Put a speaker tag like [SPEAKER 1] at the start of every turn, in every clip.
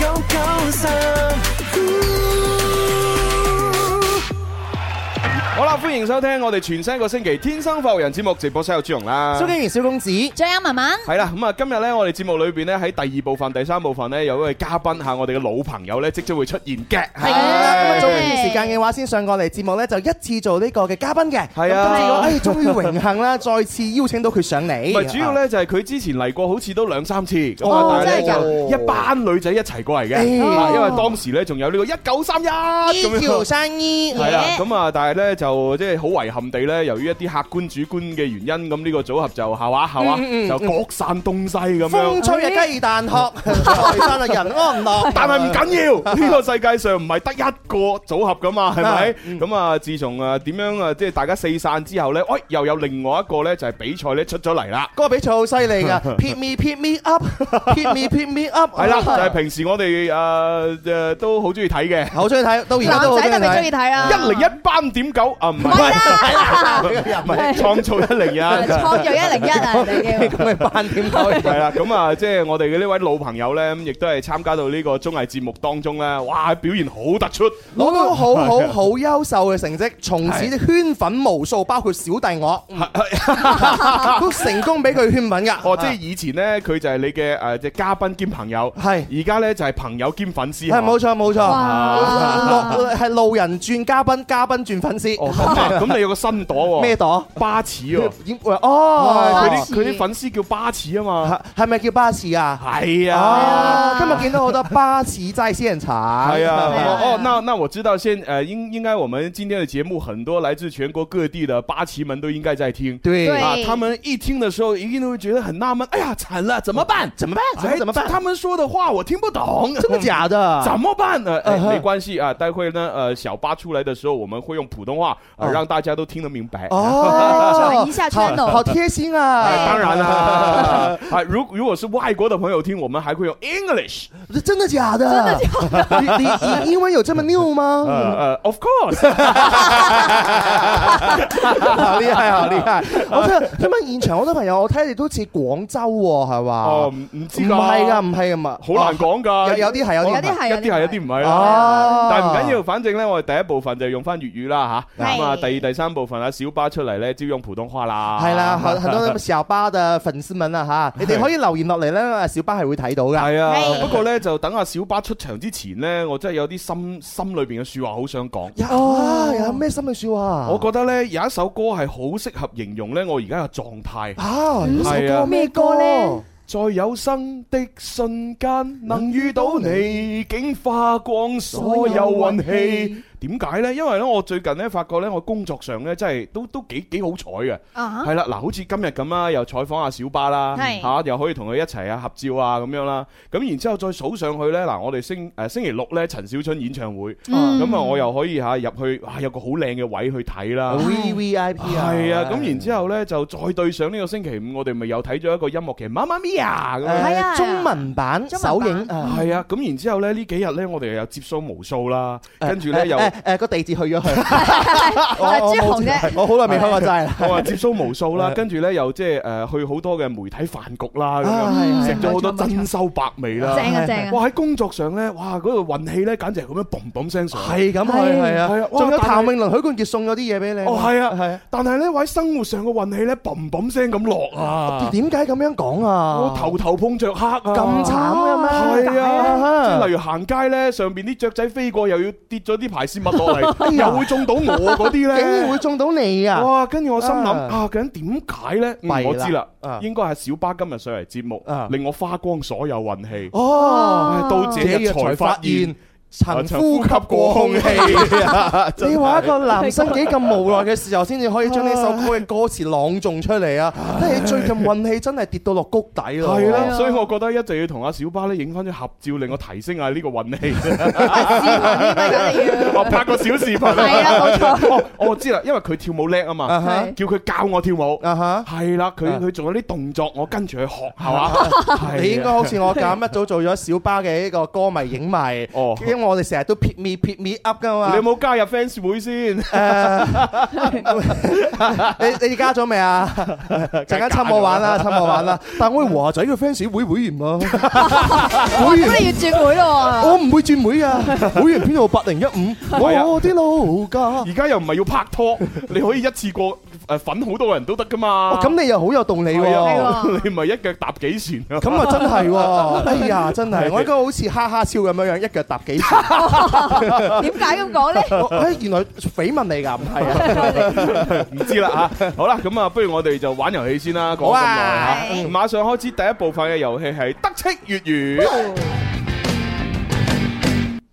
[SPEAKER 1] 九九三。
[SPEAKER 2] 好啦，歡迎收聽我哋全新一個星期《天生發育人》節目直播室有朱容啦。
[SPEAKER 3] 蘇敬仁小公子，
[SPEAKER 4] 張欣文文，
[SPEAKER 2] 系啦，咁啊，今日咧，我哋節目裏边咧，喺第二部分、第三部分咧，有一位嘉賓吓，我哋嘅老朋友咧，即將會出現嘅。
[SPEAKER 3] 係啦，咁啊早段時間嘅話先上過嚟節目咧，就一次做呢個嘅嘉賓嘅，
[SPEAKER 2] 係啊
[SPEAKER 3] 咁今次我誒終於榮幸 啦，再次邀請到佢上嚟。
[SPEAKER 2] 唔啊係主要咧，就係佢之前嚟過，好似都兩三次咁
[SPEAKER 3] 啊哦
[SPEAKER 2] 啊，但係咧
[SPEAKER 4] 真係
[SPEAKER 2] 就
[SPEAKER 3] 㗎
[SPEAKER 2] 一班女仔一齊過嚟嘅，
[SPEAKER 3] 哎
[SPEAKER 2] 啊因為當時咧仲有呢個一九三一咁
[SPEAKER 3] 一
[SPEAKER 2] 樣
[SPEAKER 3] 條。生意，
[SPEAKER 2] 係啦，
[SPEAKER 4] Yeah
[SPEAKER 2] 咁啊，但係咧就即係好遺憾地咧，由於一啲客觀主觀嘅原因，咁呢個組合就下話下話
[SPEAKER 3] 嗯嗯嗯
[SPEAKER 2] 就各散東西咁樣
[SPEAKER 3] 風。吹嘅雞蛋殼， 財散啊人安 樂。
[SPEAKER 2] 但係唔緊要，呢個世界上唔係得一個組合 噶嘛，係咪？咁啊，自從啊點樣啊，即係大家四散之後呢，喂，又有另外一個呢，就係比賽呢出咗嚟啦。
[SPEAKER 3] 嗰個比賽好犀 利㗎，Pick me, pick me up, pick me, pick me up，
[SPEAKER 2] 係啦，就係平時我哋誒誒都好中意睇嘅。
[SPEAKER 3] 好中意睇，到而家
[SPEAKER 4] 男
[SPEAKER 3] 都好
[SPEAKER 4] 仔
[SPEAKER 3] 中意
[SPEAKER 4] 特別中意
[SPEAKER 3] 睇。
[SPEAKER 4] 睇啊，
[SPEAKER 2] 一零一班點九啊，唔係唔係創造一零一，
[SPEAKER 4] 創造一零一 啊，人哋叫
[SPEAKER 3] 咁咪扮點 睇？
[SPEAKER 2] 係啦，咁啊，即係我哋嘅呢位老朋友呢，咁亦都係參加到呢個綜藝節目當中呢，哇，表現好突出，
[SPEAKER 3] 攞到好好好優秀嘅成績，從此圈粉無數，包括小弟我， 都成功俾佢圈粉㗎。 啊
[SPEAKER 2] 哦，即係以前呢，佢就係你嘅誒即係嘉賓兼朋友，
[SPEAKER 3] 係
[SPEAKER 2] 而家呢，就係朋友兼粉絲，
[SPEAKER 3] 係冇錯冇錯，
[SPEAKER 4] 哇，
[SPEAKER 3] 路係路人轉嘉賓，嘉賓轉粉
[SPEAKER 2] 哦，
[SPEAKER 3] 絲，
[SPEAKER 2] 咁 啊咁你有個新朵喎，
[SPEAKER 3] 咩朵？
[SPEAKER 2] 巴士喎，
[SPEAKER 3] 已哦，
[SPEAKER 4] 巴
[SPEAKER 2] 佢啲
[SPEAKER 4] 士
[SPEAKER 2] 佢啲粉絲叫巴士啊 嘛，
[SPEAKER 3] 係係咪叫巴士啊？
[SPEAKER 2] 係啊。
[SPEAKER 3] 哦，今日見到好多巴士在現場。
[SPEAKER 2] 哎呀，
[SPEAKER 4] 啊
[SPEAKER 2] 哦哦，那那我知道现，呃，应应该我们今天的节目很多来自全国各地的八旗们都应该在听，
[SPEAKER 3] 對
[SPEAKER 4] 對
[SPEAKER 2] 啊，他们一听的时候一定都会觉得很纳闷，哎呀，惨了，怎么办？
[SPEAKER 3] 怎么办？怎
[SPEAKER 2] 哎
[SPEAKER 3] 么怎么办？
[SPEAKER 2] 他们说的话我听不懂，
[SPEAKER 3] 真的假的？
[SPEAKER 2] 怎么办呢？哎
[SPEAKER 3] 啊嗯哼
[SPEAKER 2] 没关系啊，待会呢，呃，小八出来的时候，我们会用普通话，呃
[SPEAKER 3] 哦
[SPEAKER 2] 让大家都听得明白。
[SPEAKER 3] 哦，
[SPEAKER 4] 转一下圈
[SPEAKER 3] 好
[SPEAKER 4] 哦
[SPEAKER 3] 好贴心啊！
[SPEAKER 4] 哎
[SPEAKER 2] 当 然啦，啊，如如果是外国的朋友听，我们还会用 English，
[SPEAKER 3] 这真的假的？真的假的？嗯你你你英文有这么溜吗？
[SPEAKER 2] 呃呃，of
[SPEAKER 3] 啊
[SPEAKER 2] course，
[SPEAKER 3] 好厉害，好厉害！我哦真係想問現場好多朋友，我睇你都似廣州喎，係嘛？
[SPEAKER 2] 哦，
[SPEAKER 3] 唔
[SPEAKER 2] 唔唔知
[SPEAKER 3] 係
[SPEAKER 2] 㗎，
[SPEAKER 3] 㗎，唔係㗎嘛，
[SPEAKER 2] 好難講
[SPEAKER 3] 哦。
[SPEAKER 2] 㗎，
[SPEAKER 3] 有有啲係，有
[SPEAKER 4] 有
[SPEAKER 3] 啲
[SPEAKER 4] 啲係，
[SPEAKER 2] 一啲係，一啲唔係啦。
[SPEAKER 3] 哦，
[SPEAKER 2] 但係唔緊要，反正咧，我哋第一部分就用翻粵語啦吓，
[SPEAKER 4] 係
[SPEAKER 2] 咁啊，第二、第三部分啊，小巴出嚟咧，就用普通話啦。
[SPEAKER 3] 哦係啦，很很多小巴嘅粉絲們啦嚇，你哋可以留言落嚟咧，小巴係會睇到㗎。
[SPEAKER 2] 係啊，
[SPEAKER 4] 係
[SPEAKER 2] 不過咧就等阿小巴出場之前咧，我真係有啲心心裏邊嘅説話好想講。
[SPEAKER 3] 哦，有咩心裏説話啊？
[SPEAKER 2] 我覺得咧有一首歌係好適合形容咧我而家嘅狀態。
[SPEAKER 3] 啊，呢首
[SPEAKER 2] 係啊
[SPEAKER 3] 歌咩歌咧？
[SPEAKER 2] 在有生的瞬間，能遇到你，竟花光嗯所有運氣。點解呢？因為咧，我最近咧發覺咧，我工作上咧真係都都幾幾好彩嘅。
[SPEAKER 4] 啊
[SPEAKER 2] 係啦，嗱，好似今日咁啦，又採訪阿小巴啦，
[SPEAKER 4] 係
[SPEAKER 2] 嚇又可以同佢一齊啊合照啊咁樣啦。咁然之後再數上去呢，嗱，我哋星誒星期六呢，陳小春演唱會，
[SPEAKER 4] 嗯
[SPEAKER 2] 咁啊我又可以嚇入去，哇有個好靚嘅位去睇啦。
[SPEAKER 3] V V I P 啊，
[SPEAKER 2] 啊係啊，咁然之後呢，就再對上呢個星期五，我哋咪又睇咗一個音樂劇《媽媽咪呀》咁樣。
[SPEAKER 4] 係
[SPEAKER 3] 誒
[SPEAKER 4] 啊
[SPEAKER 3] 中文版
[SPEAKER 4] 中文版
[SPEAKER 3] 首映啊，
[SPEAKER 2] 係啊，咁然之後咧呢幾日呢，我哋又接收無數啦，跟住呢，
[SPEAKER 3] 誒
[SPEAKER 2] 又
[SPEAKER 3] 誒誒個地址去咗 佢，
[SPEAKER 4] 係朱紅啫，
[SPEAKER 3] 我好耐未開過齋啦。
[SPEAKER 2] 我話接收無數啦，跟住呢，又即係誒去好多嘅媒體飯局啦，咁樣
[SPEAKER 3] 啊係
[SPEAKER 2] 食咗好多
[SPEAKER 4] 冇錯冇錯
[SPEAKER 2] 珍饈百味啦。
[SPEAKER 4] 正啊正啊，
[SPEAKER 2] 哇！喺工作上咧，哇嗰個運氣咧，簡直係咁樣嘣嘣聲上。
[SPEAKER 3] 係咁去係啊，
[SPEAKER 2] 係啊哇
[SPEAKER 3] 仲有
[SPEAKER 2] 但係
[SPEAKER 3] 譚詠麟、許冠傑送咗啲嘢俾你。
[SPEAKER 2] 哦，係啊，
[SPEAKER 3] 係啊。
[SPEAKER 2] 但係咧，我喺生活上嘅運氣咧，嘣嘣聲咁落啊，
[SPEAKER 3] 點解咁樣講啊？
[SPEAKER 2] 我頭頭碰着黑啊，
[SPEAKER 3] 咁慘嘅咩？
[SPEAKER 2] 係
[SPEAKER 3] 啊
[SPEAKER 2] 啊，即係
[SPEAKER 3] 哈
[SPEAKER 2] 例如行街咧，上邊啲雀仔飛過，又要跌咗啲排泄事物落 嚟，又會中到我嗰啲
[SPEAKER 3] 哎竟然
[SPEAKER 2] 呢。
[SPEAKER 3] 會中到你啊！
[SPEAKER 2] 哇！跟住我心諗
[SPEAKER 3] 啊
[SPEAKER 2] 啊，究竟點解呢？嗯
[SPEAKER 3] 弊啦
[SPEAKER 2] 我知啦
[SPEAKER 3] 啊，
[SPEAKER 2] 應該係小巴今日上嚟節目
[SPEAKER 3] 啊，
[SPEAKER 2] 令我花光所有運氣。
[SPEAKER 3] 哦，
[SPEAKER 2] 唉到這日才發現，
[SPEAKER 3] 曾呼吸過空氣。 你話一個男生幾咁無奈嘅時候，先至可以將呢首歌嘅歌詞朗誦出嚟啊！睇你最近運氣真係跌到落谷底咯。
[SPEAKER 2] 係啦，所以我覺得一定要同阿小巴呢影翻張合照，令我提升下呢個運氣。我拍個小視頻。
[SPEAKER 4] 係啦冇錯
[SPEAKER 2] 哦，我知啦，因為佢跳舞叻啊嘛，
[SPEAKER 3] 啊哈
[SPEAKER 4] 係
[SPEAKER 2] 叫佢教我跳舞。
[SPEAKER 3] 啊哈。
[SPEAKER 2] 係啦，佢
[SPEAKER 3] 啊
[SPEAKER 2] 佢仲有啲動作，我跟住去學，係嘛？係啊
[SPEAKER 3] 你應該好似我咁，一早做咗小巴嘅呢個歌迷影迷，
[SPEAKER 2] 哦
[SPEAKER 3] 因為我哋成日都 pick me pick me up 噶嘛。
[SPEAKER 2] 你有冇加入 fans 會先？
[SPEAKER 3] 啊你你加咗未啊？陣間侵我玩啦，侵我玩啦！但我係華仔嘅 fans 會會員喎，會員我唔會轉會啊！會員編號八零一五，
[SPEAKER 2] 係啊
[SPEAKER 3] 我啲老家。
[SPEAKER 2] 而家又唔係要拍拖，你可以一次過誒粉好多人都得噶嘛？
[SPEAKER 3] 哦咁你又好有道理
[SPEAKER 2] 係
[SPEAKER 3] 喎。
[SPEAKER 2] 啊你咪一腳踏幾船啊？
[SPEAKER 3] 咁啊，真係喎！哎呀，真係，我應該好似哈哈笑咁樣樣，一腳踏幾船。我哎，原來緋聞嚟㗎，唔係啊！
[SPEAKER 2] 唔知啦嚇。好啦，咁啊，不如我哋就玩遊戲先啦。講咗
[SPEAKER 4] 好
[SPEAKER 2] 咁耐嚇，
[SPEAKER 4] 啊
[SPEAKER 2] 馬上開始第一部分嘅遊戲係得戚粵語。
[SPEAKER 3] 哦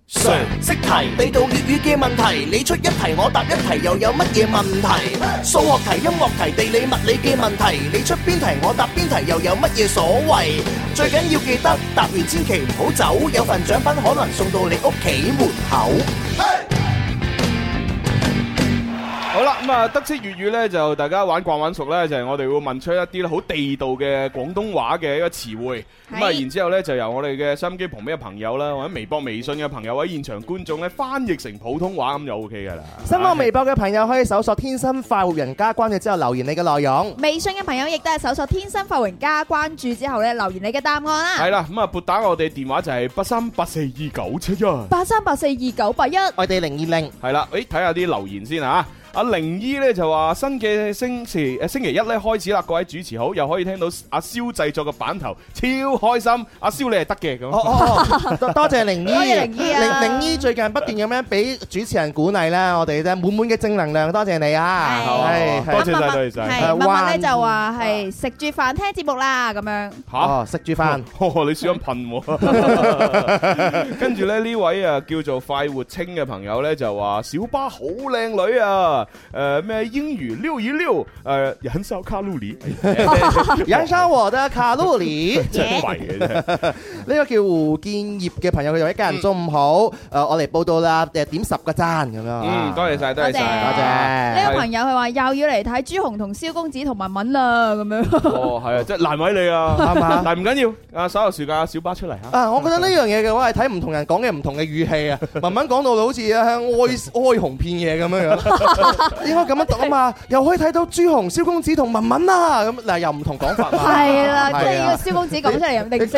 [SPEAKER 5] 常識題，地道粵語嘅問題，你出一題我答一題，又有乜嘢問題？數學題、音樂題、地理物理嘅問題，你出邊題我答邊題，又有乜嘢所謂？最緊要記得答完千祈唔好走，有份獎品可能送到你屋企門口。
[SPEAKER 2] 好啦，咁啊，得戚粵語呢，就大家玩慣玩熟呢，就係我哋會問出一啲咧好地道嘅廣東話嘅一個詞彙，咁啊，
[SPEAKER 4] 係
[SPEAKER 2] 然之後咧就由我哋嘅收音機旁邊嘅朋友啦，或者微博、微信嘅朋友，或者現場觀眾呢，翻譯成普通話咁就 O K 噶啦。
[SPEAKER 3] 新浪微博嘅朋友可以搜索「天生快活人家」，關注之後留言你嘅內容。
[SPEAKER 2] 系啦，咁啊撥打我哋電話就係八三八四二九七一。係
[SPEAKER 3] 我哋零二零。
[SPEAKER 2] 啦，诶，睇下啲留言先啊。阿玲姨呢就話新嘅星期誒星期一呢開始啦，各位主持好，又可以聽到阿蕭製作嘅版頭，超開心。阿蕭你係得嘅咁。
[SPEAKER 3] 哦哦， 多多謝玲姨，
[SPEAKER 4] 多謝玲姨啊
[SPEAKER 3] 玲玲姨最近不斷咁樣俾主持人鼓勵啦，我哋咧滿滿嘅正能量，多謝你啊！
[SPEAKER 4] 係
[SPEAKER 2] 多
[SPEAKER 3] 係係
[SPEAKER 2] 謝晒，多謝晒。嚇，
[SPEAKER 3] 哦，食住飯，
[SPEAKER 2] 哦你小心噴 喎。跟住咧呢位啊叫做快活清嘅朋友呢，就話小巴好靚女啊，誒咩英語溜一溜，誒燃燒卡路 里，哎
[SPEAKER 3] 燃燒我的卡路里。
[SPEAKER 2] 真係廢嘅啫。
[SPEAKER 3] 呢個叫胡建業嘅朋友，佢就一家人中午好，誒我嚟報道啦，誒點十個讚咁樣啊。
[SPEAKER 2] 嗯，多謝晒，多謝
[SPEAKER 4] 多
[SPEAKER 2] 晒，
[SPEAKER 3] 謝
[SPEAKER 2] 多謝。哦，係啊，即係難為你啊，
[SPEAKER 3] 啱啊
[SPEAKER 2] 但係唔緊要，啊，稍後時間小巴出嚟嚇。
[SPEAKER 3] 啊，我覺得呢樣嘢嘅話係睇唔同人講嘅唔同嘅語氣啊，文文講到好似啊哀哀鴻遍野咁樣樣，應該咁樣讀啊嘛，又可以睇到朱紅、蕭公子同文文啊，咁嗱又唔同講法嘛。係啊。你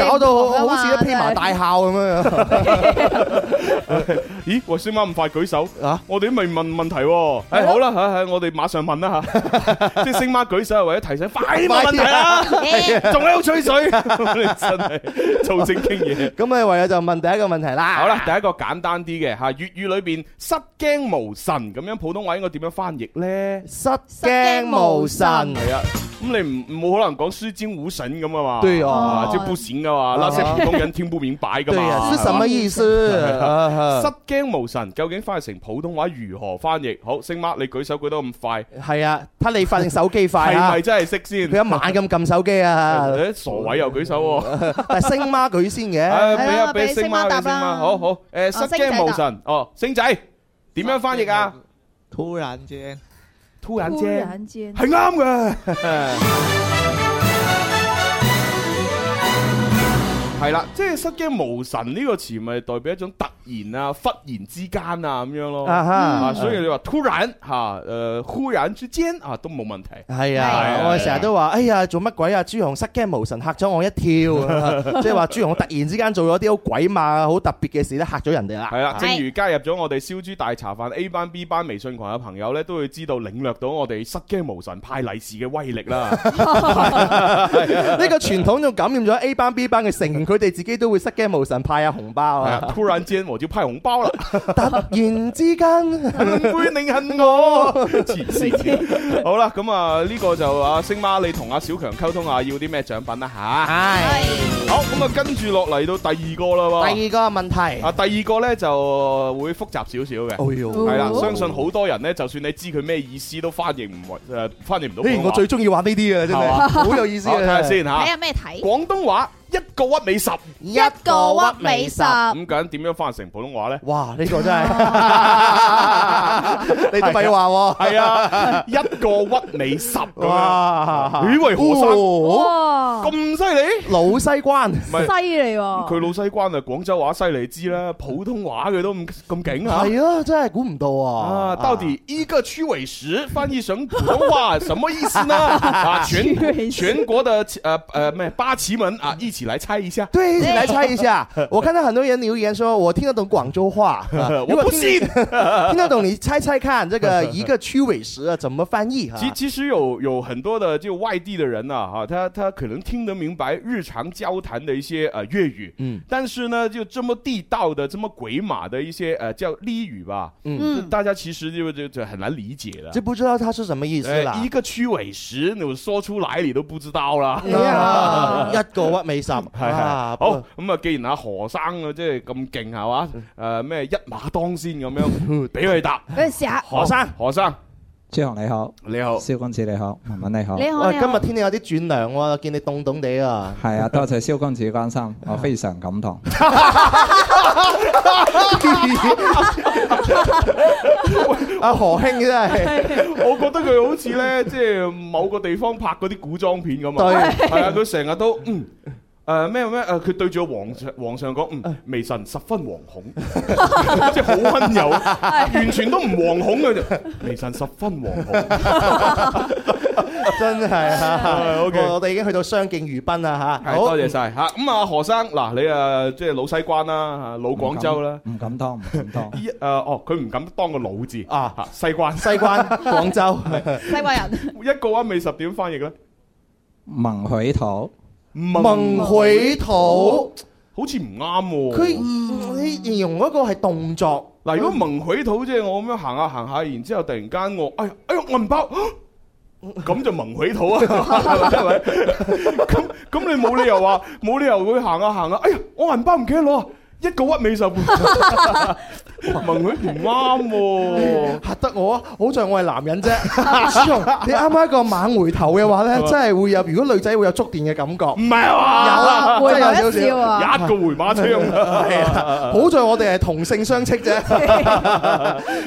[SPEAKER 3] 搞到好似一披麻大孝咁樣樣。
[SPEAKER 2] 咦，喂，小馬咁快舉手
[SPEAKER 3] 啊
[SPEAKER 2] 我哋都未問問題喎。誒，好啦，係係，我哋馬上問啦 嚇。即係星媽舉手係為咗提醒，快啲問
[SPEAKER 3] 啊
[SPEAKER 2] 問題啦。
[SPEAKER 3] 哎
[SPEAKER 2] 仲喺度吹水，你真係做正經嘢。
[SPEAKER 3] 咁你唯有就問第一個問題啦。
[SPEAKER 2] 好啦，第一個簡單啲嘅嚇，粵語裏邊失驚無神咁樣，普通話應該點樣翻譯呢？
[SPEAKER 3] 失驚無神。
[SPEAKER 2] 係啊，咁你唔冇可能講書尖無神咁啊嘛？
[SPEAKER 3] 對哦
[SPEAKER 2] 啊，即係不行噶嘛，那些普通人聽不明白噶
[SPEAKER 3] 對啊，
[SPEAKER 2] 嘛。
[SPEAKER 3] 是什麼意思？
[SPEAKER 2] 失驚無神，究竟翻譯成普通話如何翻譯？好，星媽，你舉手舉得咁快，
[SPEAKER 3] 係啊，睇你發定手機快
[SPEAKER 2] 係
[SPEAKER 3] 啊
[SPEAKER 2] 咪！真係識先？
[SPEAKER 3] 佢一晚咁撳手機啊，
[SPEAKER 2] 誒傻位又舉手喎。
[SPEAKER 3] 但係星媽舉先嘅。
[SPEAKER 2] 啊，俾啊
[SPEAKER 4] 係咯
[SPEAKER 2] 俾
[SPEAKER 4] 俾
[SPEAKER 2] 星
[SPEAKER 4] 星
[SPEAKER 2] 媽
[SPEAKER 4] 媽答
[SPEAKER 2] 俾星媽，
[SPEAKER 4] 啦
[SPEAKER 2] 好好，誒失
[SPEAKER 4] 星仔
[SPEAKER 2] 驚無
[SPEAKER 4] 答
[SPEAKER 2] 神，哦，星仔點樣翻譯啊？
[SPEAKER 6] 哦突然間，
[SPEAKER 2] 突然間係啱嘅，係啦，即係失驚無神呢個詞，咪代表一種突然啊、忽然之間啊咁樣咯。
[SPEAKER 3] 啊
[SPEAKER 2] 啊，
[SPEAKER 3] 哈。
[SPEAKER 2] 所以你話突然嚇，誒忽然之間啊都冇問題。
[SPEAKER 3] 係
[SPEAKER 2] 係
[SPEAKER 3] 啊
[SPEAKER 2] 啊，
[SPEAKER 3] 我哋成日都話，哎呀，做乜鬼啊？朱紅失驚無神，嚇咗我一 跳，即係話朱紅突然之間做咗啲好鬼馬、好特別嘅事咧，嚇咗人哋啦。
[SPEAKER 2] 係啦，
[SPEAKER 4] 係
[SPEAKER 2] 正如加入咗我哋燒豬大茶飯 A 班 B 班微信群嘅朋友呢，都會知道領略到我哋失驚無神派 利是嘅威力啦。啊
[SPEAKER 3] 呢個傳統仲感染咗 A 班 B 班嘅成群佢哋自己都會失驚無神派下紅包
[SPEAKER 2] 係
[SPEAKER 3] 啊
[SPEAKER 2] 啊！突然間我就派紅包 啦，
[SPEAKER 3] 突然之間。
[SPEAKER 2] 會令恨我黐線。好啦，咁啊呢個就啊星媽，你同阿小強溝通下要啲咩獎品啦吓。
[SPEAKER 3] 唉，
[SPEAKER 2] 好，咁啊跟住落嚟到第二個啦喎。
[SPEAKER 3] 第二個問題，
[SPEAKER 2] 啊，第二個呢就會複雜少少嘅。
[SPEAKER 3] 哦
[SPEAKER 2] 係啦，相信好多人呢，就算你知佢咩意思，都翻譯唔為誒，翻譯唔到
[SPEAKER 3] 嘿
[SPEAKER 2] 廣東，話。
[SPEAKER 3] 我最中意玩呢啲嘅，啊真
[SPEAKER 2] 係
[SPEAKER 3] 係
[SPEAKER 2] 嘛
[SPEAKER 3] 好有意思
[SPEAKER 2] 好睇下啊
[SPEAKER 3] 啊！
[SPEAKER 2] 先嚇。廣東話一個屈尾十，
[SPEAKER 3] 一個屈尾十，
[SPEAKER 2] 咁究竟點樣翻成普通話呢？
[SPEAKER 3] 哇！呢個 真係，你都咪話喎，
[SPEAKER 2] 係 啊，一個屈尾十咁樣。
[SPEAKER 3] 哇！
[SPEAKER 2] 咦喂何生
[SPEAKER 3] 哦
[SPEAKER 2] 咁犀利？
[SPEAKER 3] 老西關
[SPEAKER 2] 唔係佢老西關啊，廣州話犀利知啦，普通話佢都咁咁勁啊！
[SPEAKER 3] 係啊，真係估唔到啊！
[SPEAKER 2] 啊，到底一个区委十翻译成普通 话什么意思呢？啊，全全国的呃呃，咩八旗门啊，一起来猜一下。
[SPEAKER 3] 对，一起来猜一下。我看到很多人留言说，我听得懂广州话， 啊
[SPEAKER 2] 我不信。
[SPEAKER 3] 听得懂，你猜猜看，这个一个区委时啊怎么翻译？哈
[SPEAKER 2] 其其实有有很多的就外地的人呐、哈、他他可能听得明白日常交谈的一些呃粤语，
[SPEAKER 3] 嗯，
[SPEAKER 2] 但是呢，就这么地道的、这么鬼马的一些呃叫俚语吧，
[SPEAKER 3] 嗯
[SPEAKER 2] 就大家其实就就就很难理解的。
[SPEAKER 3] 就不知道它是什么意思
[SPEAKER 2] 呃
[SPEAKER 3] 啦
[SPEAKER 2] 一。个区委十，你说出来你都不知道啦。
[SPEAKER 3] 哎呀，一個屈尾十，
[SPEAKER 2] 啊 系系
[SPEAKER 3] 啊
[SPEAKER 2] 好咁啊！既然阿何生啊，即係咁勁係嘛？
[SPEAKER 3] 嗯
[SPEAKER 2] 誒咩一馬當先咁樣， 俾佢答。何生，何生
[SPEAKER 6] 朱紅你好，
[SPEAKER 2] 你好，
[SPEAKER 6] 蕭公子你好，文文你好，
[SPEAKER 3] 哇，今日天氣有啲轉涼喎，見你凍凍地 啊！
[SPEAKER 6] 係啊，多謝蕭公子關心，我非常感動。
[SPEAKER 3] 阿何兄真係
[SPEAKER 2] 我覺得佢好似咧， 即係某個地方拍嗰啲古裝片咁啊。係啊，佢成日都嗯。誒咩咩誒，佢對住個皇上皇上講，嗯，微臣十分惶恐， 即係好温柔，完全都唔惶恐嘅就，微臣十分惶恐，
[SPEAKER 3] 真係 啊！
[SPEAKER 2] 係，OK 哎
[SPEAKER 3] 我哋已經去到相敬如賓啦嚇。
[SPEAKER 2] 係多謝晒嚇。咁啊，何生嗱，你啊即係老西關啦，啊老廣州啦。
[SPEAKER 6] 唔敢當，唔敢當。
[SPEAKER 2] 一誒哦，佢唔敢當個老字
[SPEAKER 3] 啊
[SPEAKER 2] 嚇西關
[SPEAKER 3] 西關、廣州，
[SPEAKER 2] 一個話未十點翻譯咧，
[SPEAKER 6] 萌許土，
[SPEAKER 3] 夢回土，
[SPEAKER 2] 好似唔啱喎。
[SPEAKER 3] 佢你形容嗰個係動作，
[SPEAKER 2] 嗱，如果蒙許土即係我咁樣行下行下，然之後突然間我哎呀哎呀銀包， 啊咁就蒙許土啊，係咪？咁咁你冇理由話冇理由會行下行下，哎呀我銀包唔記得攞啊，一個屈尾十， 蒙許唔啱喎。
[SPEAKER 3] 嚇得我啊！好在我係男人啫。朱紅，你啱啱一個猛回頭嘅話咧，真係會有，如果女仔會有觸電嘅感覺
[SPEAKER 2] 唔。係啊
[SPEAKER 3] 啊真係有少少。
[SPEAKER 2] 嘛，一個回馬槍。
[SPEAKER 3] 係啊好在我哋係同性相斥啫。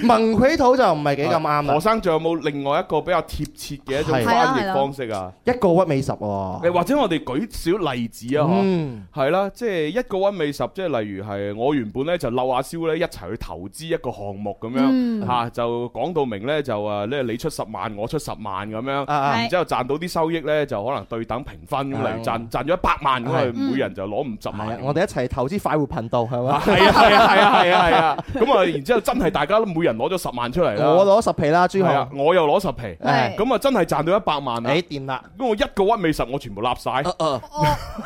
[SPEAKER 3] 萌佢土就唔係幾咁啱啊
[SPEAKER 2] 何
[SPEAKER 3] 啦，
[SPEAKER 2] 生仲有冇另外一個比較貼切嘅一種
[SPEAKER 3] 係
[SPEAKER 2] 翻譯方式啊？
[SPEAKER 3] 一個屈尾十
[SPEAKER 2] 誒
[SPEAKER 3] 喎。
[SPEAKER 2] 或者我哋舉少例子啊，嗬。
[SPEAKER 3] 嗯，
[SPEAKER 2] 係啦，即係一個温美十，即係例如係我原本咧就嬲阿蕭咧一齊去投資一個項目咁樣吓，就講到明咧就啊咧你出十萬，我出十萬咁樣，
[SPEAKER 3] 啊
[SPEAKER 2] 然之後賺到啲收益咧就可能對等平分咁嚟
[SPEAKER 3] 係
[SPEAKER 2] 賺，賺咗一百萬咁
[SPEAKER 3] 係
[SPEAKER 2] 啊，每人就攞五十
[SPEAKER 3] 啊係啊
[SPEAKER 2] 萬。
[SPEAKER 3] 我哋一齊投資快活頻道係嘛？
[SPEAKER 2] 係啊係啊係啊係啊係啊，咁啊然之後真係大家都每人攞咗十萬出嚟啦，
[SPEAKER 3] 我攞十皮啦，朱
[SPEAKER 2] 係啊
[SPEAKER 3] 紅，，
[SPEAKER 2] 我又攞十皮，
[SPEAKER 3] 誒，
[SPEAKER 2] 咁啊真係賺到一百萬啊！
[SPEAKER 3] 你掂啦。
[SPEAKER 2] 咁我一個温美十我全部立晒。
[SPEAKER 3] 哦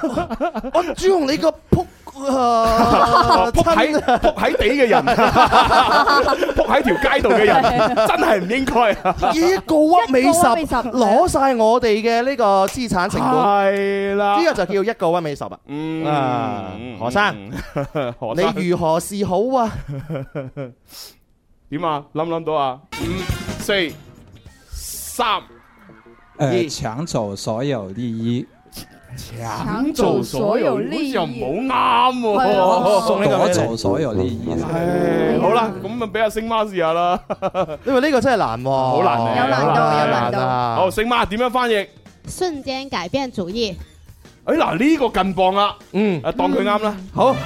[SPEAKER 3] 我朱紅你個撲 啊！
[SPEAKER 2] 扑喺扑喺地嘅 人，扑喺條街度嘅人，真係唔應該。啊
[SPEAKER 3] 一個屈尾
[SPEAKER 4] 一個屈
[SPEAKER 3] 十
[SPEAKER 4] 尾十
[SPEAKER 3] 攞晒我哋嘅呢個資產成
[SPEAKER 2] 啊
[SPEAKER 3] 本，
[SPEAKER 2] 係啦
[SPEAKER 3] 呢個就叫一個屈尾 十啊！啊
[SPEAKER 2] 嗯，
[SPEAKER 3] 何生，
[SPEAKER 2] 何生，
[SPEAKER 3] 你如何是好 啊？
[SPEAKER 2] 點啊？諗唔諗到啊？五、四、三，
[SPEAKER 6] 誒搶走呃所有利益，
[SPEAKER 2] 咁做所有呢又唔好啱
[SPEAKER 4] 係
[SPEAKER 2] 喎。
[SPEAKER 3] 送呢個
[SPEAKER 6] 攞
[SPEAKER 3] 俾你
[SPEAKER 6] 走所有利益。
[SPEAKER 2] 唉哎好啦，咁啊俾阿星媽試下啦。
[SPEAKER 3] 因為呢個真係難喎，好
[SPEAKER 2] 難啊有難度有難
[SPEAKER 4] 度
[SPEAKER 3] 啊
[SPEAKER 2] 好，星媽點樣翻譯？
[SPEAKER 7] 瞬间改变主意，
[SPEAKER 2] 哎嗱，呢個近磅啦，
[SPEAKER 3] 嗯，
[SPEAKER 2] 啊當佢啱啦。
[SPEAKER 3] 好，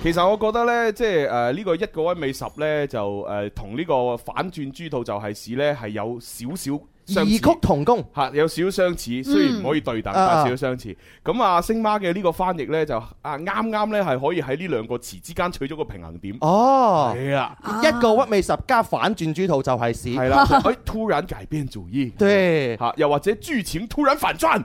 [SPEAKER 2] 其實我覺得呢，即係誒呢個一呃個威美十呢，就誒同呢個反轉豬肚就係市呢，係有少少相似
[SPEAKER 3] 異曲同工。
[SPEAKER 2] 嚇有少少相似，雖然唔可以對等，
[SPEAKER 3] 嗯啊
[SPEAKER 2] 但係少少相似。咁啊，星媽嘅呢個翻譯呢，就啊啱啱呢係可以喺呢兩個詞之間取咗個平衡點。
[SPEAKER 3] 哦，
[SPEAKER 2] 係啦，
[SPEAKER 3] 一個屈尾十加反轉豬肚就係屎。
[SPEAKER 2] 係 啦，哎，突然改變主意，
[SPEAKER 3] 對，
[SPEAKER 2] 嚇，又或者劇情突然反轉，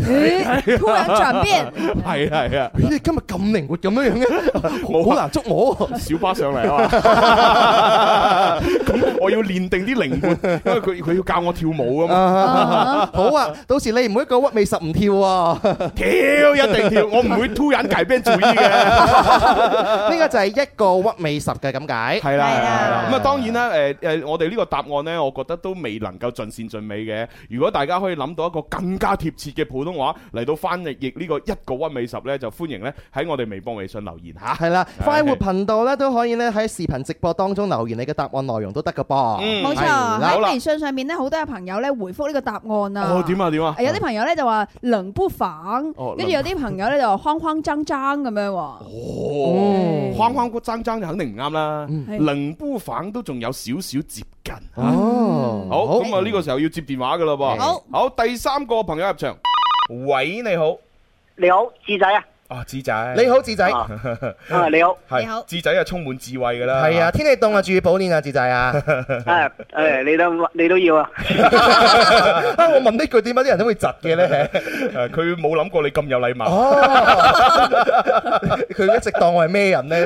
[SPEAKER 4] 咦突然轉變，
[SPEAKER 2] 係啊係啊，
[SPEAKER 3] 咦你今日咁靈活咁樣樣 嘅，
[SPEAKER 2] 冇
[SPEAKER 3] 好
[SPEAKER 2] 啊
[SPEAKER 3] 難捉我喎。
[SPEAKER 2] 小巴上嚟 啊嘛，咁我要練定啲靈活，因為佢佢要教我跳舞啊嘛。
[SPEAKER 3] 啊好啊，到時你唔好一個屈尾十唔跳啊！
[SPEAKER 2] 跳一定跳，我唔會突然改變主意嘅。
[SPEAKER 3] 呢個就係一個屈尾十嘅咁解。
[SPEAKER 2] 係啦，
[SPEAKER 4] 係
[SPEAKER 2] 係
[SPEAKER 4] 啦
[SPEAKER 2] 啦。咁啊，當然啦，誒誒，我哋呢個答案呢，我覺得都未能夠盡善盡美嘅。如果大家可以諗到一個更加貼切嘅普通話嚟到翻譯譯呢個一個屈尾十呢，就歡迎呢喺我哋微博、微信留言嚇。
[SPEAKER 3] 係啦，
[SPEAKER 2] 係
[SPEAKER 3] 快活頻道咧都可以咧喺視頻直播當中留言你嘅答案內容都得噶噃。
[SPEAKER 2] 嗯
[SPEAKER 8] 冇錯，
[SPEAKER 3] 係啦
[SPEAKER 2] 好啦
[SPEAKER 8] 喺微信上面咧，好多嘅朋友咧回覆呢個答案啊。
[SPEAKER 2] 哦，點啊點啊
[SPEAKER 8] 誒？有啲朋友咧就話能不反，
[SPEAKER 2] 哦
[SPEAKER 8] 跟住有啲朋友咧就話框框爭爭咁樣喎。
[SPEAKER 2] 哦，框框骨爭爭就肯定唔啱啦，
[SPEAKER 8] 係
[SPEAKER 2] 能不反都仲有少少接近。
[SPEAKER 3] 哦，
[SPEAKER 2] 好，咁啊呢個時候要接電話噶啦噃。
[SPEAKER 8] 好，
[SPEAKER 2] 好，第三個朋友入場。喂，你好。
[SPEAKER 9] 你好，志仔
[SPEAKER 10] à?
[SPEAKER 9] 啊，
[SPEAKER 2] 啊，智仔。
[SPEAKER 3] 你好智仔，
[SPEAKER 9] 啊啊你好，
[SPEAKER 2] 係。
[SPEAKER 7] 你好
[SPEAKER 2] 智仔啊，充滿智慧噶啦。
[SPEAKER 3] 係啊，天氣凍啊，注意保暖啊，智仔啊。
[SPEAKER 9] 誒
[SPEAKER 10] À,
[SPEAKER 9] 誒，你都你都要啊，
[SPEAKER 3] 啊我問呢句點解啲人都會窒嘅咧？
[SPEAKER 2] 誒佢冇諗過你咁有禮貌。
[SPEAKER 3] 哦， 佢一直當我係咩 人咧？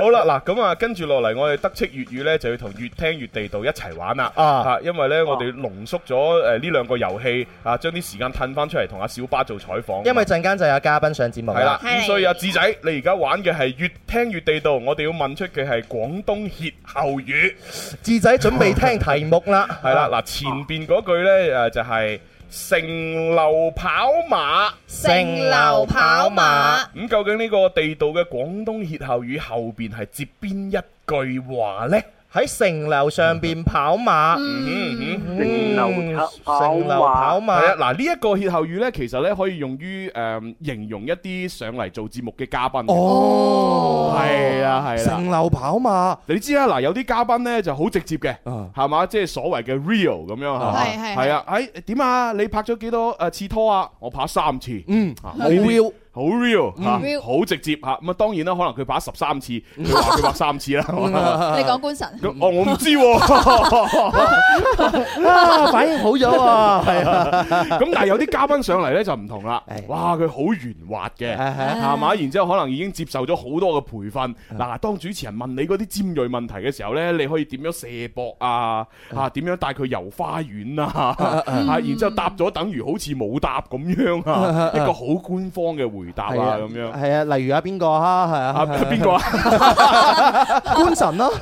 [SPEAKER 2] 好啦，嗱咁啊，跟住落嚟，我哋德式粵語呢，就要同越聽越地道一齊玩啦。
[SPEAKER 3] 啊
[SPEAKER 2] 因為呢，我哋濃縮咗誒呢兩個遊戲啊，將啲時間褪翻出嚟同阿小巴做採訪。
[SPEAKER 3] 因為陣間就有嘉賓上節目
[SPEAKER 2] 係啦，
[SPEAKER 7] 係
[SPEAKER 2] 咁所以阿智仔，你而家玩嘅係越聽越地道，我哋要問出佢係廣東歇後語。
[SPEAKER 3] 智仔準備聽題目啦。
[SPEAKER 2] 係啦，嗱前邊嗰句呢，誒就係城樓跑馬。
[SPEAKER 3] 城樓跑馬，
[SPEAKER 2] 咁究竟呢個地道嘅廣東歇後語後邊係接邊一句話
[SPEAKER 7] 啊
[SPEAKER 2] 呢？
[SPEAKER 3] 喺城樓上邊跑馬，
[SPEAKER 2] 嗯嗯。
[SPEAKER 9] 城樓跑馬
[SPEAKER 3] 城樓跑
[SPEAKER 2] 系啊，
[SPEAKER 3] 馬，
[SPEAKER 2] 嗱呢一個歇後語呢，其實呢可以用於誒形容一啲上嚟做節目嘅嘉賓嘅。
[SPEAKER 3] 哦，
[SPEAKER 2] 係啊係啦。
[SPEAKER 3] 城樓跑馬。
[SPEAKER 2] 你知啊啦，嗱有啲嘉賓呢就好直接嘅，
[SPEAKER 3] 啊
[SPEAKER 2] 係嘛，即係所謂嘅 real 咁樣嚇。
[SPEAKER 7] 哦係係
[SPEAKER 2] 係啊，誒點啊？你拍咗幾多誒次拖啊？我拍三次。
[SPEAKER 3] 嗯，
[SPEAKER 2] 啊
[SPEAKER 3] 好 will，
[SPEAKER 2] 好 real
[SPEAKER 3] 嗯
[SPEAKER 2] 嚇，
[SPEAKER 7] real
[SPEAKER 2] 好直接嚇。咁啊當然啦，可能佢拍十三 次，佢話佢拍三次啦。
[SPEAKER 3] 嗯 Ừ.
[SPEAKER 2] 係嘛
[SPEAKER 8] 你講官神，
[SPEAKER 2] 咁哦，我唔知 喎。
[SPEAKER 3] 啊，反應好咗啊，係啊，
[SPEAKER 2] 咁但係有啲嘉賓上嚟咧就唔同啦
[SPEAKER 3] 係，
[SPEAKER 2] 哇佢好圓滑嘅，
[SPEAKER 3] 係
[SPEAKER 2] 係嘛？然之後可能已經接受咗好多嘅培訓。嗱，當主持人問你嗰啲尖鋭問題嘅時候咧，你可以點樣射博啊？啊，點樣帶佢遊花園啊？
[SPEAKER 3] 嗯
[SPEAKER 2] 啊，然之後答咗等於好似冇答咁樣 啊，一個好官方嘅回答
[SPEAKER 3] 係啊
[SPEAKER 2] 啊咁樣。
[SPEAKER 3] 係啊，例如啊邊個啊，係
[SPEAKER 2] 啊，
[SPEAKER 3] 啊，
[SPEAKER 2] 邊個啊？
[SPEAKER 3] 官神咯，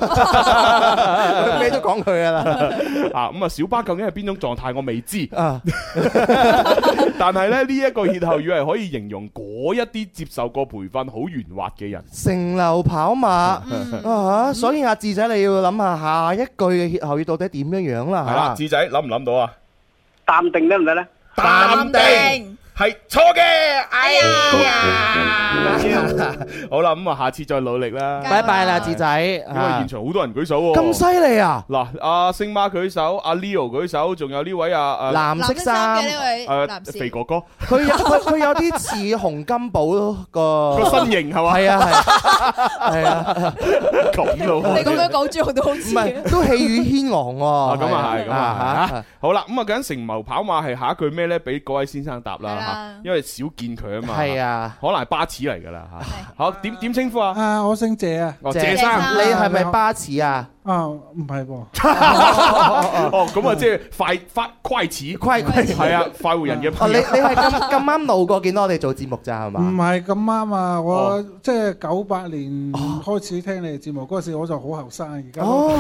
[SPEAKER 3] 咩都講佢噶啦，
[SPEAKER 2] 啊，咁啊，小巴究竟係邊種狀態？我未知。
[SPEAKER 3] 啊，
[SPEAKER 2] 但係咧，呢一個歇後語係可以形容嗰一啲接受過培訓好圓滑嘅人。
[SPEAKER 3] 城樓跑馬啊，所以阿智仔你要諗下下一句嘅歇後語到底點樣樣啦，
[SPEAKER 2] 係啦，
[SPEAKER 3] 嚇
[SPEAKER 2] 智仔諗唔諗到啊？
[SPEAKER 9] 淡定得唔得咧？
[SPEAKER 3] 淡定
[SPEAKER 2] 係錯嘅，哎呀！ 好啦，咁啊，下次再努力啦。
[SPEAKER 3] 拜拜啦，智仔，
[SPEAKER 2] 因為
[SPEAKER 3] 啊
[SPEAKER 2] 現場好多人舉手喎。
[SPEAKER 3] 咁犀利啊，
[SPEAKER 2] 嗱，阿星媽舉手，阿 Leo 舉手，仲有呢位啊啊
[SPEAKER 3] 藍色衫，
[SPEAKER 8] 嘅呢位男
[SPEAKER 2] 誒
[SPEAKER 8] 士，
[SPEAKER 2] 肥哥哥
[SPEAKER 3] 佢有佢佢有啲似洪金寶個
[SPEAKER 2] 個，身形係嘛？
[SPEAKER 3] 係啊係啊係啊。
[SPEAKER 2] 咁咯喎。
[SPEAKER 8] 你咁樣講朱紅都好
[SPEAKER 3] 唔
[SPEAKER 8] 似。
[SPEAKER 3] 係，都氣宇軒昂
[SPEAKER 2] 啊，
[SPEAKER 3] 喎。
[SPEAKER 2] 咁啊係，
[SPEAKER 3] 哦係
[SPEAKER 2] 咁啊係
[SPEAKER 3] 啊
[SPEAKER 2] 好啦，咁啊，緊成謀跑馬係下一句咩咧？俾嗰位先生答
[SPEAKER 8] 係
[SPEAKER 2] 啦
[SPEAKER 8] 啦，
[SPEAKER 2] 嚇因為少見佢啊嘛。
[SPEAKER 3] 係，啊，
[SPEAKER 2] 可能係巴齒嚟㗎啦嚇。
[SPEAKER 8] 係
[SPEAKER 2] 好，點點稱呼啊？
[SPEAKER 6] 啊，我姓謝啊，
[SPEAKER 2] 哦，謝
[SPEAKER 3] 謝
[SPEAKER 2] 生。
[SPEAKER 3] 你係咪巴士啊？
[SPEAKER 6] 啊，唔係喎，
[SPEAKER 2] 哦，咁啊，即係快快快齒，
[SPEAKER 3] 虧虧
[SPEAKER 2] 係啊，快活人嘅
[SPEAKER 3] 哦，
[SPEAKER 2] 朋
[SPEAKER 3] 你
[SPEAKER 2] 友
[SPEAKER 3] 你係咁咁啱路過見到我哋做節目咋係
[SPEAKER 6] 唔
[SPEAKER 3] 嘛？
[SPEAKER 6] 係咁啱啊！我
[SPEAKER 2] 哦
[SPEAKER 6] 即係九八年開始聽你哋節目嗰時，我就好後生，而
[SPEAKER 2] 嗯
[SPEAKER 6] 家都
[SPEAKER 3] 哦，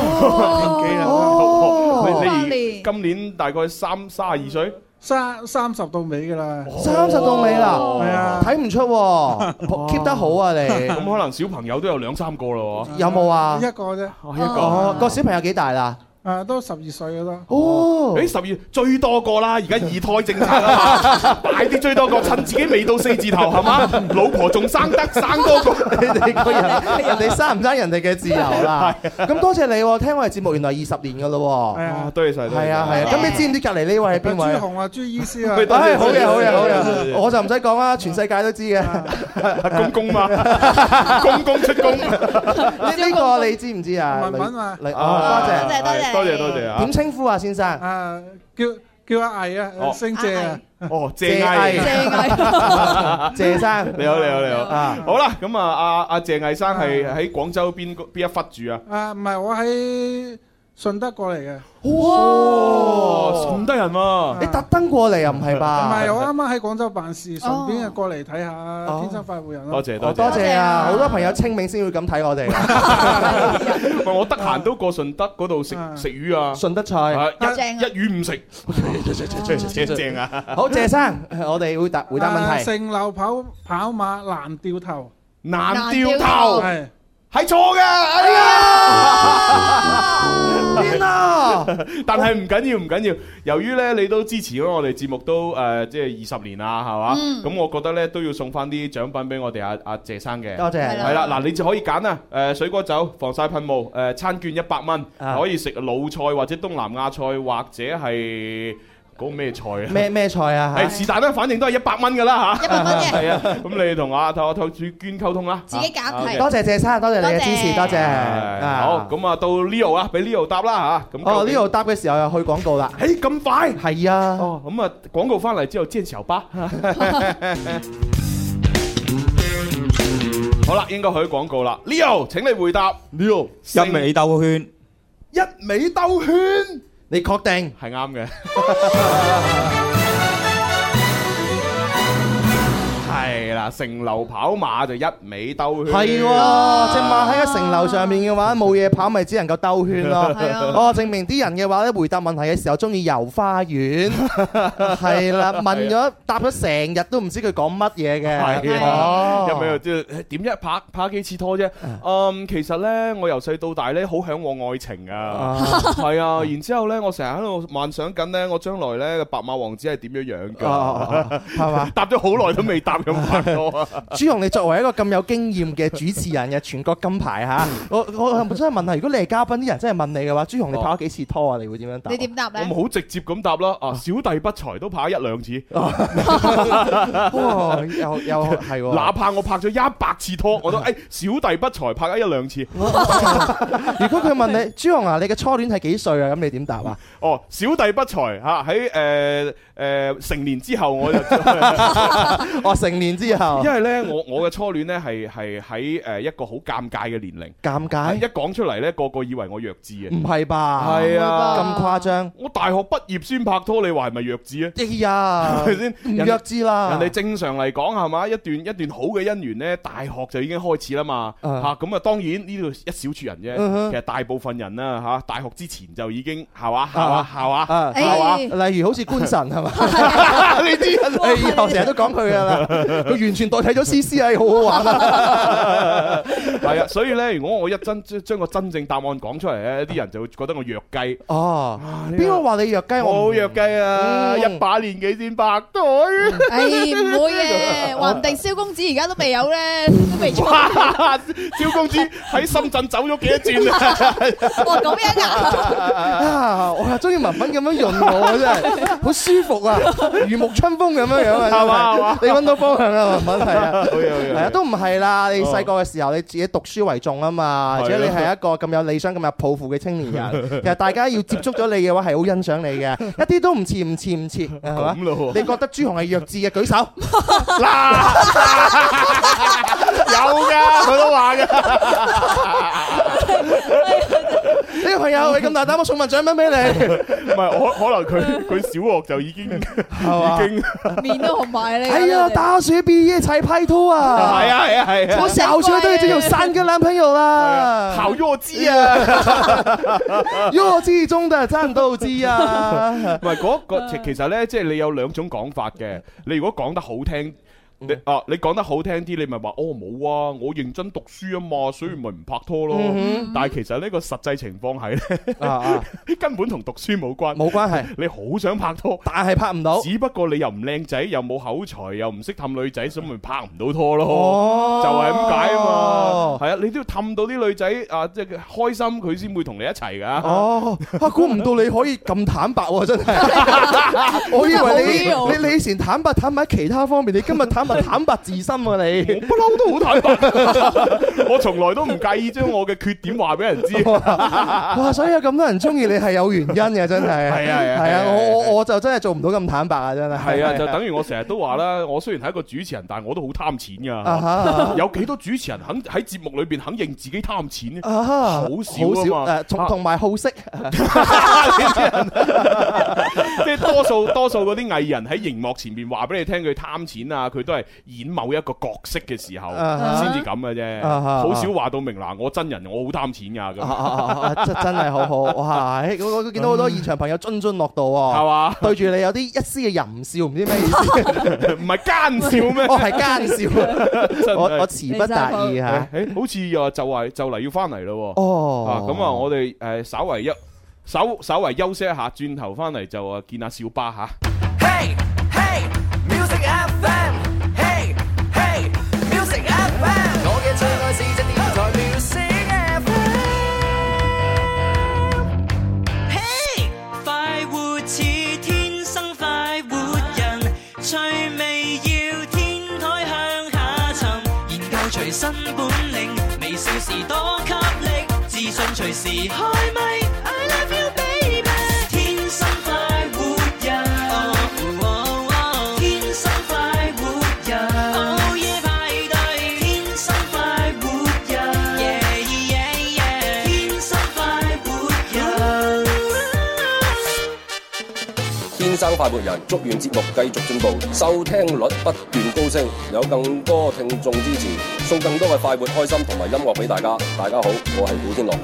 [SPEAKER 2] 年紀啦，
[SPEAKER 3] 哦
[SPEAKER 2] 你你
[SPEAKER 8] 年
[SPEAKER 2] 今年大概三三廿二歲，
[SPEAKER 6] 三三十到尾㗎啦，
[SPEAKER 3] 三十到尾啦，
[SPEAKER 6] 係啊，
[SPEAKER 3] 睇唔出 喎，keep 得好啊
[SPEAKER 2] 哦咁
[SPEAKER 3] 你。
[SPEAKER 2] 可能小朋友都有兩三個啦喎。
[SPEAKER 3] 有冇啊？
[SPEAKER 6] 一個啫，
[SPEAKER 2] 哦，一個
[SPEAKER 3] 哦，個小朋友幾大啦？
[SPEAKER 6] 誒都十二歲嘅啦。
[SPEAKER 3] 哦，
[SPEAKER 2] 誒十二最多個啦，而家二胎政策 啦，大啲最多個，趁自己未到四字頭係嘛，老婆仲生得生多個，
[SPEAKER 3] 你哋 個人，人哋生唔生人哋嘅自由啦。
[SPEAKER 2] 啊
[SPEAKER 3] 咁多謝你喎，聽我哋節目原來二十年噶咯
[SPEAKER 6] 係
[SPEAKER 3] 喎。
[SPEAKER 6] 啊，
[SPEAKER 2] 多謝晒，多謝
[SPEAKER 3] 係啊係啊，咁你知唔知隔離呢位係邊
[SPEAKER 6] 朱
[SPEAKER 3] 位啊？
[SPEAKER 6] 紅啊，朱醫師啊，
[SPEAKER 3] 唉，好嘢好嘢好
[SPEAKER 2] 多謝
[SPEAKER 3] 嘢，我就唔使講啦，全世界都知嘅。
[SPEAKER 2] 公公 嘛，公公出公，
[SPEAKER 3] 呢呢個你知唔知啊？
[SPEAKER 6] 文文啊
[SPEAKER 3] 你哦，
[SPEAKER 4] 多謝
[SPEAKER 2] 係多謝多謝
[SPEAKER 3] 多
[SPEAKER 2] 啊
[SPEAKER 3] 謝。點！稱呼啊，先生？
[SPEAKER 6] 啊叫叫阿毅啊
[SPEAKER 2] 哦，
[SPEAKER 6] 星姐啊，
[SPEAKER 2] 哦，謝
[SPEAKER 3] 謝毅
[SPEAKER 2] 毅，
[SPEAKER 3] 謝生。
[SPEAKER 2] 你好你好你好，
[SPEAKER 3] 啊，
[SPEAKER 2] 好啦，咁啊阿阿謝毅生係喺廣州邊個邊一忽住啊？
[SPEAKER 6] 啊唔係我喺順德過嚟嘅，唔
[SPEAKER 2] 哦，順德人喎，
[SPEAKER 3] 你特登過嚟啊？唔係吧？
[SPEAKER 6] 係我啱啱喺廣州辦事，順
[SPEAKER 8] 哦
[SPEAKER 6] 便啊過嚟睇
[SPEAKER 1] 哦
[SPEAKER 6] 下天生快活人咯
[SPEAKER 2] 多。謝
[SPEAKER 3] 哦
[SPEAKER 2] 多
[SPEAKER 3] 多
[SPEAKER 2] 謝，
[SPEAKER 3] 謝啊！好多朋友清明先會咁睇我哋，
[SPEAKER 2] 喂我得閒都過順德嗰度食
[SPEAKER 3] 嗯
[SPEAKER 2] 食魚啊，
[SPEAKER 3] 順德菜。
[SPEAKER 2] 啊
[SPEAKER 8] 正
[SPEAKER 2] 一
[SPEAKER 8] 啊
[SPEAKER 2] 一魚唔食，正啊！
[SPEAKER 3] 好，謝生，我哋會答回答
[SPEAKER 6] 啊
[SPEAKER 3] 問題。
[SPEAKER 6] 城樓跑跑馬難掉頭，
[SPEAKER 2] 難掉頭
[SPEAKER 6] 係
[SPEAKER 2] 係錯嘅，哎呀！
[SPEAKER 3] 天啊！
[SPEAKER 2] 但係唔緊要，唔緊要。由於咧，你都支持咗我哋節目都誒，即係二十年啦，係嘛？咁我覺得咧都要送翻啲獎品俾我哋阿阿謝生嘅。
[SPEAKER 3] 多謝。
[SPEAKER 2] 係啦，嗱，你就可以揀啊！誒，水果酒、防曬噴霧、誒，餐券一百蚊，
[SPEAKER 3] 啊
[SPEAKER 2] 可以食魯菜或者東南亞菜，或者係嗰個咩菜啊？
[SPEAKER 3] 咩咩菜啊？
[SPEAKER 2] 係是但啦，反正都係一百蚊㗎啦嚇。
[SPEAKER 4] 一百蚊 啫
[SPEAKER 2] 係啊，咁你同阿阿透主娟溝通啦。
[SPEAKER 4] 自己揀
[SPEAKER 2] 啊，OK À,
[SPEAKER 4] 係
[SPEAKER 3] 多謝謝生，多謝你嘅支持，多謝。啊
[SPEAKER 2] 好，咁啊到 à, Leo 啊，俾 Leo 答啦吓。咁
[SPEAKER 3] 哦
[SPEAKER 2] 究
[SPEAKER 3] 呢
[SPEAKER 2] 竟
[SPEAKER 3] 度，答嘅時候又去廣告啦。
[SPEAKER 2] 誒咁快。
[SPEAKER 3] 係啊。
[SPEAKER 2] 哦，咁啊廣告翻嚟之後，煎小 巴。好啦，應該去廣告啦。Leo，請你回答。Leo，
[SPEAKER 11] 一味兜圈，
[SPEAKER 2] 一味兜圈
[SPEAKER 3] 你確定？
[SPEAKER 2] 係啱 嘅。係啦，城樓跑馬就一味兜圈。
[SPEAKER 3] 係喎，只馬喺個城樓上面嘅話，冇嘢跑，咪只能夠兜圈咯。
[SPEAKER 8] 係啊
[SPEAKER 3] 哦，證明啲人嘅話咧，回答問題嘅時候中意遊花園，係啦，問咗答咗成日都唔知佢講乜嘢嘅。
[SPEAKER 2] 係啊
[SPEAKER 3] 哦，
[SPEAKER 2] 有冇即係點一拍拍幾次拖啫？嗯，其實呢，我由細到大呢，好向往愛情啊，係啊， 然之後咧，我成日喺度幻想緊呢，我將來呢，白馬王子係點樣樣
[SPEAKER 3] 哦哦
[SPEAKER 2] 㗎？啊
[SPEAKER 3] 哦係嘛？
[SPEAKER 2] 答咗好耐都未答咁快我 啊！
[SPEAKER 3] 朱紅，你作為一個咁有經驗嘅主持人嘅全國金牌嚇，我我真係問下，如果你係嘉賓，啲人真係問你嘅話，朱紅你拍咗幾次拖啊？你會點樣答？
[SPEAKER 4] 你點答
[SPEAKER 2] 我
[SPEAKER 4] 咧？
[SPEAKER 2] 咪好直接咁答啦，啊，小弟不才都拍一兩次，
[SPEAKER 3] 哇，又又係喎。
[SPEAKER 2] 哪怕我拍咗一百次拖， 我都誒小弟不才拍咗一兩次，
[SPEAKER 3] 如果佢問你朱紅啊，你嘅初戀係幾歲啊？咁你點答 啊？
[SPEAKER 2] 哦，小弟不才嚇喺誒誒成年之後我就。
[SPEAKER 3] 哦，成年之後
[SPEAKER 2] 因，為咧，我我嘅初戀咧係係喺誒一個好尷尬嘅年齡，
[SPEAKER 3] 尷尬
[SPEAKER 2] 一。講出嚟咧，個個以為我弱智啊！
[SPEAKER 3] 唔係吧？
[SPEAKER 2] 係啊
[SPEAKER 3] 咁誇張？
[SPEAKER 2] 我大學畢業先拍拖，你話係咪弱智啊？
[SPEAKER 3] 哎呀，
[SPEAKER 2] 係咪先
[SPEAKER 3] 唔啊
[SPEAKER 2] 人
[SPEAKER 3] 弱智啦！
[SPEAKER 2] 人哋正常嚟講係嘛，一段一段好嘅姻緣咧，大學就已經開始啦嘛嚇。
[SPEAKER 3] 啊
[SPEAKER 2] 咁啊，當然呢度一小撮人啫，
[SPEAKER 3] 嗯哼
[SPEAKER 2] 其實大部分人啦嚇，大學之前就已經係嘛係嘛係嘛。
[SPEAKER 3] 啊，
[SPEAKER 8] 係嘛
[SPEAKER 3] 例如好似官神 係嘛？呢啲人哎呀我成日都講佢噶啦，佢完全代替咗 C C 啊，好好 玩啊！
[SPEAKER 2] 係啊，所以咧，如果我一真將將個真正答案講出嚟咧，啲人就會覺得我弱雞。
[SPEAKER 3] 哦，
[SPEAKER 2] 啊呢個
[SPEAKER 3] 邊個話你弱雞？
[SPEAKER 2] 我好
[SPEAKER 3] 哎我唔
[SPEAKER 2] 弱雞啊！
[SPEAKER 3] 嗯
[SPEAKER 2] 一把年紀先拍拖。
[SPEAKER 8] 唉，唔 會嘅，話唔定蕭公子而家都未有咧，都未出。哇，
[SPEAKER 2] 哇！蕭公子喺深圳走咗幾多轉啊？
[SPEAKER 8] 咁樣啊？
[SPEAKER 3] 啊！我又中意文文咁樣潤我啊，真 係好舒服啊，如沐春風咁樣樣啊，
[SPEAKER 2] 係嘛係嘛
[SPEAKER 3] 真係你揾到方向啊，文文 係啊。
[SPEAKER 2] 好嘢好嘢
[SPEAKER 3] 係啊，都唔係啦。你細個嘅時候，你自己讀書為重啊嘛，
[SPEAKER 2] 哦係啊
[SPEAKER 3] 而且你係一個咁有理想、咁有抱負嘅青 年人。其實大家要接觸咗你嘅話，係好欣賞你嘅，一啲都唔似唔似唔似， 係嘛
[SPEAKER 2] 咁？咯喎
[SPEAKER 3] 你覺得朱紅係弱智嘅，舉手。
[SPEAKER 2] 有噶， 佢都話噶。
[SPEAKER 3] 呢哎個朋友，你咁大膽，我送份獎品俾 你，
[SPEAKER 2] 唔係可可 能佢佢小學就已經
[SPEAKER 3] 係嘛
[SPEAKER 2] 已經
[SPEAKER 8] 面都紅埋 你。
[SPEAKER 3] 哎呀，大學畢業才 E 拍拖啊！
[SPEAKER 2] 啊係啊係啊係啊
[SPEAKER 3] 我小學都已經有三個男朋友
[SPEAKER 2] 係啊，
[SPEAKER 3] 啦，
[SPEAKER 2] 好弱智啊！
[SPEAKER 3] 弱智中的戰鬥機啊！
[SPEAKER 2] 唔係嗰個其其實咧，即係你有兩種講法嘅。你如果講得好聽。你啊，你講得好聽啲，你咪話哦冇啊，我認真讀書啊嘛，所以咪唔拍拖咯。
[SPEAKER 3] 嗯哼
[SPEAKER 2] 但係其實呢 個實際情況係咧，
[SPEAKER 3] 啊啊
[SPEAKER 2] 根本同讀書冇關，
[SPEAKER 3] 冇關係。
[SPEAKER 2] 你好想拍拖，
[SPEAKER 3] 但係拍唔到
[SPEAKER 2] 只不過你又唔靚仔，又冇口才，又唔識氹女仔，所以咪拍唔到拖咯。
[SPEAKER 3] 哦
[SPEAKER 2] 就係咁解啊嘛。係啊，你都要氹到啲女仔啊，即係開心佢先會同你一齊㗎。
[SPEAKER 3] 哦，啊，估唔到你可以咁坦白 喎，真係。我以
[SPEAKER 2] 真係好啊
[SPEAKER 3] 為
[SPEAKER 2] real
[SPEAKER 3] 你你你以前坦白坦白喺其他方面，你今日坦白坦白自身啊 你。
[SPEAKER 2] 我不嬲都好坦白， 我從來都唔介意將我嘅缺點話俾人 知。啊
[SPEAKER 3] 哇！所以有咁多人中意你係有原因嘅，真係。
[SPEAKER 2] 啊係
[SPEAKER 3] 係
[SPEAKER 2] 啊
[SPEAKER 3] 係
[SPEAKER 2] 係啊
[SPEAKER 3] 啊！我我我就真係做唔到咁坦白啊，真係。
[SPEAKER 2] 系啊，就等於我成日都話啦，我雖然係一個主持人，但系我都好貪錢
[SPEAKER 3] 啊哈
[SPEAKER 2] 噶。有幾多主持人肯喺節目裏边肯認自己貪錢呢？
[SPEAKER 3] 啊哈
[SPEAKER 2] 好少啊嘛
[SPEAKER 3] 誒同同埋好色。
[SPEAKER 2] 即係多數多數嗰啲藝人喺熒幕前面話俾你聽佢貪錢啊，佢都係演某一個角色嘅時候
[SPEAKER 3] 啊哈
[SPEAKER 2] 哦先至咁嘅啫，
[SPEAKER 3] 啊哈
[SPEAKER 2] 好少話到明嗱，我真人我好貪錢㗎
[SPEAKER 3] 啊啊
[SPEAKER 2] 咁。
[SPEAKER 3] 啊啊真真係好好哇！唉我我見到好多現場朋友津津樂道喎，
[SPEAKER 2] 嗯係嘛
[SPEAKER 3] 對住你有啲一絲嘅淫笑，唔知咩意 思？哦
[SPEAKER 2] 唔係奸笑咩？
[SPEAKER 3] 我係奸笑，我我詞不達意嚇。
[SPEAKER 2] 誒誒好似又話就話就嚟要翻嚟咯喎。
[SPEAKER 3] 哦
[SPEAKER 2] 啊咁啊，我哋誒稍為一稍稍為休息一下，轉頭翻嚟就啊見下小巴嚇。
[SPEAKER 1] Music FM, hey hey, Music FM，我嘅最愛是只電台 Music FM。嘿，快活似天生快活人，趣味要天台向下沉，研究隨身本領，微笑時多給力，自信隨時開咪。I love you baby，天生快活人。哦哦天生快活人，午夜派對，天生快活人耶耶耶，天生快活人。
[SPEAKER 11] 天生快活人，祝願節目繼續進步，收聽率不斷高升，有更多聽眾支持，送更多嘅快活、開心同埋音樂俾大家。大家好，我係古天樂。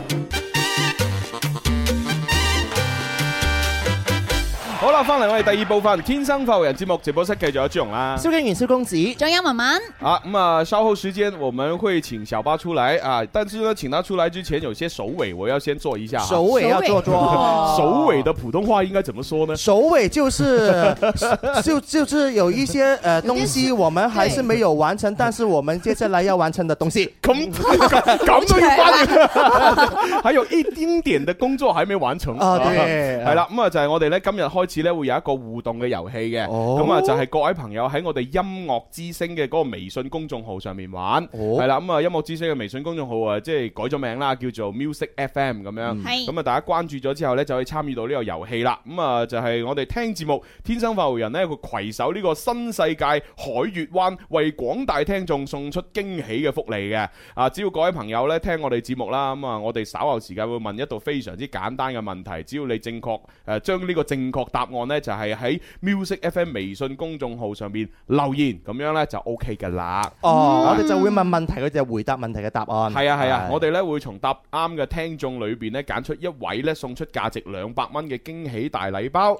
[SPEAKER 2] 好啦，翻嚟我哋第二部分《天生快活人》節目直播室，繼續有朱容啦。
[SPEAKER 3] 蕭敬元、蕭公子，
[SPEAKER 8] 仲有文文，
[SPEAKER 2] 啊，咁啊，稍后时间我们会请小巴出来啊，但是呢，请他出来之前，有些首尾我要先做一下啊。
[SPEAKER 3] 首尾要做做哦
[SPEAKER 2] 首尾的普通话应该怎么说呢？
[SPEAKER 3] 首尾就是 就就是有一些呃东西我们还是没有完成，但是我们接下来要完成的 东西。
[SPEAKER 2] 咁咁都要 翻，还有一丁点的工作还没完成
[SPEAKER 3] 啊對
[SPEAKER 2] 系啦，咁啊 就係我哋咧今日開始咧會有一個互動嘅遊戲嘅，咁啊就係各位朋友喺我哋音樂之聲嘅嗰個微信公眾號上面玩，係啦，咁啊音樂之聲嘅微信公眾號啊即係改咗名啦，叫做 Music FM 咁樣，
[SPEAKER 12] 係
[SPEAKER 2] 咁啊大家關注咗之後咧就可以參與到呢個遊戲啦，咁啊就係我哋聽節目《天生快活人》呢，佢攜手呢個新世界海月灣，為廣大聽眾送出驚喜嘅福利嘅，啊只要各位朋友咧聽我哋節目啦，咁啊我哋稍後時間會問一道非常之簡單嘅問題，只要你正確誒將呢個正確答案呢，就係喺 Music FM 微信公眾號上面留言，咁樣呢就 OK 㗎啦。
[SPEAKER 3] 哦，我哋就會問問題，佢就回答問題嘅答案。
[SPEAKER 2] 係啊係啊，我哋咧會從答啱嘅聽眾裏邊咧揀出一位咧送出價值兩百蚊嘅驚喜大禮包。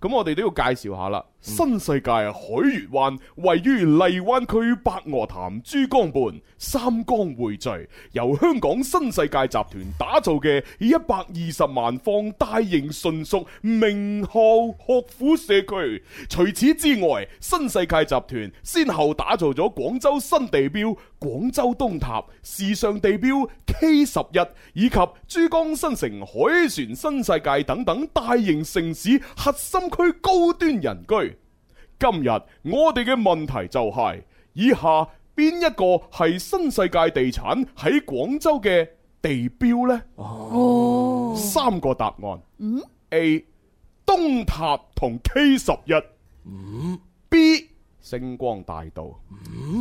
[SPEAKER 2] 咁我哋都要介紹下啦，新世界海月灣位於荔灣區白鵝潭珠江畔，三江匯聚，由香港新世界集團打造嘅一百二十萬方大型純屬名校學府社區。除此之外，新世界集團先後打造咗廣州新地標、廣州東塔、時尚地標 K 十一，以及珠江新城、海船新世界等等大型城市核心區高端人居。今日我哋嘅問題就係、以下邊一個係新世界地產喺廣州嘅地標呢？哦，三個答案。
[SPEAKER 1] 嗯
[SPEAKER 2] A 東塔同 K 十一。B 星光大道。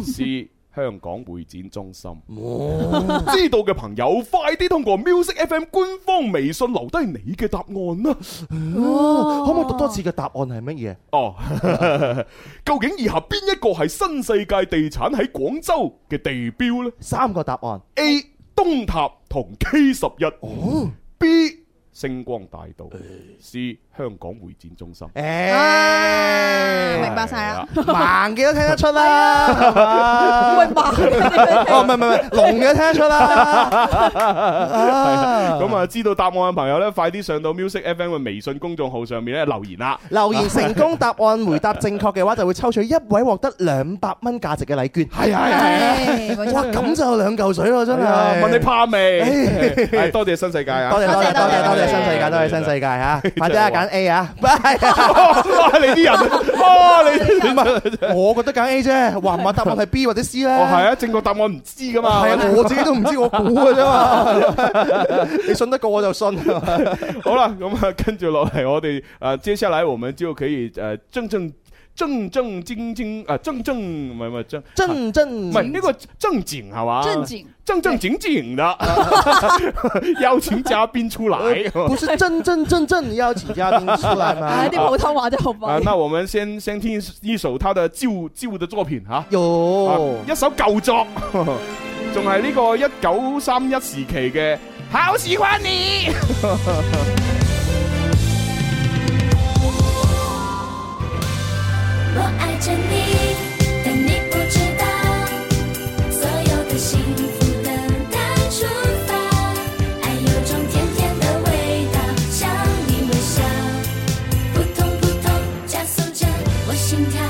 [SPEAKER 2] C 香港會展中心。知道嘅朋友，快啲通過 Music FM 官方微信留低你嘅答案啦！
[SPEAKER 3] 哦可唔可以讀多次嘅答案係乜嘢？
[SPEAKER 2] 哦，究竟以下邊一個係新世界地產喺廣州嘅地標呢？
[SPEAKER 3] 三個答案
[SPEAKER 2] ：A 東塔同 K 十一、B 星光大道 C 香港會展中心。
[SPEAKER 3] 誒，
[SPEAKER 2] 明白晒啊啦
[SPEAKER 3] 盲嘅都聽得出 啦，唔係盲哦，唔係唔係唔係，聾嘅都聽得出 啦。
[SPEAKER 2] 咁啊，知道答案嘅朋友呢，快啲上到 Music FM 嘅微信公眾號上面咧留言啦。
[SPEAKER 3] 留言成功答案回答正確嘅話，就會抽取一位獲得兩百蚊價值嘅禮券。係啊係啊，哇咁就兩嚿水咯，真
[SPEAKER 2] 係啊
[SPEAKER 3] 係。
[SPEAKER 2] 問你怕未？
[SPEAKER 3] 唉
[SPEAKER 2] 係多謝新世界啊！
[SPEAKER 3] 哎多謝多謝多謝多謝新世界，多謝新世界 嚇，快啲啊揀 A 啊！
[SPEAKER 2] 哇 你啲人，哇你唔
[SPEAKER 3] 係，我覺得揀 A 啫，話唔話答案係 B 或者 C 咧。
[SPEAKER 2] 哦係啊，正確答案唔知噶嘛。
[SPEAKER 3] 哎係啊，我自己都唔知，我估嘅啫嘛。你信得過我就信。
[SPEAKER 2] 好啦，咁啊，跟住落嚟，我哋啊，接下來我們就可以誒正正正正經經啊，正正唔係唔係正
[SPEAKER 3] 正正
[SPEAKER 2] 唔係呢個正經係嘛？
[SPEAKER 3] 正經
[SPEAKER 2] 正正經經的， 邀請嘉賓出來。
[SPEAKER 3] 不是真真真正邀請嘉賓出來嘛？
[SPEAKER 8] 唉，啲普通話真係好
[SPEAKER 2] 啊，
[SPEAKER 8] 弊。
[SPEAKER 2] 那我們先先聽一首他的舊舊的作品吓，
[SPEAKER 3] 有
[SPEAKER 2] 一首舊作， 仲係呢個一九三一時期嘅《好喜歡你》。
[SPEAKER 13] 我爱着你，但你不知道，所有的幸福等待出发。爱有种甜甜的味道，像你微笑，扑通扑通加速着我心跳。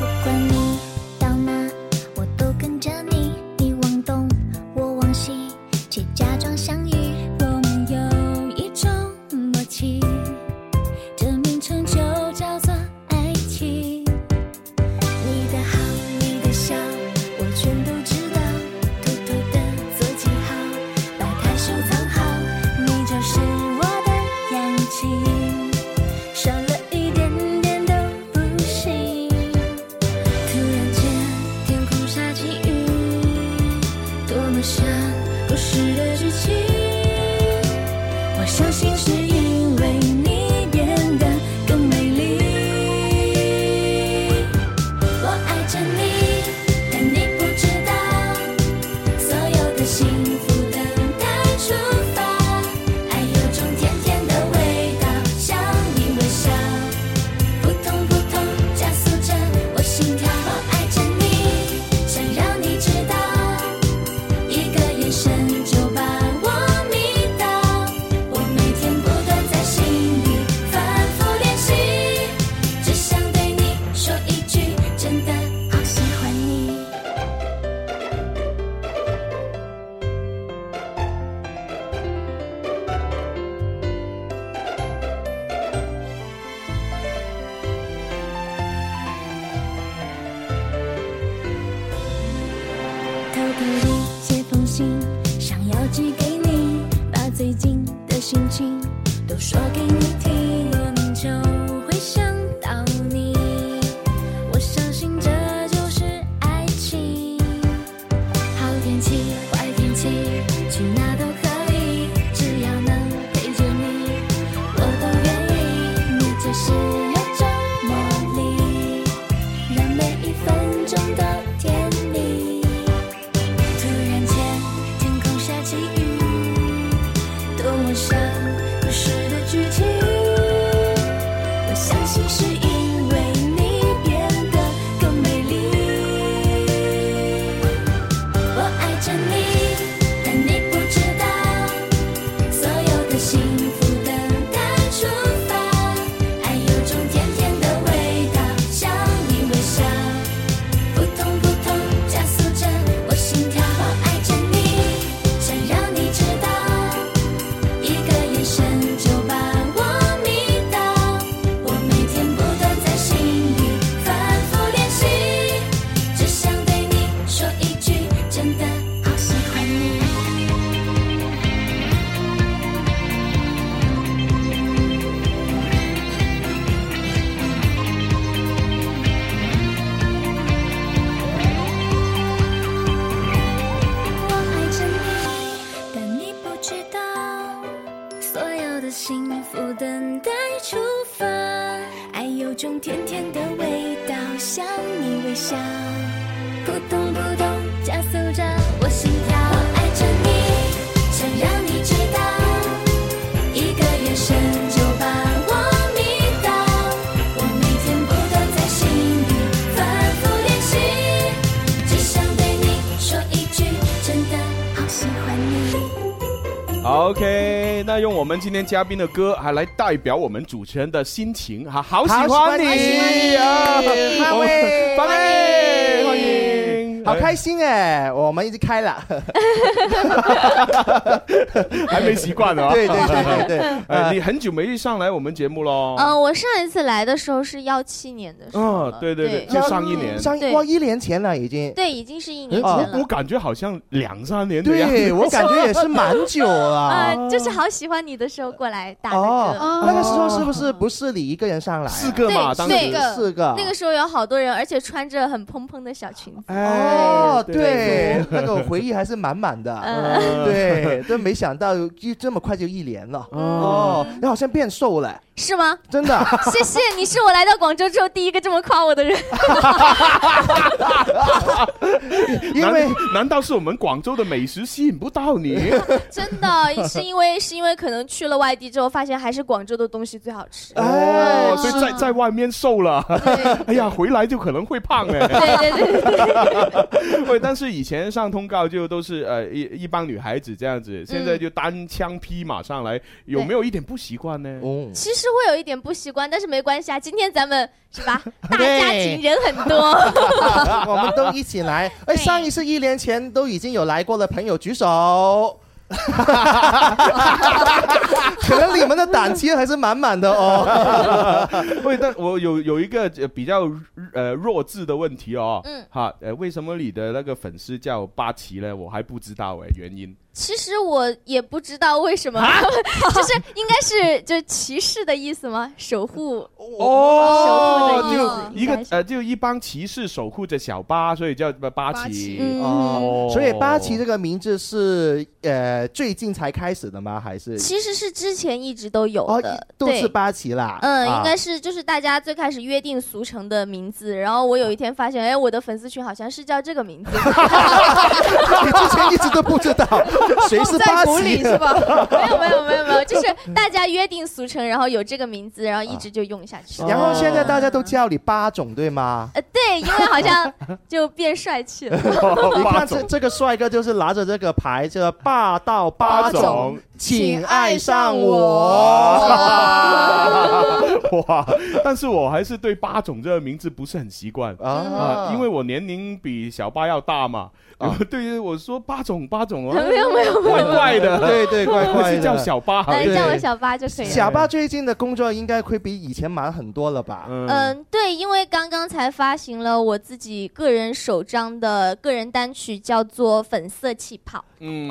[SPEAKER 13] 不管你到哪，我都跟着你，你往东，我往西，且假装相遇。我们有一种默契，这名称就叫做爱情。你的好，你的笑，我全都知道，偷偷的做记号，把它收藏好。你就是我的氧气，少了一点点都不行。突然间，天空下起雨，多么像故事的剧情。我相信是因为你变得更美丽。我爱着你，但你不知道，所有的幸福等待出发。爱有种甜甜的味道，像你微笑，扑通扑通加速着我心跳。我爱着你，想让你知道，一个眼神就把我迷倒。我每天不断在心里反复练习。只想对你说一句，真的好喜欢你。偷偷地写封信，想要寄给你，把最近的心情都说给你听，我们就会想到你。我相信这就是爱情，好天气坏天气，去哪都可以，只要能陪着你，我都愿意。你就是有种魔力，让每一分钟都甜蜜。突然间，天空下起雨，多么像故事的剧情。我相信是因为你变得更美丽。我爱着你，但你不知道，所有的幸福等待出发。爱有种甜甜的味道，像你微笑。扑通扑通加速着我心跳，我爱着你，想让你知道，一个眼神就把我迷倒。我每天不断在心里反复练习，只想对你说一句，真的好喜欢你。我爱着你，但你不知道，所有的幸福等待出发。爱有种甜甜的味道，像你微笑，扑通扑通加速着我心跳。我爱着你，想让你知道，一个眼
[SPEAKER 2] OK，那用我们今天嘉宾的歌，啊还来代表我们主持人的心情哈，好喜欢
[SPEAKER 3] 好
[SPEAKER 2] 你
[SPEAKER 3] 喜欢你
[SPEAKER 2] 呀，
[SPEAKER 3] 欢迎
[SPEAKER 2] 欢迎欢迎，
[SPEAKER 3] 好开心哎！我们已经开了，
[SPEAKER 2] 还没习惯呢，
[SPEAKER 3] 对对对对对
[SPEAKER 2] 哎，你很久没上来我们节目喽，
[SPEAKER 14] 嗯，我上一次来的时候是幺七年的时候，
[SPEAKER 2] 嗯，对对对，
[SPEAKER 14] 对
[SPEAKER 2] 就上一年，
[SPEAKER 3] 上一
[SPEAKER 14] 对
[SPEAKER 3] 哇一年前了已经。
[SPEAKER 14] 对，已经是一
[SPEAKER 2] 哎
[SPEAKER 14] 年前
[SPEAKER 2] 我
[SPEAKER 14] 了
[SPEAKER 2] 我。感觉好像两三年的样子，
[SPEAKER 3] 对我感觉也是蛮久了。
[SPEAKER 14] 呃，就是好喜欢你的时候过来打的
[SPEAKER 3] 哦
[SPEAKER 14] 歌，，
[SPEAKER 3] 那个时候是不是不是你一个人上来啊？四
[SPEAKER 2] 个
[SPEAKER 14] 对对
[SPEAKER 3] 四个。
[SPEAKER 14] 那个时候有好多人，而且穿着很蓬蓬的小裙子。
[SPEAKER 2] 哎
[SPEAKER 3] 哦，
[SPEAKER 14] 对
[SPEAKER 3] 对，那个回忆还是满满的，
[SPEAKER 14] 嗯
[SPEAKER 3] 对，真没想到一这么快就一年了，哦，你好像变瘦了，
[SPEAKER 14] 是 吗？
[SPEAKER 3] 真的
[SPEAKER 14] 谢谢，你是我来到广州之后第一个这么夸我的人。
[SPEAKER 2] 因为难道是我们广州的美食吸引不到你？
[SPEAKER 14] 真的是因为是因为可能去了外地之后，发现还是广州的东西最好吃。
[SPEAKER 2] 哦，所以在在外面瘦了，哎呀，回来就可能会胖哎。
[SPEAKER 14] 对对
[SPEAKER 2] 对。喂，但是以前上通告就都是呃一一帮女孩子这样子，现在就单枪匹马上来，有没有一点不习惯呢？
[SPEAKER 3] 哦，
[SPEAKER 14] 其实会有一点不习惯，但是没关系啊，今天咱们是吧？大家庭人很多。
[SPEAKER 3] 我们都一起来。哎，上一次一年前都已经有来过的朋友 举手。可能你们的胆气还是满满的哦。
[SPEAKER 2] 喂，但我有有一个呃比较呃弱智的问题哦，
[SPEAKER 14] 嗯
[SPEAKER 2] 哈，呃，为什么你的那个粉丝叫八旗呢？我还不知道哎，原因。
[SPEAKER 14] 其实我也不知道为什么， 就是应该是就是骑士的意思吗？守护
[SPEAKER 3] 哦
[SPEAKER 14] 哦守护的意思
[SPEAKER 2] 就。一个呃，就一帮骑士守护着小巴，所以叫什么八旗
[SPEAKER 14] 嗯
[SPEAKER 3] 哦，所以八旗这个名字是呃最近才开始的吗？还是
[SPEAKER 14] 其实是之前一直都有
[SPEAKER 3] 哦
[SPEAKER 14] 的，
[SPEAKER 3] 都
[SPEAKER 14] 对
[SPEAKER 3] 是八旗啦？啊
[SPEAKER 14] 嗯，应该
[SPEAKER 3] 是。
[SPEAKER 14] 是就是大家最开始约定俗成的名字，然后我有一天发现，哎，我的粉丝群好像是叫这个名字，
[SPEAKER 3] 你 之前一直都不知道谁 是八旗，
[SPEAKER 14] 没有没有没有没有，就是大家约定俗成，然后有这个名字，然后一直就用下去。
[SPEAKER 3] 然后现在大家都叫你八总，对吗？
[SPEAKER 14] 呃，对，因为好像就变帅气了。
[SPEAKER 2] 哦
[SPEAKER 3] 你看这这个帅哥就是拿着这个牌，叫霸道八
[SPEAKER 2] 八总
[SPEAKER 3] 总，请爱上 啊我。
[SPEAKER 2] 哇！但是我还是对八总这个名字不是很习惯
[SPEAKER 3] 啊
[SPEAKER 14] 嗯
[SPEAKER 2] 啊，因为我年龄比小八要大嘛。啊， 对于我说八总八总，
[SPEAKER 14] 没有没有没
[SPEAKER 2] 怪
[SPEAKER 14] 有
[SPEAKER 2] 怪的，
[SPEAKER 3] 对对怪怪
[SPEAKER 2] 我
[SPEAKER 3] 的
[SPEAKER 2] 是叫小八，
[SPEAKER 14] 来哎叫我小八就可以了。
[SPEAKER 3] 小巴最近的工作应该会比以前忙很多了吧？
[SPEAKER 14] 嗯，对，因为刚刚才发行了我自己个人首张的个人单曲，叫做《粉色气泡》。
[SPEAKER 2] 嗯，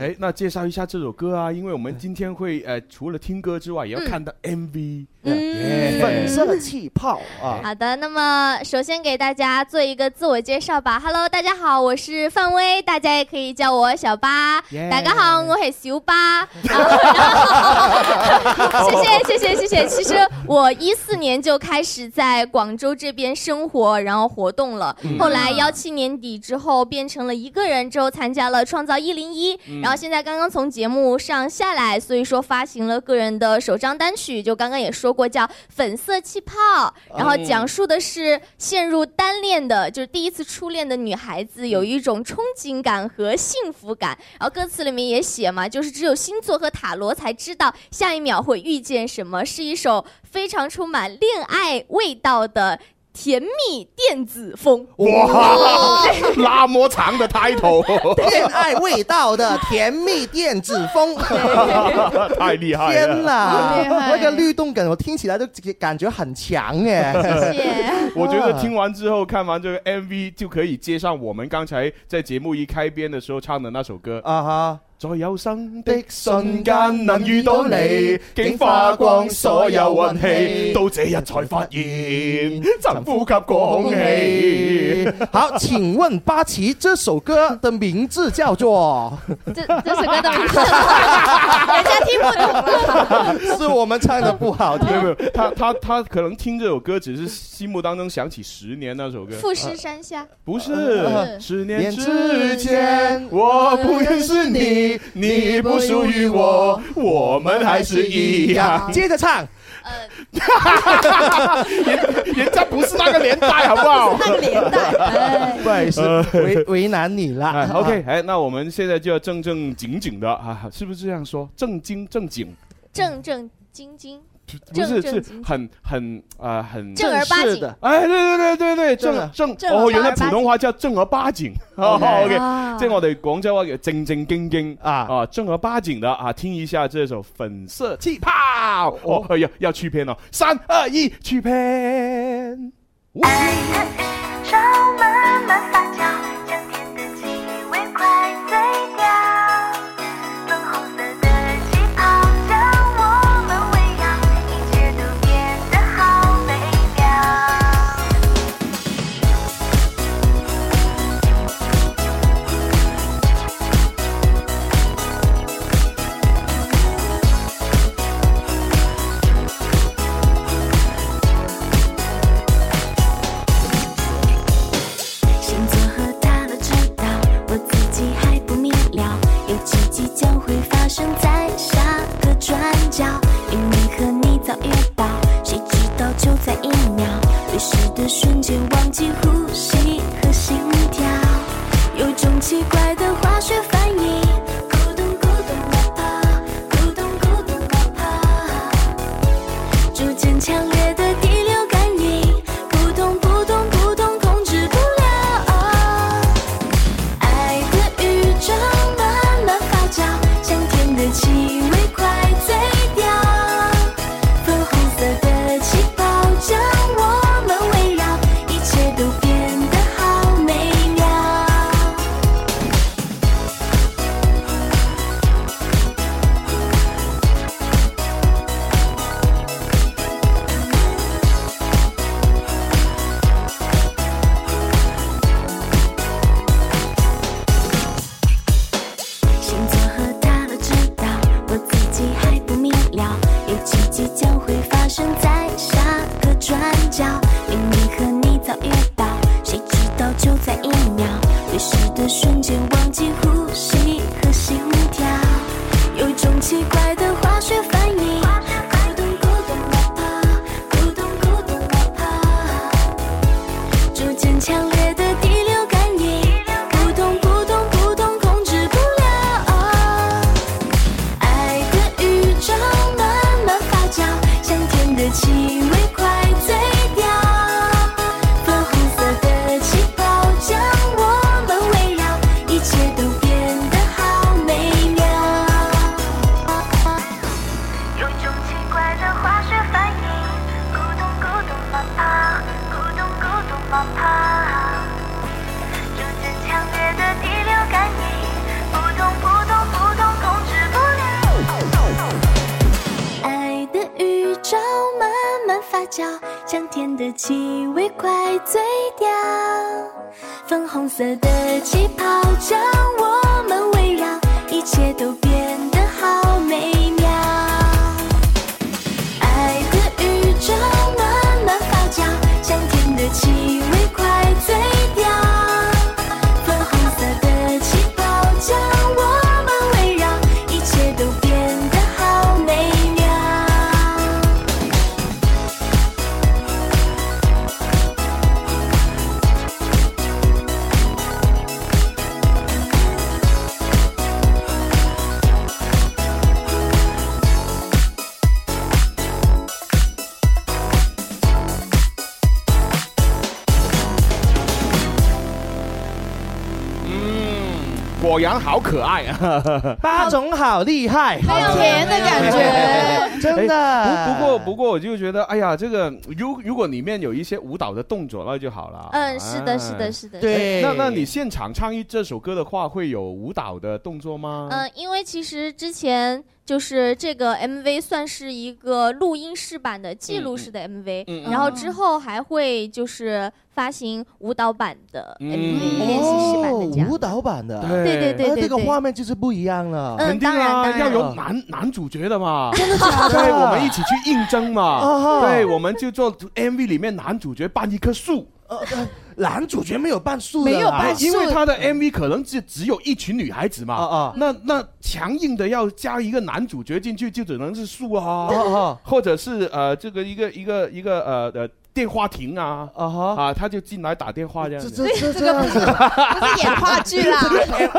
[SPEAKER 2] 哎，那介绍一下这首歌啊，因为我们今天会呃，除了听歌之外，也要看到 MV，耶
[SPEAKER 14] 嗯
[SPEAKER 3] 粉色气泡啊，
[SPEAKER 14] 好的，那么首先给大家做一个自我介绍吧。Hello，大家好，我是范威，大家也可以叫我小八。
[SPEAKER 13] Yeah
[SPEAKER 14] 大家好，我是小 八。啊然后 谢谢谢谢谢谢。其实我一四年就开始在广州这边生活，然后活动了。
[SPEAKER 13] 嗯
[SPEAKER 14] 后来幺七年底之后变成了一个人，之后参加了创造一零一
[SPEAKER 13] 嗯，
[SPEAKER 14] 然后现在刚刚从节目上下来，所以说发行了个人的首张单曲，就刚刚也说过叫《粉色气泡》，然后讲述的是陷入单恋的，就是第一次初恋的女孩子有一种憧憬感和幸福感。然后歌词里面也写嘛，就是只有星座和塔罗才知道下一秒会遇见什么，是一首非常充满恋爱味道的甜蜜电子风。
[SPEAKER 2] 哇，那么长的 title，
[SPEAKER 3] 恋爱味道的甜蜜电子风，
[SPEAKER 2] 太厉害了，
[SPEAKER 3] 天哪，
[SPEAKER 2] 厉害
[SPEAKER 3] 那个律动感我听起来都感觉很强哎。
[SPEAKER 2] 我觉得听完之后，看完这个 MV 就可以接上我们刚才在节目一开篇的时候唱的那首歌
[SPEAKER 3] 啊哈！
[SPEAKER 2] 在有生的
[SPEAKER 3] 瞬
[SPEAKER 2] 間能遇到你，竟花光所有運氣，到這日才發現曾呼吸過空氣。
[SPEAKER 3] 好，请问八旗这首歌的名字 叫做？
[SPEAKER 14] 这这首歌的名字， 人家听不懂了。
[SPEAKER 3] 是我们唱的不好听，
[SPEAKER 2] 没有 没有，他他他可能听这首歌只是心目当中想起十年那首歌，
[SPEAKER 14] 富士山下，
[SPEAKER 2] 不是
[SPEAKER 14] 呃
[SPEAKER 2] 十年
[SPEAKER 14] 年
[SPEAKER 2] 之
[SPEAKER 14] 之
[SPEAKER 2] 前
[SPEAKER 14] 前，
[SPEAKER 2] 我不认识
[SPEAKER 14] 呃
[SPEAKER 2] 你，你不属于我，我们还是一样。
[SPEAKER 3] 接着唱。
[SPEAKER 14] 呃
[SPEAKER 2] 人人家不是那个年代，好不 好？
[SPEAKER 3] 不是那个年代，不好意思，为为难你了
[SPEAKER 2] 哎。，OK，哎，那我们现在就要正正经经的啊，是不是这样说？正经正经，
[SPEAKER 14] 正正经经，
[SPEAKER 2] 不是
[SPEAKER 14] 正
[SPEAKER 2] 是
[SPEAKER 14] 正经
[SPEAKER 2] 很很啊很
[SPEAKER 14] 正儿八经。
[SPEAKER 2] 哎，对对对對對，正正
[SPEAKER 14] 正
[SPEAKER 2] 哦，
[SPEAKER 14] 儿
[SPEAKER 2] 原來普
[SPEAKER 14] 八
[SPEAKER 2] 通話叫正兒八經。哦
[SPEAKER 14] 啊
[SPEAKER 2] OK，即係我哋廣州話叫正正經經啊啊，正兒八經的啊，聽一下這首《粉色氣泡》。哦，哎呀，要去片了，三二一，去片。
[SPEAKER 13] 手慢慢发酵，香甜的气味快碎掉，粉红色的气泡让我们围绕，一切都变得好美妙。星座和他的知道，我自己还不明了，有奇迹将会发生在下个转角，因为和你早遇到，谁知道就在一秒，流逝的瞬间忘记呼吸和心跳，有种奇怪的化学反应。咕咚咕咚的跑，咕咚咕咚的跑，逐渐强烈的第六感应。扑通扑通扑通，控制不了。爱的宇宙慢慢发酵，香甜的气味快醉掉。粉红色的气泡将我们围绕，一切都变得好美妙。星座和他都知道，我自己还不明了，有奇迹将会发生在下个转角。明明和你早遇到，谁知道就在一秒，流逝的瞬间忘记呼吸和心跳，有种奇怪的化学反应。咕咚咕咚的跑，咕咚咕咚的跑，逐渐强烈的第六感应，扑通扑通扑通控制不了。爱的宇宙慢慢发酵，香甜的气味快醉掉，粉红色的气泡将我们围绕，一切都变得好美妙。有种奇怪的化学反应，咕咚咕咚冒泡，咕咚咕咚冒泡，逐渐强烈的第六感应，扑通扑通扑通控制不了。爱的宇宙慢慢发酵，香甜的气味快醉掉，粉红色的气泡将我们围绕，一切都变得好美妙。爱的宇宙慢慢发酵，香甜的气味快醉掉，粉红色的气泡将我们围绕，一切都变得好美妙。
[SPEAKER 2] 果然好可爱啊！
[SPEAKER 3] 八种好厉害，好
[SPEAKER 8] 甜哎的感 觉
[SPEAKER 3] 真
[SPEAKER 14] 啊
[SPEAKER 2] 哎不不
[SPEAKER 3] 的。
[SPEAKER 2] 过不过，我就觉得，哎呀，这个如如果里面有一些舞蹈的动作，那就好了。
[SPEAKER 14] 嗯是的是的
[SPEAKER 2] 哎
[SPEAKER 14] 是的
[SPEAKER 2] 哎
[SPEAKER 14] 对
[SPEAKER 2] 那那你现场唱一这首歌的话，会有舞蹈的动作吗？
[SPEAKER 14] 嗯，因为其实之前就是这个 MV 算是一个录音室版的记录式的 MV，、
[SPEAKER 2] 嗯嗯
[SPEAKER 14] 然后
[SPEAKER 3] 哦
[SPEAKER 14] 之后还会就是发行舞蹈版的 MV、
[SPEAKER 2] 嗯
[SPEAKER 14] 练习哎室版的这样。
[SPEAKER 3] 哦舞蹈版的，
[SPEAKER 2] 对对对
[SPEAKER 3] 那
[SPEAKER 14] 对
[SPEAKER 3] 这个
[SPEAKER 14] 对
[SPEAKER 3] 画面就是不一样了。
[SPEAKER 14] 嗯
[SPEAKER 2] 肯定
[SPEAKER 14] 当然
[SPEAKER 2] 啊，
[SPEAKER 14] 当
[SPEAKER 2] 要
[SPEAKER 14] 然
[SPEAKER 2] 有男男主角的嘛，
[SPEAKER 3] 真的 假的
[SPEAKER 2] 对，我们一起去应征嘛，
[SPEAKER 3] 啊哈
[SPEAKER 2] 对，我们就做 MV 里面男主角扮一棵树，
[SPEAKER 3] 男主角没有半数的啦，
[SPEAKER 2] 没有半数因为他的 MV 可能只只有一群女孩子嘛，啊那那强硬的要加一个男主角进去，就只能是树啊，
[SPEAKER 3] 哦
[SPEAKER 2] 或者是呃这个一个一个一个呃呃电话亭啊，啊
[SPEAKER 3] 哦
[SPEAKER 2] 他就进来打电话这样子。
[SPEAKER 3] 这这这样子，
[SPEAKER 8] 是演话剧啦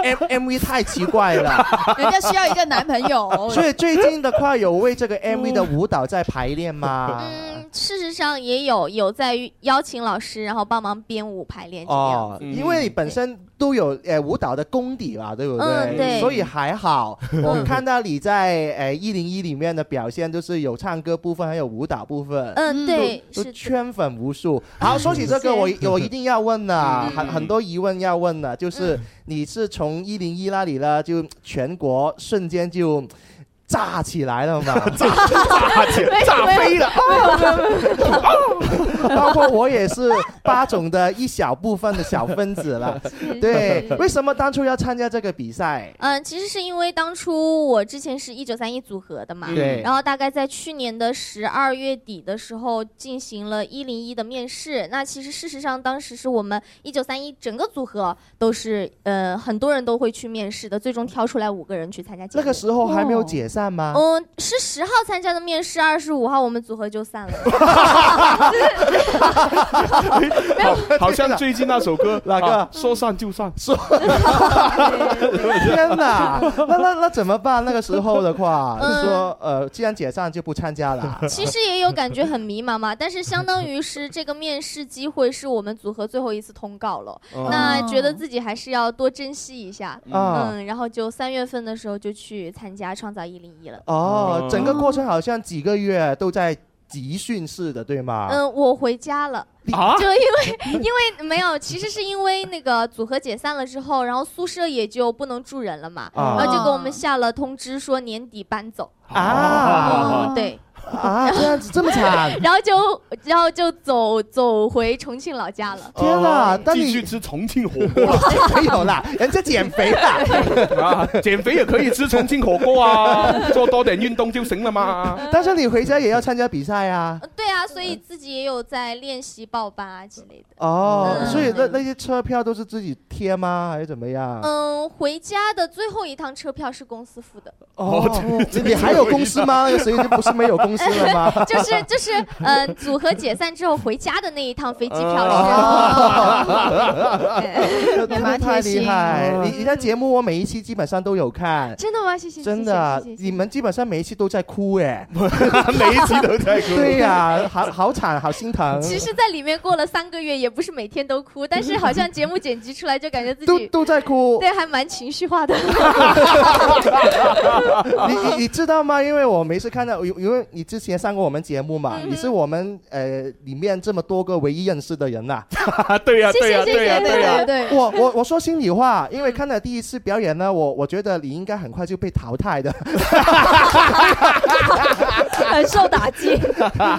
[SPEAKER 3] M M V 太奇怪了，
[SPEAKER 8] 人家需要一个男朋友。
[SPEAKER 3] 所以最近的话有为这个 M V 的舞蹈在排练吗？
[SPEAKER 14] 嗯事实上也有有在邀请老师，然后帮忙编舞排练这样。
[SPEAKER 3] 哦，因为你本身都有呃舞蹈的功底嘛，对不对？
[SPEAKER 14] 嗯对
[SPEAKER 3] 所以还好。
[SPEAKER 14] 嗯
[SPEAKER 3] 我看到你在呃一零一里面的表现，就是有唱歌部分，还有舞蹈部分。
[SPEAKER 14] 嗯对
[SPEAKER 3] 都
[SPEAKER 14] 是
[SPEAKER 3] 都
[SPEAKER 14] 的嗯
[SPEAKER 3] 圈粉无数。好，说起这个，我
[SPEAKER 14] 谢谢
[SPEAKER 3] 我一定要问了，
[SPEAKER 14] 嗯
[SPEAKER 3] 很很多疑问要问了，就是你是从一零一那里呢，就全国瞬间就。炸起来了 嘛！炸炸
[SPEAKER 2] 起来 炸飞了
[SPEAKER 3] 包括我也是八种的一小部分的小分子 了。对，为什么当初要参加这个比赛？
[SPEAKER 14] 嗯，其实是因为当初我之前是一九三一组合的嘛，
[SPEAKER 3] 嗯对
[SPEAKER 14] 然后大概在去年的十二月底的时候进行了一零一的面试。那其实事实上，当时是我们一九三一整个组合都是呃很多人都会去面试的，最终挑出来五个人去参加节目。
[SPEAKER 3] 那个时候还没
[SPEAKER 14] 哦
[SPEAKER 3] 有解散吗？
[SPEAKER 14] 嗯，是十号参加的面试，二十五号我们组合就散了。
[SPEAKER 2] 好好像最近那首歌
[SPEAKER 3] 哪个
[SPEAKER 2] 啊说散就散，说
[SPEAKER 3] 天 哪，那那那怎么办？那个时候的话，
[SPEAKER 14] 嗯
[SPEAKER 3] 说呃，既然解散就不参加了。
[SPEAKER 14] 其实也有感觉很迷茫嘛，但是相当于是这个面试机会是我们组合最后一次通告了，
[SPEAKER 3] 哦
[SPEAKER 2] 嗯
[SPEAKER 14] 那觉得自己还是要多珍惜一下，
[SPEAKER 3] 啊
[SPEAKER 14] 嗯，然后就三月份的时候就去参加创造一零一了。
[SPEAKER 3] 哦，整个过程好像几个月都在集训式的，对吗？
[SPEAKER 14] 嗯，我回家了。
[SPEAKER 3] 啊
[SPEAKER 14] 就因为因为没有，其实是因为那个组合解散了之后，然后宿舍也就不能住人了嘛，
[SPEAKER 3] 啊
[SPEAKER 14] 然后就给我们下了通知说年底搬走。
[SPEAKER 3] 啊
[SPEAKER 14] 嗯，对。。
[SPEAKER 3] 啊，这样子这么惨
[SPEAKER 14] 然后就然后就走走回重庆老家了。
[SPEAKER 3] 天哪！但
[SPEAKER 2] 继
[SPEAKER 3] 你
[SPEAKER 2] 续吃重庆火锅了
[SPEAKER 3] 没有啦，人家减肥 啦。
[SPEAKER 2] 啊，减肥也可以吃重庆火锅啊，做多点运动就行了嘛。
[SPEAKER 3] 但是你回家也要参加比赛啊。
[SPEAKER 14] 对啊，所以自己也有在练习报班啊之类的。嗯
[SPEAKER 3] 哦，所以那那些车票都是自己贴吗？还是怎么样？
[SPEAKER 14] 嗯，回家的最后一趟车票是公司付的，？
[SPEAKER 3] 哦，你你还有公司吗？那个谁就不是没有公司了吗
[SPEAKER 14] 就是就是呃，组合解散之后回家的那一趟飞机票
[SPEAKER 3] 哦
[SPEAKER 14] 是。
[SPEAKER 3] 啊真的太厉害！
[SPEAKER 14] 嗯
[SPEAKER 3] 你你在节目我每一期基本上都有看，
[SPEAKER 14] 真的吗？谢谢，
[SPEAKER 3] 真的啊
[SPEAKER 14] 谢谢谢谢，
[SPEAKER 3] 你们基本上每一期都在哭 哎，
[SPEAKER 2] 每一期都在哭
[SPEAKER 3] 对呀，好好惨，好心疼。
[SPEAKER 14] 其实，在里面过了三个月，也不是每天都哭，但是好像节目剪辑出来，就感觉自
[SPEAKER 3] 都
[SPEAKER 14] 己
[SPEAKER 3] 都在哭。
[SPEAKER 14] 对还蛮情 绪化的。
[SPEAKER 3] 你你你知道吗？因为我每次看到，因因为你之前上过我们节目
[SPEAKER 14] 嗯
[SPEAKER 3] 嘛，你是我们呃里面这么多个唯一认识的人呐。
[SPEAKER 2] 对呀
[SPEAKER 3] 谢
[SPEAKER 2] 对
[SPEAKER 3] 谢
[SPEAKER 2] 呀
[SPEAKER 3] 谢
[SPEAKER 2] 对呀
[SPEAKER 3] 谢
[SPEAKER 2] 对呀，
[SPEAKER 3] 对，我我我说心里话，因为看了第一次表演呢，我我觉得你应该很快就被淘汰的，
[SPEAKER 14] 很受打击。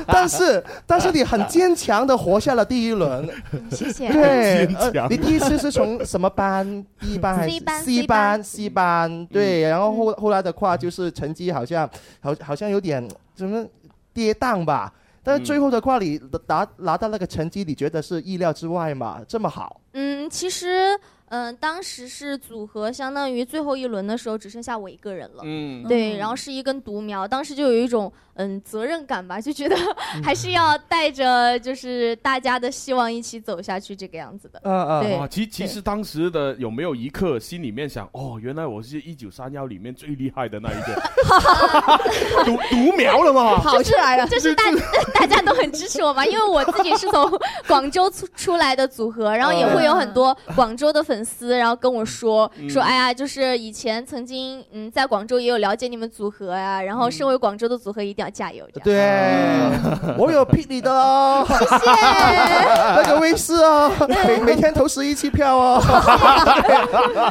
[SPEAKER 3] 但是但是你很坚强的活下了第一轮，
[SPEAKER 14] 嗯谢谢
[SPEAKER 3] 对
[SPEAKER 2] 很，
[SPEAKER 3] 呃
[SPEAKER 2] 坚强
[SPEAKER 3] 你第一次是从什么班？第一班还
[SPEAKER 14] C
[SPEAKER 3] 是
[SPEAKER 14] 班
[SPEAKER 3] C 班？C 班，对，然后后后来的话就是成绩好像好好像有点什么跌宕吧。但是最后的话，你拿拿到那个成绩，你觉得是意料之外嘛？这么好，
[SPEAKER 14] 嗯，其实，嗯、当时是组合，相当于最后一轮的时候只剩下我一个人了。
[SPEAKER 2] 嗯
[SPEAKER 14] 对，然后是一根独苗，当时就有一种嗯责任感吧，就觉得 还是要带着就是大家的希望一起走下去这个样子的。对，
[SPEAKER 2] 哇，其其实当时的有没有一刻心里面想，哦，原来我是一九三幺里面最厉害的那 一个，独独苗了 吗？
[SPEAKER 14] 就是大大家都很支持我嘛，因为我自己是从 广州出出来的组合，然后也会有很多广州的粉丝，然后跟我说
[SPEAKER 8] 嗯
[SPEAKER 14] 说，哎呀，就是以前曾经嗯在广州也有了解你们组合呀，然后身为广州的组合一定要加油。
[SPEAKER 3] 对，我有 pick 你的哦，谢
[SPEAKER 14] 谢
[SPEAKER 3] 那个威斯哦，每每天投十一期票哦，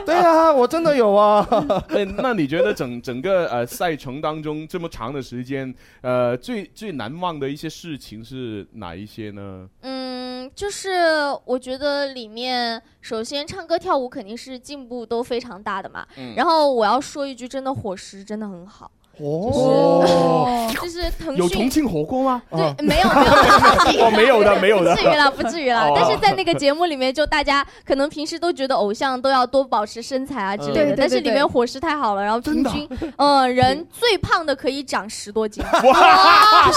[SPEAKER 3] 对啊，我真的有啊，
[SPEAKER 2] 那哎那你觉得整整个呃赛程当中这么长的时间，呃最最难忘的一些事情是哪一些呢？
[SPEAKER 14] 嗯，就是我觉得里面首先唱歌跳舞肯定是进步都非常大的嘛，
[SPEAKER 2] 嗯
[SPEAKER 14] 然后我要说一句，真的伙食真的很好。
[SPEAKER 2] 哦，
[SPEAKER 14] 就是腾讯
[SPEAKER 2] 有重庆火锅 吗？
[SPEAKER 14] 对，没有没 有
[SPEAKER 2] 哦，没有的，没有的，
[SPEAKER 14] 不至于啦，不至于啦
[SPEAKER 2] 哦。
[SPEAKER 14] 但是在那个节目里面，就大家可能平时都觉得偶像都要多保持身材啊之类
[SPEAKER 2] 嗯
[SPEAKER 14] 的，
[SPEAKER 2] 对对
[SPEAKER 14] 但是
[SPEAKER 2] 对
[SPEAKER 14] 里面伙食太好了，然后平均， 嗯，人最胖的可以长十多斤。
[SPEAKER 2] 哇，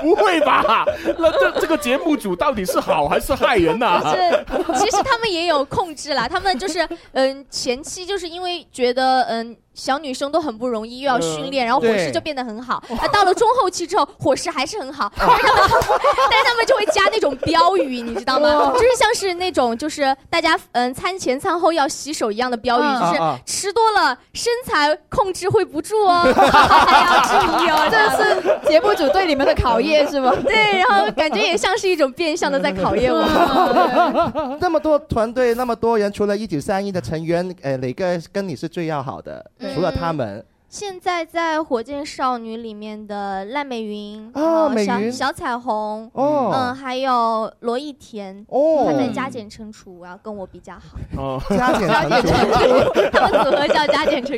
[SPEAKER 2] 不会吧？那这这个节目组到底是好还是害人呐、
[SPEAKER 14] 就是其实他们也有控制啦，他们就是嗯前期就是因为觉得嗯。小女生都很不容易，又要训练，
[SPEAKER 8] 嗯
[SPEAKER 14] 然后伙食
[SPEAKER 8] 对啊
[SPEAKER 14] 就变得很好。啊，到了中后期之后，伙食还是很好，但是他们，但是他们就会加那种标语，你知道吗
[SPEAKER 8] 哇？
[SPEAKER 14] 就是像是那种就是大家嗯餐前餐后要洗手一样的标语，
[SPEAKER 8] 嗯
[SPEAKER 14] 就是
[SPEAKER 8] 啊啊
[SPEAKER 14] 吃多了身材控制会不住哦， 还要注 意哦。
[SPEAKER 8] 这是节目组对你们的考验是 吗
[SPEAKER 14] 对，然后感觉也像是一种变相的在考验我们。
[SPEAKER 8] 嗯
[SPEAKER 3] 那么多团队，那么多人，除了一九三一的成员，呃，哪个跟你是最要好的？
[SPEAKER 14] 对
[SPEAKER 3] 除了他们，
[SPEAKER 14] 现在在《火箭少女》里面的赖美云，
[SPEAKER 3] 啊
[SPEAKER 14] 然后
[SPEAKER 3] 美云
[SPEAKER 14] 小小彩虹，
[SPEAKER 3] 哦
[SPEAKER 14] 嗯，还有罗艺田，
[SPEAKER 3] 哦
[SPEAKER 14] 他 们加减乘除，然后跟我比较好，
[SPEAKER 2] 哦，
[SPEAKER 3] 加减乘除
[SPEAKER 14] 他们组合叫加减乘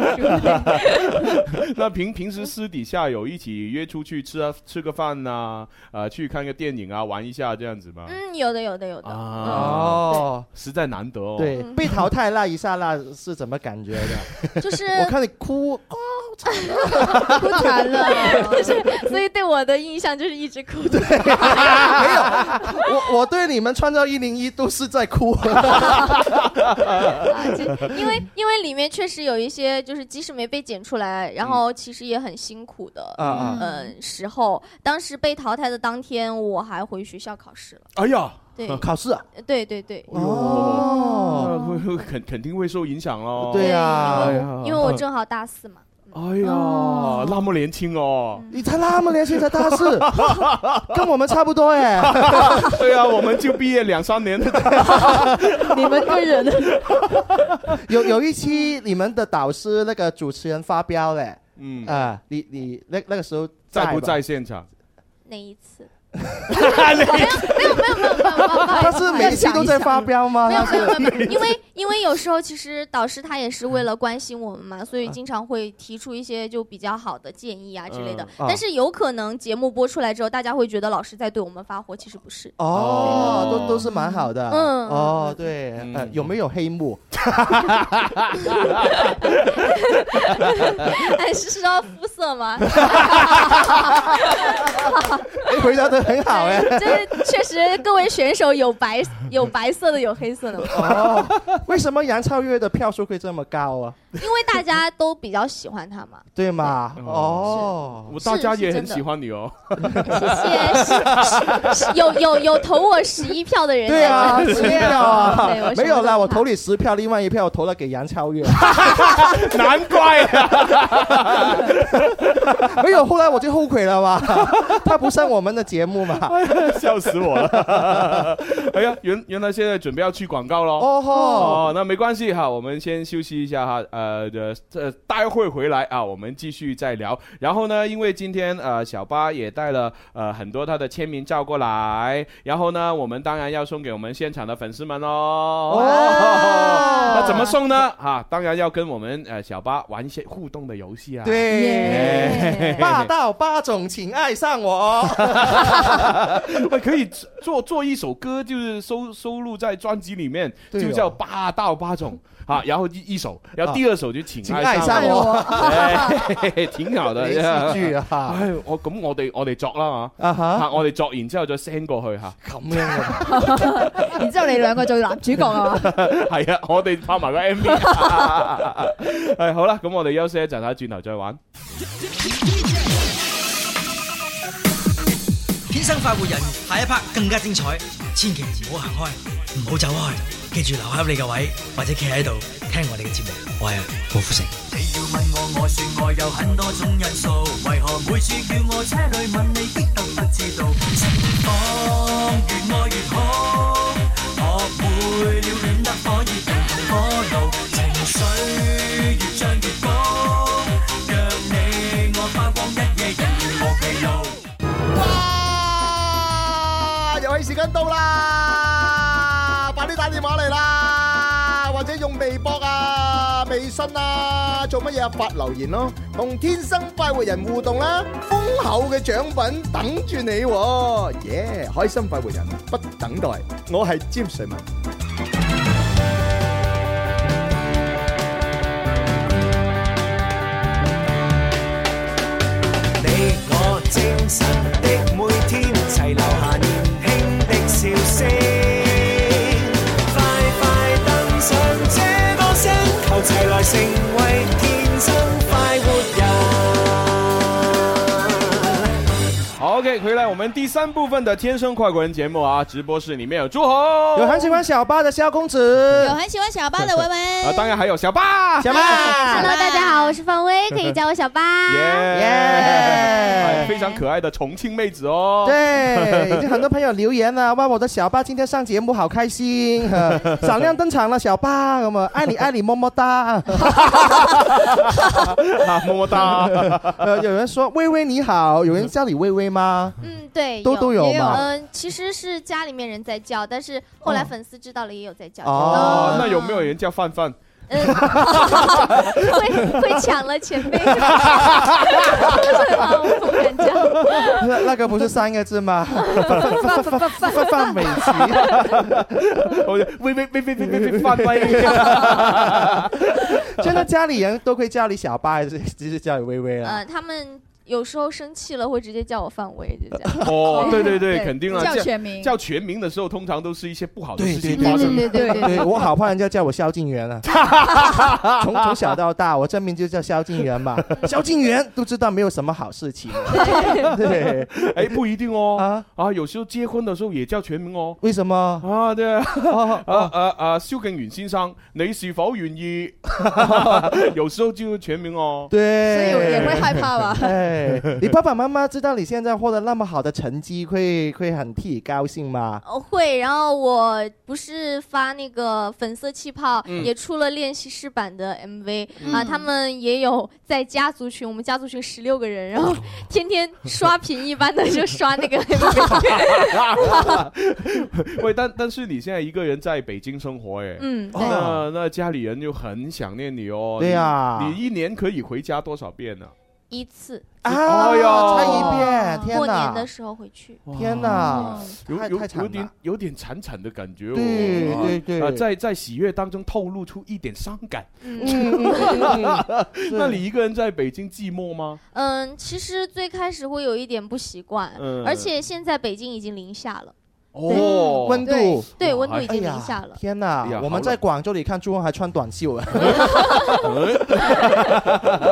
[SPEAKER 14] 除。
[SPEAKER 2] 那平平时私底下有一起约出去吃啊吃个饭呐、呃，去看个电影啊，玩一下这样子吗？
[SPEAKER 14] 嗯，有的，有的，有的。
[SPEAKER 2] 啊，
[SPEAKER 3] 哦，
[SPEAKER 2] 实在难得哦。
[SPEAKER 3] 对，
[SPEAKER 14] 嗯
[SPEAKER 3] 被淘汰那一刹那是怎么感觉的？
[SPEAKER 14] 就是
[SPEAKER 3] 我看你哭，
[SPEAKER 14] 哭惨了， 就是所以对我的印象就是 一直哭。
[SPEAKER 3] 我我对你们创造一零一都是 在哭。
[SPEAKER 2] 啊
[SPEAKER 14] 啊因为因为里面确实有一些就是即使没被剪出来，然
[SPEAKER 3] 嗯
[SPEAKER 14] 后其实也很辛苦的，
[SPEAKER 2] 啊啊
[SPEAKER 14] 嗯、时候。当时被淘汰的当天，我还回学校考试了。
[SPEAKER 2] 哎呀，哎
[SPEAKER 14] 对，
[SPEAKER 3] 考试啊，
[SPEAKER 14] 呃对对对，
[SPEAKER 2] 哦，会会肯肯定会受影响喽。
[SPEAKER 3] 对呀嗯
[SPEAKER 2] 哎呀
[SPEAKER 14] 因为我正好大四嘛。
[SPEAKER 2] 哎呀，那么年轻哦。
[SPEAKER 3] 你才那么年轻，才 大四，跟我们差不多哎。
[SPEAKER 2] 对啊，我们就毕业两三年了。
[SPEAKER 3] 你们个人有有一期你们的导师那个主持人发飙嘞，
[SPEAKER 2] 嗯
[SPEAKER 3] 啊，你你那那个时候
[SPEAKER 2] 在不
[SPEAKER 3] 吧
[SPEAKER 2] 在？现 场？
[SPEAKER 14] 哪一次？
[SPEAKER 3] 他是每一期都在发飙吗？
[SPEAKER 14] 没有
[SPEAKER 3] 他
[SPEAKER 14] 没
[SPEAKER 3] 是
[SPEAKER 14] 有没有，因为因为有时候其实导师他也是为了关心我们嘛，
[SPEAKER 3] 嗯
[SPEAKER 14] 所以经常会提出一些就比较好的建议啊之类的。
[SPEAKER 3] 嗯啊
[SPEAKER 14] 但是有可能节目播出来之后，大家会觉得老师在对我们发火，其实不是。
[SPEAKER 3] 哦，都都是蛮好的。
[SPEAKER 14] 嗯
[SPEAKER 3] 哦，对，
[SPEAKER 2] 嗯
[SPEAKER 3] 呃，有没有黑幕？
[SPEAKER 14] 哎，是说肤色吗？
[SPEAKER 3] 哎回答的很 好 哎。
[SPEAKER 14] 这确实，各位选手有白有白色的，有黑色的嘛，
[SPEAKER 3] 哦，为什么杨超越的票数会这么高啊？
[SPEAKER 14] 因为大家都比较喜欢他嘛。
[SPEAKER 3] 对吗？
[SPEAKER 2] 嗯
[SPEAKER 3] 哦，
[SPEAKER 2] 我大家也很喜
[SPEAKER 14] 真的
[SPEAKER 2] 欢你哦。
[SPEAKER 14] 谢谢，是有有有投我十一票的人在
[SPEAKER 3] 对啊，十
[SPEAKER 14] 这里，
[SPEAKER 3] 票
[SPEAKER 14] 对我
[SPEAKER 3] 啊，
[SPEAKER 14] 什么
[SPEAKER 3] 没有
[SPEAKER 14] 都
[SPEAKER 3] 啦，我投你十票，另外一票我投了给杨超 越。
[SPEAKER 2] 难怪啊
[SPEAKER 3] 没有，后来我就后悔了嘛， 他不上我们的节 目嘛。
[SPEAKER 2] 笑死我了！哎呀，原原来现在准备要去广告喽。
[SPEAKER 3] 哦吼
[SPEAKER 2] 哦，那没关系哈，我们先休息一下哈。呃，这这待会回来啊，我们继续再聊。然后呢，因为今天呃小巴也带了呃很多他的签名照过来，然后呢，我们当然要送给我们现场的粉丝们喽。哦， 那怎么送呢？啊，当然要跟我们呃小巴玩一些互动的游戏啊。
[SPEAKER 3] 对
[SPEAKER 2] 哎，
[SPEAKER 3] 霸道八种，请爱上我。
[SPEAKER 2] 喂，可以做做一首歌，就是收收录在专辑里面，
[SPEAKER 3] 对哦啊
[SPEAKER 2] 就叫《霸道八种》啊。然后一一首，然后第二首就请
[SPEAKER 3] 请
[SPEAKER 2] 爱
[SPEAKER 3] 爱上
[SPEAKER 2] 我
[SPEAKER 3] 我，
[SPEAKER 2] 哎 嘿嘿挺好 的。
[SPEAKER 3] 你知住 啊
[SPEAKER 2] 唉我咁我哋我哋作啦嘛，
[SPEAKER 3] 啊哈
[SPEAKER 2] 嚇我哋作完之後再 send 過 去嚇。
[SPEAKER 3] 咁樣
[SPEAKER 8] 然之後你兩個做男主角啊？
[SPEAKER 2] 係啊，我哋拍埋個 MV。係好啦，咁我哋休息一陣嚇，轉頭再玩。
[SPEAKER 15] 天生快活人，下一 part 更加精彩，千祈唔好行開，唔好走開，記住留喺你嘅位，或者企喺度聽我哋嘅節目。我係啊郭富城。
[SPEAKER 16] 你要問我，我說我有很多種因素，為何每次叫我車裏問你的都不知道？釋放越愛越好，學會了戀得可以平衡火爐，情緒越漲越高，讓你我花光一夜人無疲勞。
[SPEAKER 3] 哇！遊戲時間到啦，快啲打電話嚟啦，或者用微博啊、微
[SPEAKER 17] 起身啦，做乜嘢啊？發留言咯，同天生快活人互動啦，豐厚嘅獎品等住你喎，耶！開心快活人不等待，我係詹瑞文。
[SPEAKER 16] 你我精神的每天，齊留下年輕的笑聲。快快登上這個星球，齊來成為天生快活人。
[SPEAKER 2] 好，OK，回来我们第三部分的《天生快活人》节目啊，直播室里面有朱红，
[SPEAKER 3] 有很喜欢小八的萧公子，
[SPEAKER 8] 有很喜欢小八的文文，
[SPEAKER 2] 啊，当然还有小八，
[SPEAKER 3] 小八
[SPEAKER 14] Hello，大家好，我是范 薇，可以叫我小八。
[SPEAKER 2] 耶，哎非常可爱的重庆妹子哦，
[SPEAKER 3] 哎对，已经很多朋友留言了，哇，我的小八今天上节目好开心，呃闪亮登场了，小八，咁啊，爱你爱你，么么哒。
[SPEAKER 2] 么么 哒。
[SPEAKER 3] 呃，有人说微微你好，有人叫你微微吗？
[SPEAKER 14] 嗯，对，
[SPEAKER 3] 都都有
[SPEAKER 14] 也
[SPEAKER 3] 嘛
[SPEAKER 14] 嗯，其实是家里面人在叫，但是后来粉丝知道了也有在叫，
[SPEAKER 3] 啊
[SPEAKER 14] 嗯
[SPEAKER 2] 哦，那有没有人叫范范？
[SPEAKER 14] 会会抢了前辈。对吧？我不敢 叫。
[SPEAKER 3] 那那个不是三个字吗？范范范范美琪，
[SPEAKER 2] 我微微微微微微微范微。
[SPEAKER 3] 真的家里人都会叫你小八，还是只是叫你微微啊？
[SPEAKER 14] 嗯，他们有时候生气了会直接叫我范围，就这样。
[SPEAKER 2] 哦，对对对，肯定啊，
[SPEAKER 14] 叫全名
[SPEAKER 2] 叫全名的时候，通常都是一些不好的
[SPEAKER 3] 对
[SPEAKER 2] 事
[SPEAKER 3] 对
[SPEAKER 2] 情
[SPEAKER 3] 对
[SPEAKER 2] 发生。
[SPEAKER 3] 对对，我好怕人家叫我萧敬元啊。从从小到大，我真名就叫萧敬元嘛。萧敬元都知道没有什么好事情。啊对，
[SPEAKER 2] 哎，不一定哦，啊有时候结婚的时候也叫全名哦。
[SPEAKER 3] 为什么？哦
[SPEAKER 2] 啊，对啊，啊啊啊，萧敬元先生，你是否愿意？ 有时候就全名哦。
[SPEAKER 3] 对，
[SPEAKER 2] 所以我也会害
[SPEAKER 8] 怕吧
[SPEAKER 3] 哎，你爸爸妈妈知道你现在获得那么好的成绩，会会很替你高兴吗？
[SPEAKER 14] 哦会，然后我不是发那个粉色气泡，
[SPEAKER 3] 嗯
[SPEAKER 14] 也出了练习室版的 MV、
[SPEAKER 3] 嗯
[SPEAKER 14] 啊，他们也有在家族群，我们家族群十六个人，然
[SPEAKER 3] 哦
[SPEAKER 14] 后天天刷屏一般的就刷 那个 MV，
[SPEAKER 2] 啊喂，但但是你现在一个人在北京生活，哎，
[SPEAKER 14] 嗯对
[SPEAKER 3] 哦
[SPEAKER 2] 那那家里人就很想念你哦。
[SPEAKER 3] 啊对啊呀
[SPEAKER 2] 你你一年可以回家多少遍呢？
[SPEAKER 14] 依次
[SPEAKER 3] 啊，
[SPEAKER 2] 哎呦
[SPEAKER 3] 差一遍，天
[SPEAKER 14] 过年
[SPEAKER 3] 哪
[SPEAKER 14] 的！时候回去，嗯
[SPEAKER 3] 天哪
[SPEAKER 14] 哦
[SPEAKER 2] 有
[SPEAKER 3] 太
[SPEAKER 2] 有
[SPEAKER 3] 太惨了
[SPEAKER 2] 有点有点惨惨的感觉哦，
[SPEAKER 3] 对
[SPEAKER 2] 啊
[SPEAKER 3] 对对
[SPEAKER 2] 啊在在喜悦当中透露出一点伤感。
[SPEAKER 14] 嗯嗯 嗯
[SPEAKER 2] 那你一个人在北京寂寞吗？
[SPEAKER 14] 嗯，其实最开始会有一点不习惯，
[SPEAKER 2] 嗯
[SPEAKER 14] 而且现在北京已经零下了，
[SPEAKER 2] 哦
[SPEAKER 3] 温度
[SPEAKER 14] 对对，温度
[SPEAKER 3] 哎
[SPEAKER 14] 已经
[SPEAKER 3] 呀
[SPEAKER 14] 零下了。
[SPEAKER 3] 天
[SPEAKER 2] 哎呀
[SPEAKER 3] 哪！
[SPEAKER 2] 好
[SPEAKER 3] 我们
[SPEAKER 2] 冷
[SPEAKER 3] 在广州，你看朱红还穿 短袖啊。
[SPEAKER 2] 嗯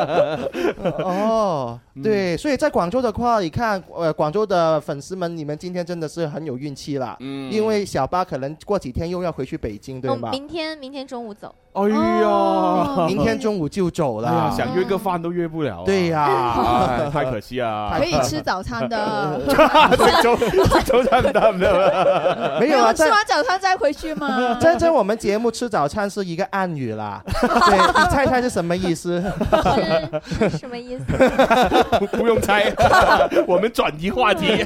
[SPEAKER 3] 哦，
[SPEAKER 2] 嗯
[SPEAKER 3] 对，所以在广州的话，你看，呃，广州的粉丝们，你们今天真的是很有运气啦。
[SPEAKER 2] 嗯
[SPEAKER 3] 因为小八可能过几天又要回去北京，对
[SPEAKER 14] 我
[SPEAKER 3] 吗？
[SPEAKER 14] 哦明天明天中 午走，
[SPEAKER 2] 哎呀，
[SPEAKER 3] 明天中午就走
[SPEAKER 2] 哎呀
[SPEAKER 3] 了。
[SPEAKER 2] 想约个饭都约不了啊。
[SPEAKER 3] 对呀
[SPEAKER 2] 哎，太可惜啊。
[SPEAKER 8] 可以吃早餐的，
[SPEAKER 2] 郑 州，郑州他们他们
[SPEAKER 3] 没有啊，
[SPEAKER 8] 吃
[SPEAKER 3] 在
[SPEAKER 8] 完早餐再回去嘛。
[SPEAKER 3] 在在我们节目吃早餐是一个暗语 啦。对，你猜猜是什么意思？
[SPEAKER 14] 是什 么意思？嗯
[SPEAKER 2] 不不用 猜，我们转移话题。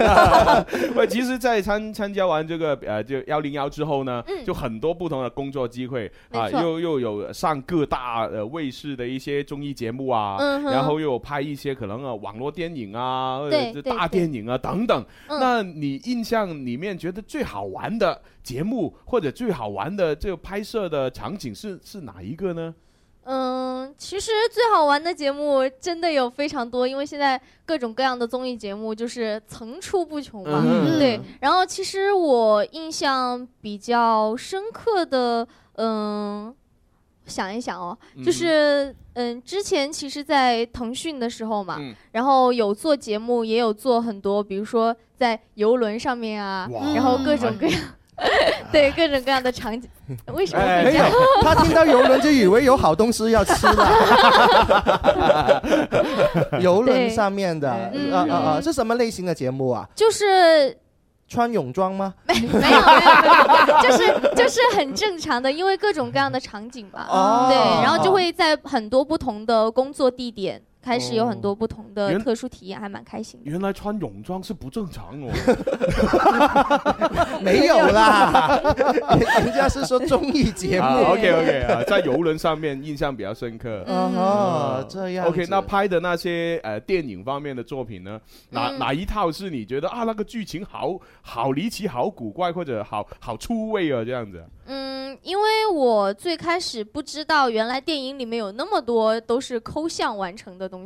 [SPEAKER 2] 喂，其实，在参参加完这个呃，就幺零幺之后呢，就很多不同的工作机会啊，
[SPEAKER 14] 嗯没错
[SPEAKER 2] 又又有上各大呃卫视的一些综艺节目啊，
[SPEAKER 14] 嗯哼
[SPEAKER 2] 然后又有拍一些可能啊网络电影啊，或者
[SPEAKER 14] 对
[SPEAKER 2] 是
[SPEAKER 14] 对
[SPEAKER 2] 大
[SPEAKER 14] 对
[SPEAKER 2] 电影啊等等。
[SPEAKER 14] 嗯
[SPEAKER 2] 那你印象里面觉得最好玩的节目或者最好玩的这个拍摄的场景是是哪一个呢？
[SPEAKER 14] 嗯，其实最好玩的节目真的有非常多，因为现在各种各样的综艺节目就是层出不穷嘛。
[SPEAKER 2] 嗯
[SPEAKER 14] 对，然后其实我印象比较深刻的，嗯，想一想哦，就是嗯，之前其实，在腾讯的时候嘛，
[SPEAKER 2] 嗯
[SPEAKER 14] 然后有做节目，也有做很多，比如说在游轮上面啊，然后各
[SPEAKER 2] 哎
[SPEAKER 14] 种各样。 对各种各样的场景，为什么
[SPEAKER 2] 哎
[SPEAKER 14] 会
[SPEAKER 3] 没
[SPEAKER 14] 这
[SPEAKER 3] 有
[SPEAKER 14] 样？，
[SPEAKER 3] 他听到游轮就以为有好东西要吃了。游轮上面的，
[SPEAKER 14] 对
[SPEAKER 3] 啊啊啊，是什么类型的节目啊？
[SPEAKER 14] 就是
[SPEAKER 3] 穿泳装吗？
[SPEAKER 14] 就是就是很正常的，因为各种各样的场景吧。
[SPEAKER 3] 哦
[SPEAKER 14] 对，然后就会在很多不同的工作地点。开始有很多不同的
[SPEAKER 2] 原
[SPEAKER 14] 特殊体验，还蛮开心的。
[SPEAKER 2] 原来穿泳装是不正常哦。
[SPEAKER 3] 没有啦，人家是说综艺节目。
[SPEAKER 2] OK OK 啊，在游轮上面印象比较深刻。
[SPEAKER 3] 嗯哦这样子
[SPEAKER 2] OK，那拍的那些呃电影方面的作品呢，哪
[SPEAKER 3] 嗯
[SPEAKER 2] 哪一套是你觉得啊那个剧情好好离奇、好古怪或者好好出位啊这样子？
[SPEAKER 14] 嗯，因为我最开始不知道，原来电影里面有那么多都是抠像完成的东西。
[SPEAKER 13] 哦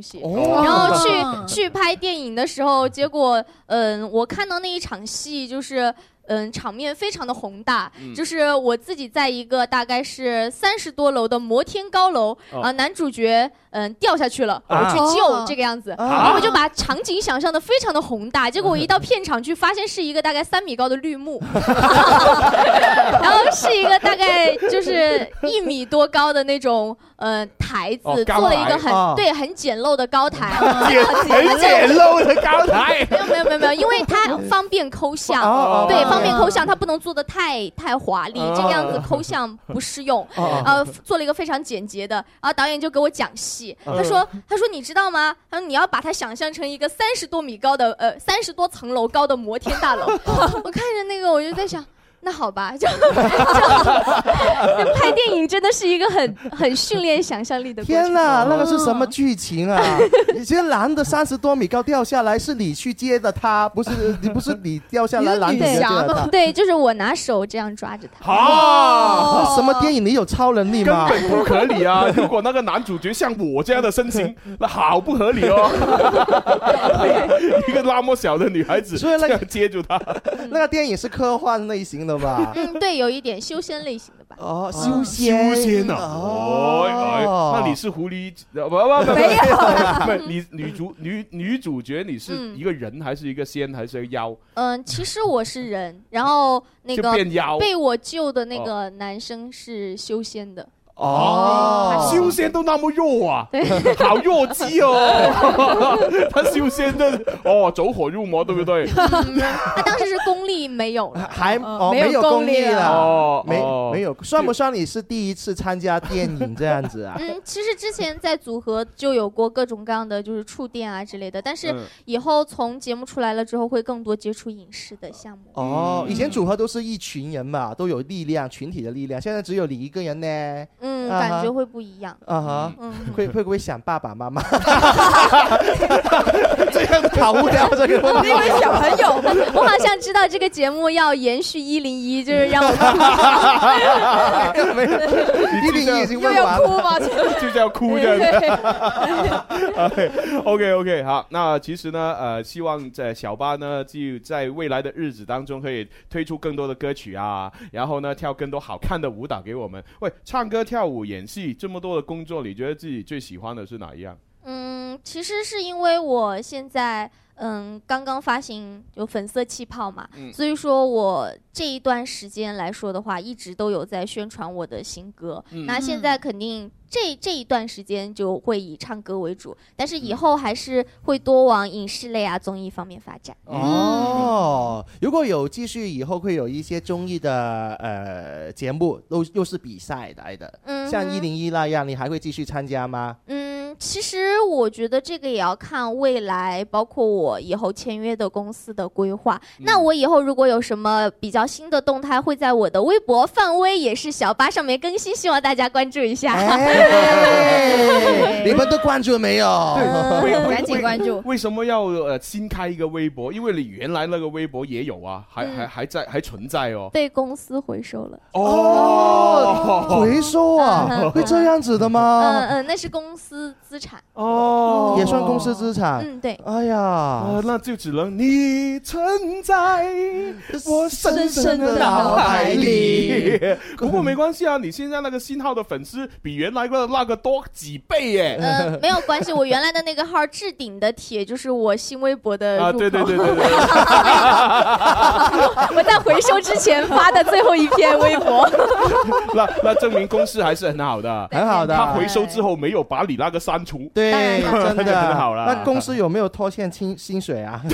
[SPEAKER 14] 然后去、
[SPEAKER 13] 啊
[SPEAKER 14] 去拍电影的时候，结果嗯，我看到那一场戏就是。嗯，场面非常的宏大，
[SPEAKER 13] 嗯
[SPEAKER 14] 就是我自己在一个大概是三十多楼的摩天高楼啊、
[SPEAKER 13] 哦
[SPEAKER 14] 男主角嗯掉下去了，
[SPEAKER 13] 啊
[SPEAKER 14] 我去救这个样子，然后我就把场景想象的非常的宏大，结果我一到片场去，发现是一个大概三米高的绿幕， 然后是一个大概就是一米多高的那种呃台子，
[SPEAKER 13] 哦高
[SPEAKER 14] 做了一个
[SPEAKER 13] 台哦
[SPEAKER 14] 很对很简陋的高台，
[SPEAKER 13] 简很简陋的高 台
[SPEAKER 14] 没有没有没有没有，因为它方便抠
[SPEAKER 13] 哦哦
[SPEAKER 14] 像，对
[SPEAKER 13] 哦
[SPEAKER 14] 方便抠像，它不能做的太太华丽
[SPEAKER 13] 哦，
[SPEAKER 14] 这个样子抠像不适用。
[SPEAKER 13] 哦
[SPEAKER 14] 呃，做了一个非常简洁的，然后导演就给我讲戏，
[SPEAKER 13] 嗯
[SPEAKER 14] 他说他说你知道吗？他说你要把它想象成一个三十多米高的呃三十多层楼高的摩天 大楼。我看着那个我就在想。那好吧， 就 就拍电影真的是一个很很训练想象力的过程。
[SPEAKER 3] 天哪，那个是什么剧情啊？你这男的三十多米高掉下来，是你去接的他，不是你不是你掉下 来，男的接的他。
[SPEAKER 14] 对，就是我拿手这样抓着他。
[SPEAKER 2] 好
[SPEAKER 3] 哦那什么电影？你有超能力吗？
[SPEAKER 2] 啊根本不合理啊！ 如果那个男主角像我这样的身 形，那好不合理哦。 一个那么小的女孩子，
[SPEAKER 3] 所以那个
[SPEAKER 2] 这样接住她，
[SPEAKER 3] 那个电影是科幻类型的 吧？
[SPEAKER 14] 嗯，对，有一点修仙类型的吧。
[SPEAKER 3] 哦，修仙，
[SPEAKER 2] 修仙
[SPEAKER 14] 哎
[SPEAKER 2] 啊！哦，哎那你是狐狸？不不不不，
[SPEAKER 14] 没
[SPEAKER 2] 有，不，你女主女女主角，你是
[SPEAKER 14] 嗯
[SPEAKER 2] 一个人还是一个仙还是一个妖？
[SPEAKER 14] 嗯，其实我是人，然 后那
[SPEAKER 2] 就
[SPEAKER 14] 个
[SPEAKER 2] 变妖
[SPEAKER 14] 被我救的
[SPEAKER 3] 哦
[SPEAKER 14] 那个男生是修仙的。
[SPEAKER 2] 哦，修仙都那么弱啊，好弱鸡哦！ 他修仙的哦，走火入魔，对不对？
[SPEAKER 14] 他当时是功力没有 了，
[SPEAKER 3] 还
[SPEAKER 14] 嗯
[SPEAKER 3] 哦没有功力了，
[SPEAKER 2] 哦
[SPEAKER 3] 没
[SPEAKER 2] 哦
[SPEAKER 3] 没有，算不算你是第一次参加电影这样 子啊？
[SPEAKER 14] 嗯，其实之前在组合就有过各种各样的就是触电啊之类的，但是
[SPEAKER 3] 嗯
[SPEAKER 14] 以后从节目出来了之后，会更多接触影视的项目。
[SPEAKER 3] 哦，以前组合都是一群人嘛，都有力量，群体的力量。现在只有你一个人呢，
[SPEAKER 14] 嗯，
[SPEAKER 3] 啊哈
[SPEAKER 14] 感觉会不一 样。
[SPEAKER 3] 啊哈
[SPEAKER 14] 嗯，
[SPEAKER 3] 会会不会想爸爸妈妈？ 这样逃不掉这个问题。
[SPEAKER 14] 我好像知道这个节目要延续一零一，就是让我
[SPEAKER 3] 没有， 一零一已经问完了。
[SPEAKER 2] 就是要哭 这样子。OK OK，好，那其实呢，呃，希望在小巴呢，就在未来的日子当中，可以推出更多的歌曲啊，然后呢，跳更多好看的舞蹈给我们。喂，唱歌、跳舞、演戏这么多的工作，你觉得自己最喜欢的是哪一样？
[SPEAKER 14] 嗯，其实是因为我现在嗯刚刚发行有粉色气泡嘛，
[SPEAKER 13] 嗯
[SPEAKER 14] 所以说我这一段时间来说的话，一直都有在宣传我的新歌。
[SPEAKER 13] 嗯
[SPEAKER 14] 那现在肯定这这一段时间就会以唱歌为主，但是
[SPEAKER 3] 嗯
[SPEAKER 14] 以后还是会多往影视类啊、综艺方面发展。
[SPEAKER 3] 哦，如果有继续以后会有一些综艺的呃节目，都又是比赛来的，
[SPEAKER 14] 嗯
[SPEAKER 3] 像
[SPEAKER 14] 哼
[SPEAKER 3] 一零一那样，你还会继续参加吗？
[SPEAKER 14] 嗯，其实我觉得这个也要看未来，包括我以后签约的公司的规划。
[SPEAKER 2] 嗯
[SPEAKER 14] 那我以后如果有什么比较新的动态，会在我的微博、范微也是小八上面更新，希望大家关注一下。
[SPEAKER 2] 哎
[SPEAKER 3] 哎你们都关注没有？
[SPEAKER 8] 呃
[SPEAKER 14] 赶紧关注。
[SPEAKER 2] 为什么要呃新开一个微博？因为你原来那个微博也有啊，还还还在还存在哦。
[SPEAKER 14] 被公司回收了。
[SPEAKER 2] 哦，
[SPEAKER 3] 回收
[SPEAKER 14] 嗯
[SPEAKER 13] 哦
[SPEAKER 3] 啊，
[SPEAKER 14] 嗯
[SPEAKER 3] 会这样子的
[SPEAKER 14] 嗯
[SPEAKER 3] 吗？
[SPEAKER 14] 嗯，那是公司资产。
[SPEAKER 13] 嗯
[SPEAKER 2] 哦
[SPEAKER 3] 也算公司资产。
[SPEAKER 14] 嗯， 对。
[SPEAKER 3] 哎呀
[SPEAKER 2] 啊，，那就只能你存在
[SPEAKER 3] 我
[SPEAKER 13] 深深的脑海里。
[SPEAKER 2] 不过没关系啊，你现在那个新号的粉丝比原来的那个多几倍耶。
[SPEAKER 13] 呃
[SPEAKER 14] 嗯，没有关系，我原来的那个号置顶的帖就是我新微博的入口。
[SPEAKER 2] 啊，对对对对 对，
[SPEAKER 14] 我在回收之前发的最后一篇微博。
[SPEAKER 2] 那那证明公司还是很好的，
[SPEAKER 3] 很好的
[SPEAKER 2] 他回收之后没有把你那个删删除。
[SPEAKER 3] 对，真
[SPEAKER 2] 那就
[SPEAKER 3] 的
[SPEAKER 2] 很好啦。
[SPEAKER 3] 那公司有没有拖欠薪薪水啊？
[SPEAKER 2] 你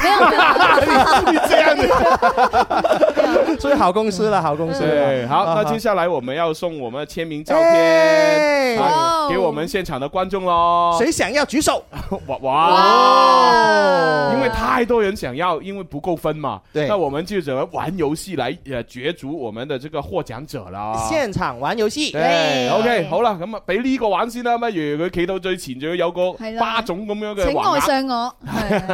[SPEAKER 2] 这样 的。
[SPEAKER 3] 所以好公司了，好公司了。啊
[SPEAKER 2] 对，好，那接
[SPEAKER 3] 下
[SPEAKER 2] 下来我们要送我们的签名照
[SPEAKER 13] 哎
[SPEAKER 2] 片啊给我们现场的观众
[SPEAKER 13] 哦
[SPEAKER 2] 喽。
[SPEAKER 3] 哎谁想要举手？
[SPEAKER 2] 哇哇！因为太多人想要，因为不够分嘛。
[SPEAKER 3] 对
[SPEAKER 2] 那我们就只能玩游戏来呃角逐我们的这个获奖者啦。
[SPEAKER 3] 现场玩游戏。
[SPEAKER 2] 对，OK，好啦，咁啊，俾呢個玩先啦，不如佢企到最前，仲要有個
[SPEAKER 8] 係啦
[SPEAKER 2] 巴種咁樣嘅
[SPEAKER 8] 請愛
[SPEAKER 2] 橫
[SPEAKER 8] 上我，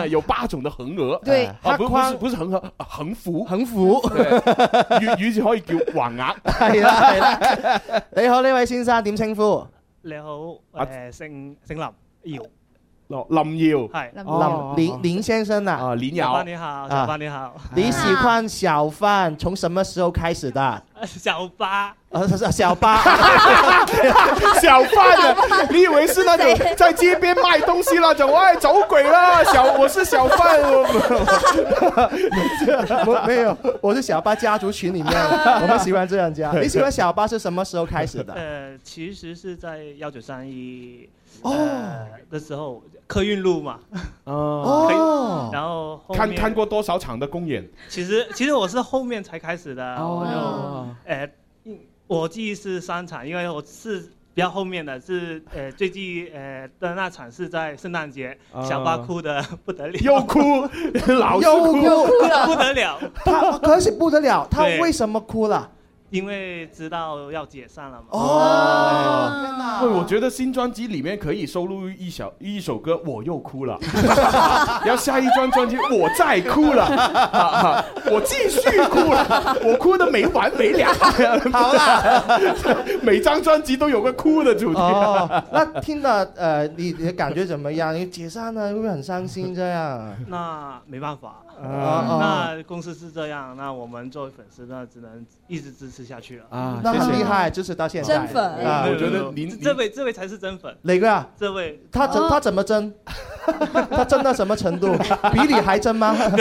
[SPEAKER 2] 額，有巴種的橫額，
[SPEAKER 8] 對
[SPEAKER 2] 啊，不不是
[SPEAKER 8] 黑框
[SPEAKER 2] 不是橫額，橫幅，
[SPEAKER 3] 橫幅，
[SPEAKER 2] 粵語就可以叫橫額，
[SPEAKER 3] 係啦係啦。你好，呢位先生點稱呼？啊
[SPEAKER 10] 你好，誒姓姓林，姚，
[SPEAKER 2] 林耀，
[SPEAKER 10] 係
[SPEAKER 2] 哦
[SPEAKER 3] 林林林先生啊。
[SPEAKER 2] 啊，林
[SPEAKER 10] 小班你好，小班你 好，
[SPEAKER 3] 你喜欢小贩从什么时候开始的？
[SPEAKER 10] 小巴，
[SPEAKER 3] 呃，小巴，
[SPEAKER 2] 小贩 啊，你以為是那種在街邊賣東西那種，哎，走鬼啦，小我是小販，
[SPEAKER 3] 我没有，我是小巴家族群里面，我们喜欢这样加。你喜欢小巴是什么时候开始的？
[SPEAKER 10] 呃，其實是在幺九三一 哦的時候，客運路嘛，
[SPEAKER 2] 哦
[SPEAKER 10] 然後後
[SPEAKER 2] 看
[SPEAKER 10] 面
[SPEAKER 2] 看過多少場的公演？
[SPEAKER 10] 其實其實我是後面才開始的，
[SPEAKER 2] 哦
[SPEAKER 10] 我就呃，嗯我記憶是三場，因為我是比較後面的，是呃最近呃的那場是在聖誕節，
[SPEAKER 2] 啊
[SPEAKER 10] 小巴哭的不得了，
[SPEAKER 2] 又哭，老是
[SPEAKER 3] 又
[SPEAKER 2] 哭，
[SPEAKER 3] 又哭了
[SPEAKER 10] 不得了，
[SPEAKER 3] 他可是不得了，他
[SPEAKER 10] 对
[SPEAKER 3] 为什么哭了？
[SPEAKER 10] 因為知道要解散了嘛。
[SPEAKER 2] 哦，对，我觉得新专辑里面可以收录一小一首歌，我又哭了。 然后下一张专辑我再哭了，啊我继续哭了，我哭的没完没了。好了， 每张专辑都有个哭的主题。
[SPEAKER 3] 哦， 那听了呃，你你的感觉怎么样？你解散了会不会很伤心这样？
[SPEAKER 10] 那没办法，
[SPEAKER 14] 嗯
[SPEAKER 3] 哦
[SPEAKER 10] 那公司是这样，那我们作为粉丝呢，只能一直支持下去了。
[SPEAKER 2] 啊
[SPEAKER 3] 那很厉害，支持到现在。啊，
[SPEAKER 10] 没有没有没有这这位这位才是真粉。
[SPEAKER 3] 哪个啊？
[SPEAKER 10] 这位
[SPEAKER 3] 他怎他怎么争？ 他争到什么程度？比你还争吗？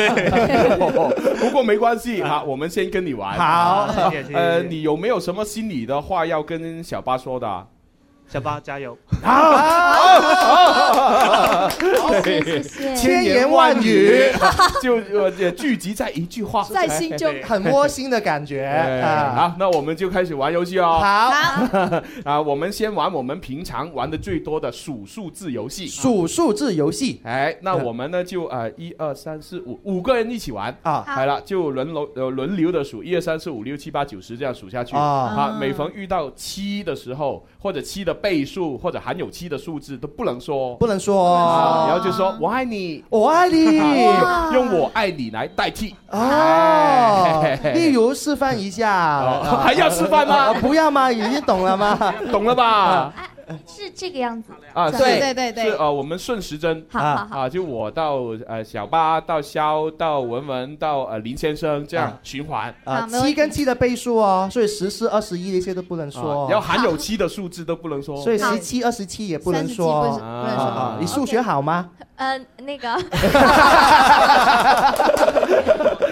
[SPEAKER 2] 不过没关系哈，我们先跟你玩。
[SPEAKER 3] 好
[SPEAKER 10] 谢谢谢谢
[SPEAKER 2] 呃，你有没有什么心里的话要跟小巴说的啊？
[SPEAKER 10] 小巴加油！
[SPEAKER 2] 好，好，
[SPEAKER 10] 谢
[SPEAKER 2] 谢
[SPEAKER 10] 谢
[SPEAKER 3] 千言万语
[SPEAKER 2] 就呃聚集在一句话，
[SPEAKER 3] 在心中 很窝心的感觉
[SPEAKER 2] 哎
[SPEAKER 3] 啊。
[SPEAKER 2] 好，那我们就开始玩游戏哦。
[SPEAKER 3] 好，
[SPEAKER 2] 啊，我们先玩我们平常玩的最多的数数字游戏。
[SPEAKER 3] 数数字游戏，
[SPEAKER 2] 哎，那我们呢就呃一二三四五五个人一起玩
[SPEAKER 3] 啊
[SPEAKER 2] 系啦，就轮流呃轮流的数一二三四五六七八九十这样数下去
[SPEAKER 3] 啊
[SPEAKER 2] 啊
[SPEAKER 3] 啊。
[SPEAKER 2] 每逢遇到七的时候，或者七的倍数，或者含有七的数字都不能说，
[SPEAKER 3] 不能说哦
[SPEAKER 2] 啊然后就说我爱你，
[SPEAKER 3] 我爱你
[SPEAKER 2] 啊用用我爱你来代替。
[SPEAKER 3] 哦
[SPEAKER 2] 哎，
[SPEAKER 3] 例如示范一下，啊
[SPEAKER 2] 还要示范吗
[SPEAKER 3] 啊不要吗？已经懂了吗？
[SPEAKER 2] 懂了吧？
[SPEAKER 18] 啊是这个样子的
[SPEAKER 2] 啊，
[SPEAKER 18] 是
[SPEAKER 2] 是
[SPEAKER 18] 吧
[SPEAKER 2] 是
[SPEAKER 3] 哦
[SPEAKER 2] 啊，我们顺时针，
[SPEAKER 18] 好
[SPEAKER 2] 啊
[SPEAKER 18] 好好
[SPEAKER 2] 啊，就我到呃小巴到肖到文文到呃林先生这样循环
[SPEAKER 3] 啊，七跟七的倍数哦，所以十四、二十一这些都不能说
[SPEAKER 2] 啊
[SPEAKER 3] 哦，
[SPEAKER 2] 然后含有七的数字都不能说，
[SPEAKER 3] 所以十七、二十七也不能说
[SPEAKER 2] 37
[SPEAKER 3] 哦
[SPEAKER 2] 不是不能说
[SPEAKER 3] 啊你数学好吗？
[SPEAKER 14] 呃，那个，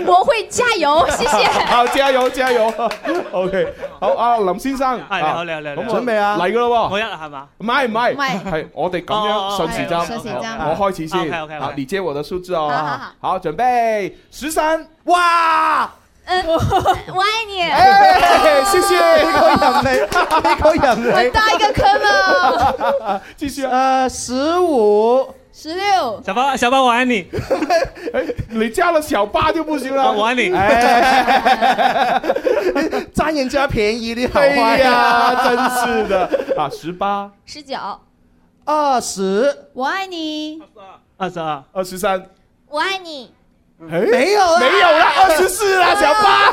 [SPEAKER 14] 我会加油，谢谢。
[SPEAKER 2] 好，加油加油 ，OK，好啊，林先生，
[SPEAKER 10] 係哎你好你好你好準備
[SPEAKER 2] 啊
[SPEAKER 10] 啊
[SPEAKER 2] 嚟噶咯喎，
[SPEAKER 10] 我一係嘛？
[SPEAKER 2] 唔係唔係，
[SPEAKER 10] 唔係
[SPEAKER 2] 係我哋咁樣
[SPEAKER 10] 哦
[SPEAKER 2] 順時針，
[SPEAKER 10] 係順時針啊
[SPEAKER 2] 我我開始先，啊
[SPEAKER 10] OK，OK，OK
[SPEAKER 2] 好，你接我的數字哦
[SPEAKER 14] 好好好，
[SPEAKER 2] 好，準備十三，哇！
[SPEAKER 14] 嗯，我爱你。
[SPEAKER 2] 哎，谢谢，
[SPEAKER 3] 呢個人嚟，呢個人嚟，
[SPEAKER 14] 我搭一個坑 啊！
[SPEAKER 2] 繼續
[SPEAKER 3] 啊，十五。
[SPEAKER 8] 十六，
[SPEAKER 10] 小巴小巴我愛你，
[SPEAKER 2] 你加了小巴就不行了，
[SPEAKER 10] 啊
[SPEAKER 2] 哎
[SPEAKER 10] 我愛你。
[SPEAKER 3] 占人家便宜，你好
[SPEAKER 2] 哎
[SPEAKER 3] 坏
[SPEAKER 2] 呀，真是的啊，十八、
[SPEAKER 14] 十九，
[SPEAKER 3] 二十，
[SPEAKER 14] 我爱你，
[SPEAKER 10] 二十二、
[SPEAKER 2] 二十三，
[SPEAKER 14] 我爱你。
[SPEAKER 10] 嗯
[SPEAKER 2] 哎
[SPEAKER 3] 没有啦
[SPEAKER 2] 没有了，二十四了，小巴。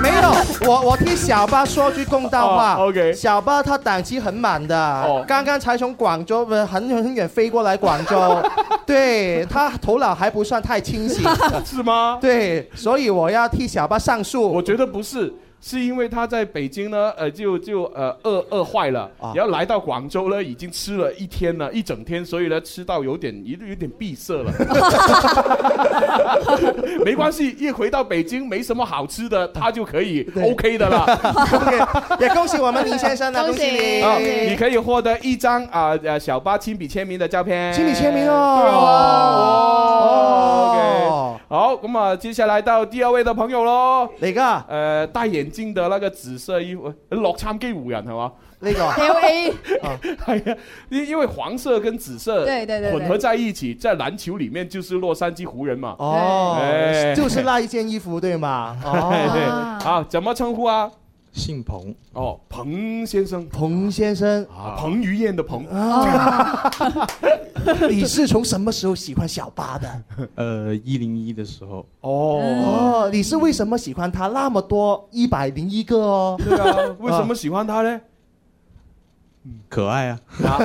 [SPEAKER 3] 没有，我我替小巴说句公道话。
[SPEAKER 2] 哦，OK 哦
[SPEAKER 3] 小巴他档期很满的，刚刚才从广州不是很远很远飞过来广 州，对他头脑还不算太清醒，
[SPEAKER 2] 是吗？
[SPEAKER 3] 对，所以我要替小巴上诉。
[SPEAKER 2] 我觉得不是。是因为他在北京呢，呃，就就呃饿饿坏了，
[SPEAKER 3] 啊
[SPEAKER 2] 然后来到广州呢，已经吃了一天了，一整天，所以呢吃到有点有有点闭塞了。 没关系，一回到北京没什么好吃的，他就可以 OK 的 了。
[SPEAKER 3] 也恭喜我们林 先生啊，恭喜你！
[SPEAKER 2] 啊，你可以获得一张啊呃小巴亲笔签名的照片，
[SPEAKER 3] 请你签名
[SPEAKER 2] 对哦。
[SPEAKER 3] 哦
[SPEAKER 2] 哦，OK，好，咁啊，接下来到第二位的朋友咯。
[SPEAKER 3] 嚟噶，
[SPEAKER 2] 诶，呃戴眼鏡嘅那個紫色衣服，呃洛杉磯湖人係 嘛？
[SPEAKER 3] 呢個
[SPEAKER 8] LA
[SPEAKER 2] 係啊，因因為黃色跟紫色
[SPEAKER 8] 對對對對
[SPEAKER 2] 混合在一起，在籃球裡面就是洛杉磯湖人嘛。
[SPEAKER 3] 哦
[SPEAKER 2] 哎，
[SPEAKER 3] 就是那一件衣服对吗？
[SPEAKER 2] 对对
[SPEAKER 3] 哦，
[SPEAKER 2] 啊，怎么称呼啊？
[SPEAKER 19] 姓彭
[SPEAKER 2] 哦，彭先生，
[SPEAKER 3] 彭先生
[SPEAKER 2] 啊，彭于晏的彭
[SPEAKER 3] 啊 你是从什么时候喜欢小巴的？
[SPEAKER 19] 呃，一零一的时候，
[SPEAKER 3] 哦，你是为什么喜欢他那么多一百零一个哦？
[SPEAKER 2] 对 啊，为什么喜欢他呢？
[SPEAKER 19] 可爱啊，
[SPEAKER 2] 好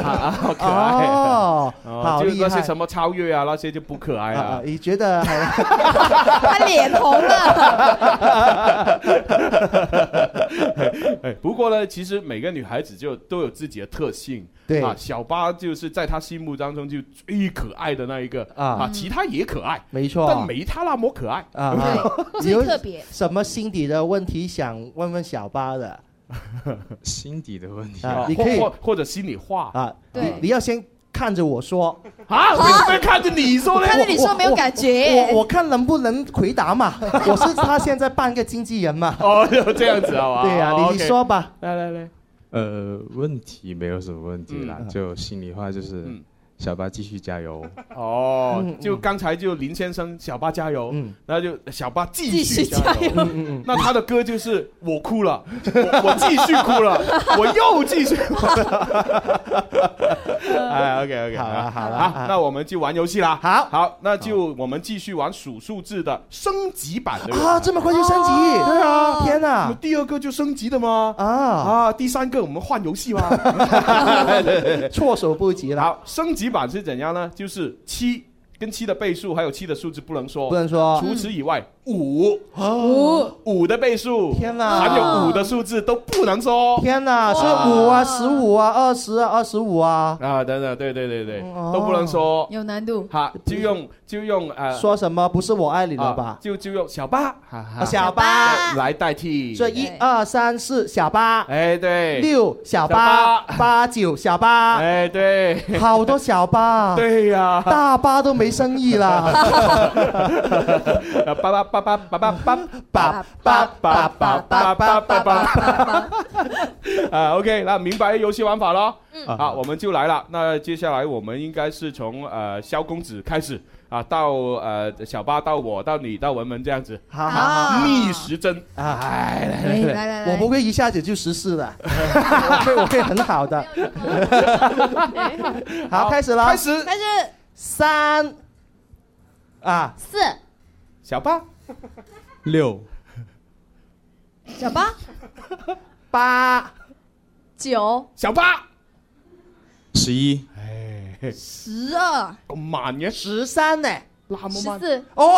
[SPEAKER 2] 可爱啊
[SPEAKER 3] 哦好
[SPEAKER 2] 就是那
[SPEAKER 3] 厉害
[SPEAKER 2] 些什么超越啊，那些就不可爱
[SPEAKER 3] 啊
[SPEAKER 2] 了。
[SPEAKER 3] 你觉得还？
[SPEAKER 8] 他脸红
[SPEAKER 2] 哎，不过呢，其实每个女孩子就都有自己的特性。
[SPEAKER 3] 对
[SPEAKER 2] 啊，小八就是在她心目当中就最可爱的那一个
[SPEAKER 3] 啊
[SPEAKER 2] 啊，其他也可爱，
[SPEAKER 3] 没错
[SPEAKER 2] 但没她那么可爱
[SPEAKER 3] 啊，你有 什么心底的问题想问问小巴的？
[SPEAKER 19] 心底的问题
[SPEAKER 3] 啊你可以
[SPEAKER 2] 或或者心里话
[SPEAKER 3] 啊，
[SPEAKER 8] 对
[SPEAKER 3] 你你要先看着我说
[SPEAKER 2] 啊，
[SPEAKER 8] 我一直
[SPEAKER 2] 在看着你说
[SPEAKER 8] 呢看着你说没有感觉
[SPEAKER 3] 我我我看能不能回答嘛，我是他现在半个经纪 人嘛。
[SPEAKER 2] 哦，这样子好吧？
[SPEAKER 3] 对呀，
[SPEAKER 2] 哦
[SPEAKER 3] 你你
[SPEAKER 2] OK
[SPEAKER 3] 说吧，
[SPEAKER 2] 来来来，
[SPEAKER 19] 呃，问题没有什么问题啦，
[SPEAKER 2] 嗯
[SPEAKER 19] 就心里话就是，
[SPEAKER 3] 嗯
[SPEAKER 19] 小巴继续加油，
[SPEAKER 2] 哦
[SPEAKER 19] 嗯，
[SPEAKER 2] 就刚才就林先生小八加油，然后就小八继
[SPEAKER 19] 继
[SPEAKER 2] 续
[SPEAKER 19] 续
[SPEAKER 2] 加
[SPEAKER 19] 加油嗯
[SPEAKER 2] 油，那他的歌就是我哭了，我我继续哭了，我又继续哭了。哎，OK OK，好了
[SPEAKER 3] 好了
[SPEAKER 2] 好，啊那我们就玩游戏啦。
[SPEAKER 3] 好，
[SPEAKER 2] 好，那就我们继续玩数数字的升级版的游戏
[SPEAKER 3] 啊，这么快就升级？对啊，天
[SPEAKER 2] 我
[SPEAKER 3] 哪
[SPEAKER 2] 们！第二个就升级的吗？
[SPEAKER 3] 啊
[SPEAKER 2] 啊，第三个我们换游戏吗？
[SPEAKER 3] 措手不及了。
[SPEAKER 2] 好，升级版是怎样呢？就是七跟七的倍数，还有七的数字不能说，
[SPEAKER 3] 不能说
[SPEAKER 2] 除此以外，五五五的倍数，天啊
[SPEAKER 3] 哪
[SPEAKER 2] 还有五的数字都不能说。
[SPEAKER 3] 天哪，是五啊，十五啊，二十啊，二十五啊，
[SPEAKER 2] 啊，等等，对对对对，
[SPEAKER 3] 哦
[SPEAKER 2] 都不能说。
[SPEAKER 8] 有难 度。
[SPEAKER 2] 好，就用就用呃，
[SPEAKER 3] 说什么不是我爱你了
[SPEAKER 2] 啊
[SPEAKER 3] 吧？哦
[SPEAKER 2] 就就用小八，哈哈
[SPEAKER 3] 小八
[SPEAKER 2] 来来代替。
[SPEAKER 3] 所以一二三四，小八。
[SPEAKER 2] 哎对，
[SPEAKER 3] 六啊小
[SPEAKER 2] 小
[SPEAKER 3] 八
[SPEAKER 2] 八
[SPEAKER 3] 八九小八，
[SPEAKER 2] 哎对，
[SPEAKER 3] 好多小八，
[SPEAKER 2] 对呀
[SPEAKER 3] 大巴都没生意 啦，
[SPEAKER 2] 呃八八八八八八八
[SPEAKER 3] 八
[SPEAKER 2] 八八八八八八八。 啊，OK，那明白游戏玩法了。嗯，啊，我们就来了。那接下来我们应该是从呃萧公子开始啊，到呃小八，到我，到你，到文文这样子。
[SPEAKER 3] 好
[SPEAKER 2] 啊逆时针。
[SPEAKER 3] 哎，
[SPEAKER 2] 来来来来
[SPEAKER 3] 我不会一下子就实施 的，我会我会很好的。 好，开始了，
[SPEAKER 2] 开始
[SPEAKER 8] 开始
[SPEAKER 3] 三啊，
[SPEAKER 8] 四
[SPEAKER 2] 小八
[SPEAKER 19] 六
[SPEAKER 8] 小八
[SPEAKER 3] 八
[SPEAKER 8] 九
[SPEAKER 2] 小八
[SPEAKER 19] 十一，
[SPEAKER 8] 十二
[SPEAKER 2] 咁慢嘅
[SPEAKER 3] 十三呢？
[SPEAKER 2] 那
[SPEAKER 8] 十四
[SPEAKER 2] 哦，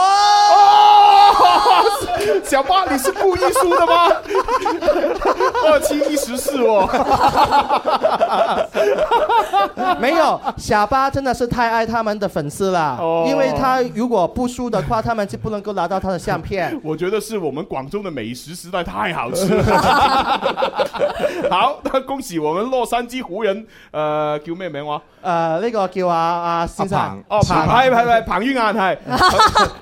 [SPEAKER 2] 小八，你是故意输的吗？二七一十四哦，
[SPEAKER 3] 没有，小巴真的是太爱他们的粉丝了，
[SPEAKER 2] 哦
[SPEAKER 3] 因为他如果不输的话，他们就不能够拿到他的相片。
[SPEAKER 2] 我觉得是我们广州的美食实在太好吃 了。好，那恭喜我们洛杉矶湖人，呃，叫咩名話？
[SPEAKER 3] 誒呃呢個叫阿阿先生，
[SPEAKER 2] 哦，彭，哎，彭彭彭于晏 系，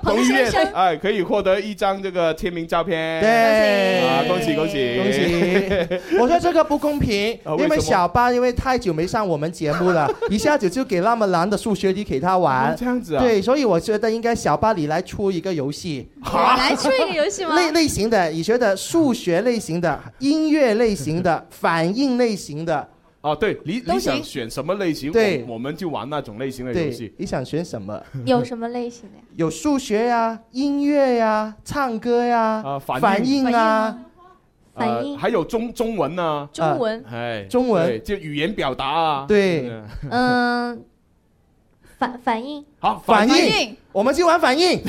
[SPEAKER 2] 彭于
[SPEAKER 3] 先生
[SPEAKER 2] 晏，哎，可以获得一张这个签名照片。
[SPEAKER 3] 对
[SPEAKER 2] 啊，恭喜恭喜
[SPEAKER 3] 恭 喜！我说这个不公平
[SPEAKER 2] 啊，为
[SPEAKER 3] 因
[SPEAKER 2] 什么
[SPEAKER 3] 为小巴因为太久没上我们节目 了，一下子就给那么难的数学题给他玩
[SPEAKER 2] 哦，这样子啊
[SPEAKER 3] 对，所以我觉得应该小巴你来出一个游戏，
[SPEAKER 14] 我来出一个游戏吗？
[SPEAKER 3] 类类型的，你觉得数学类型的、音乐类型的、反应类型的，
[SPEAKER 2] 哦，对，你
[SPEAKER 3] 都
[SPEAKER 2] 你想
[SPEAKER 3] 行
[SPEAKER 2] 选什么类型？
[SPEAKER 3] 对
[SPEAKER 2] 我我们就玩那种类型的游
[SPEAKER 3] 对
[SPEAKER 2] 戏，。
[SPEAKER 3] 你想选什么？
[SPEAKER 14] 有什么类型的呀？
[SPEAKER 3] 有数学呀、音乐呀、唱歌呀、
[SPEAKER 2] 反应
[SPEAKER 3] 应啊。
[SPEAKER 2] 呃，还有中中文呢，
[SPEAKER 14] 中文
[SPEAKER 2] 哎，
[SPEAKER 3] 中文
[SPEAKER 2] 对就语言表达啊，
[SPEAKER 14] 呃
[SPEAKER 3] 对
[SPEAKER 2] 嗯
[SPEAKER 14] 嗯，
[SPEAKER 18] 反反应。
[SPEAKER 2] 好，
[SPEAKER 3] 反应，我们今晚反应。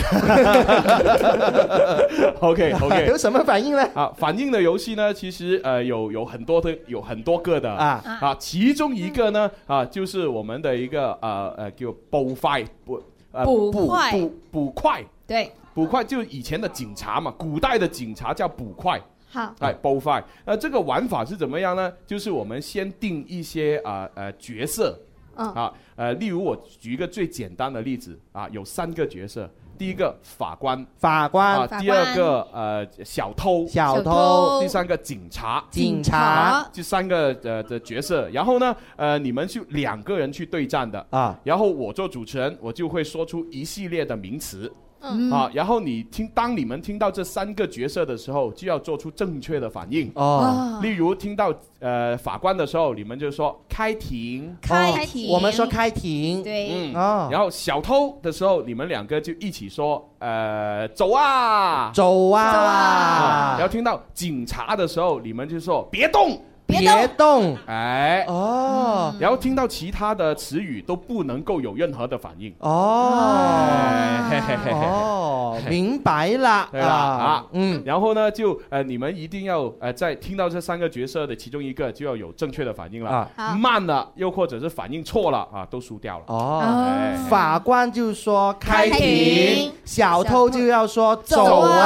[SPEAKER 2] OK OK，
[SPEAKER 3] 有什么反应呢？
[SPEAKER 2] 啊，反应的游戏呢，其实呃有有很多的，有很多个的
[SPEAKER 3] 啊
[SPEAKER 2] 啊，其中一个呢啊，就是我们的一个呃呃叫捕快捕呃
[SPEAKER 8] 捕
[SPEAKER 2] 捕
[SPEAKER 8] 快
[SPEAKER 2] 捕捕快
[SPEAKER 8] 对，
[SPEAKER 2] 捕快，就是以前的警察嘛，古代的警察叫捕快。
[SPEAKER 8] 好，
[SPEAKER 3] 啊
[SPEAKER 2] 哎，包饭。那这个玩法是怎么样呢？就是我们先定一些啊呃角色，
[SPEAKER 8] 嗯
[SPEAKER 2] 啊呃，例如我举一个最简单的例子啊，有三个角色，第一个法官，
[SPEAKER 3] 法官
[SPEAKER 2] 啊，
[SPEAKER 3] 法
[SPEAKER 2] 第二
[SPEAKER 3] 官
[SPEAKER 2] 个呃小偷，
[SPEAKER 3] 小偷
[SPEAKER 2] 第三个警察，
[SPEAKER 3] 警察，
[SPEAKER 2] 这三个呃的角色。然后呢，呃，你们是两个人去对战的
[SPEAKER 3] 啊，
[SPEAKER 2] 然后我做主持人，我就会说出一系列的名词。
[SPEAKER 3] 嗯
[SPEAKER 2] 啊，然后你听，当你们听到这三个角色的时候，就要做出正确的反应。
[SPEAKER 8] 啊
[SPEAKER 3] 哦
[SPEAKER 2] 例如听到呃法官的时候，你们就说开庭，
[SPEAKER 3] 开庭我们说开庭对
[SPEAKER 2] 嗯
[SPEAKER 3] 哦
[SPEAKER 2] 然后小偷的时候，你们两个就一起说呃走啊，
[SPEAKER 3] 走啊走
[SPEAKER 2] 啊然后听到警察的时候，你们就说别动。
[SPEAKER 3] 别动别动，
[SPEAKER 2] 哎，
[SPEAKER 3] 哦，
[SPEAKER 8] 嗯
[SPEAKER 2] 然后听到其他的词语都不能够有任何的反应，
[SPEAKER 3] 哦，
[SPEAKER 2] 哎嘿嘿嘿嘿
[SPEAKER 3] 哦，明白啦，
[SPEAKER 2] 对啦啊，
[SPEAKER 3] 嗯，
[SPEAKER 2] 然后呢，就呃，你们一定要呃，在听到这三个角色的其中一个就要有正确的反应了，
[SPEAKER 3] 啊
[SPEAKER 2] 慢了，又或者是反应错了啊，都输掉了。
[SPEAKER 8] 啊
[SPEAKER 3] 哦
[SPEAKER 2] 哎，
[SPEAKER 3] 法官就说开
[SPEAKER 2] 开
[SPEAKER 3] 庭
[SPEAKER 2] 庭，
[SPEAKER 3] 小偷就要说走
[SPEAKER 2] 走
[SPEAKER 3] 啊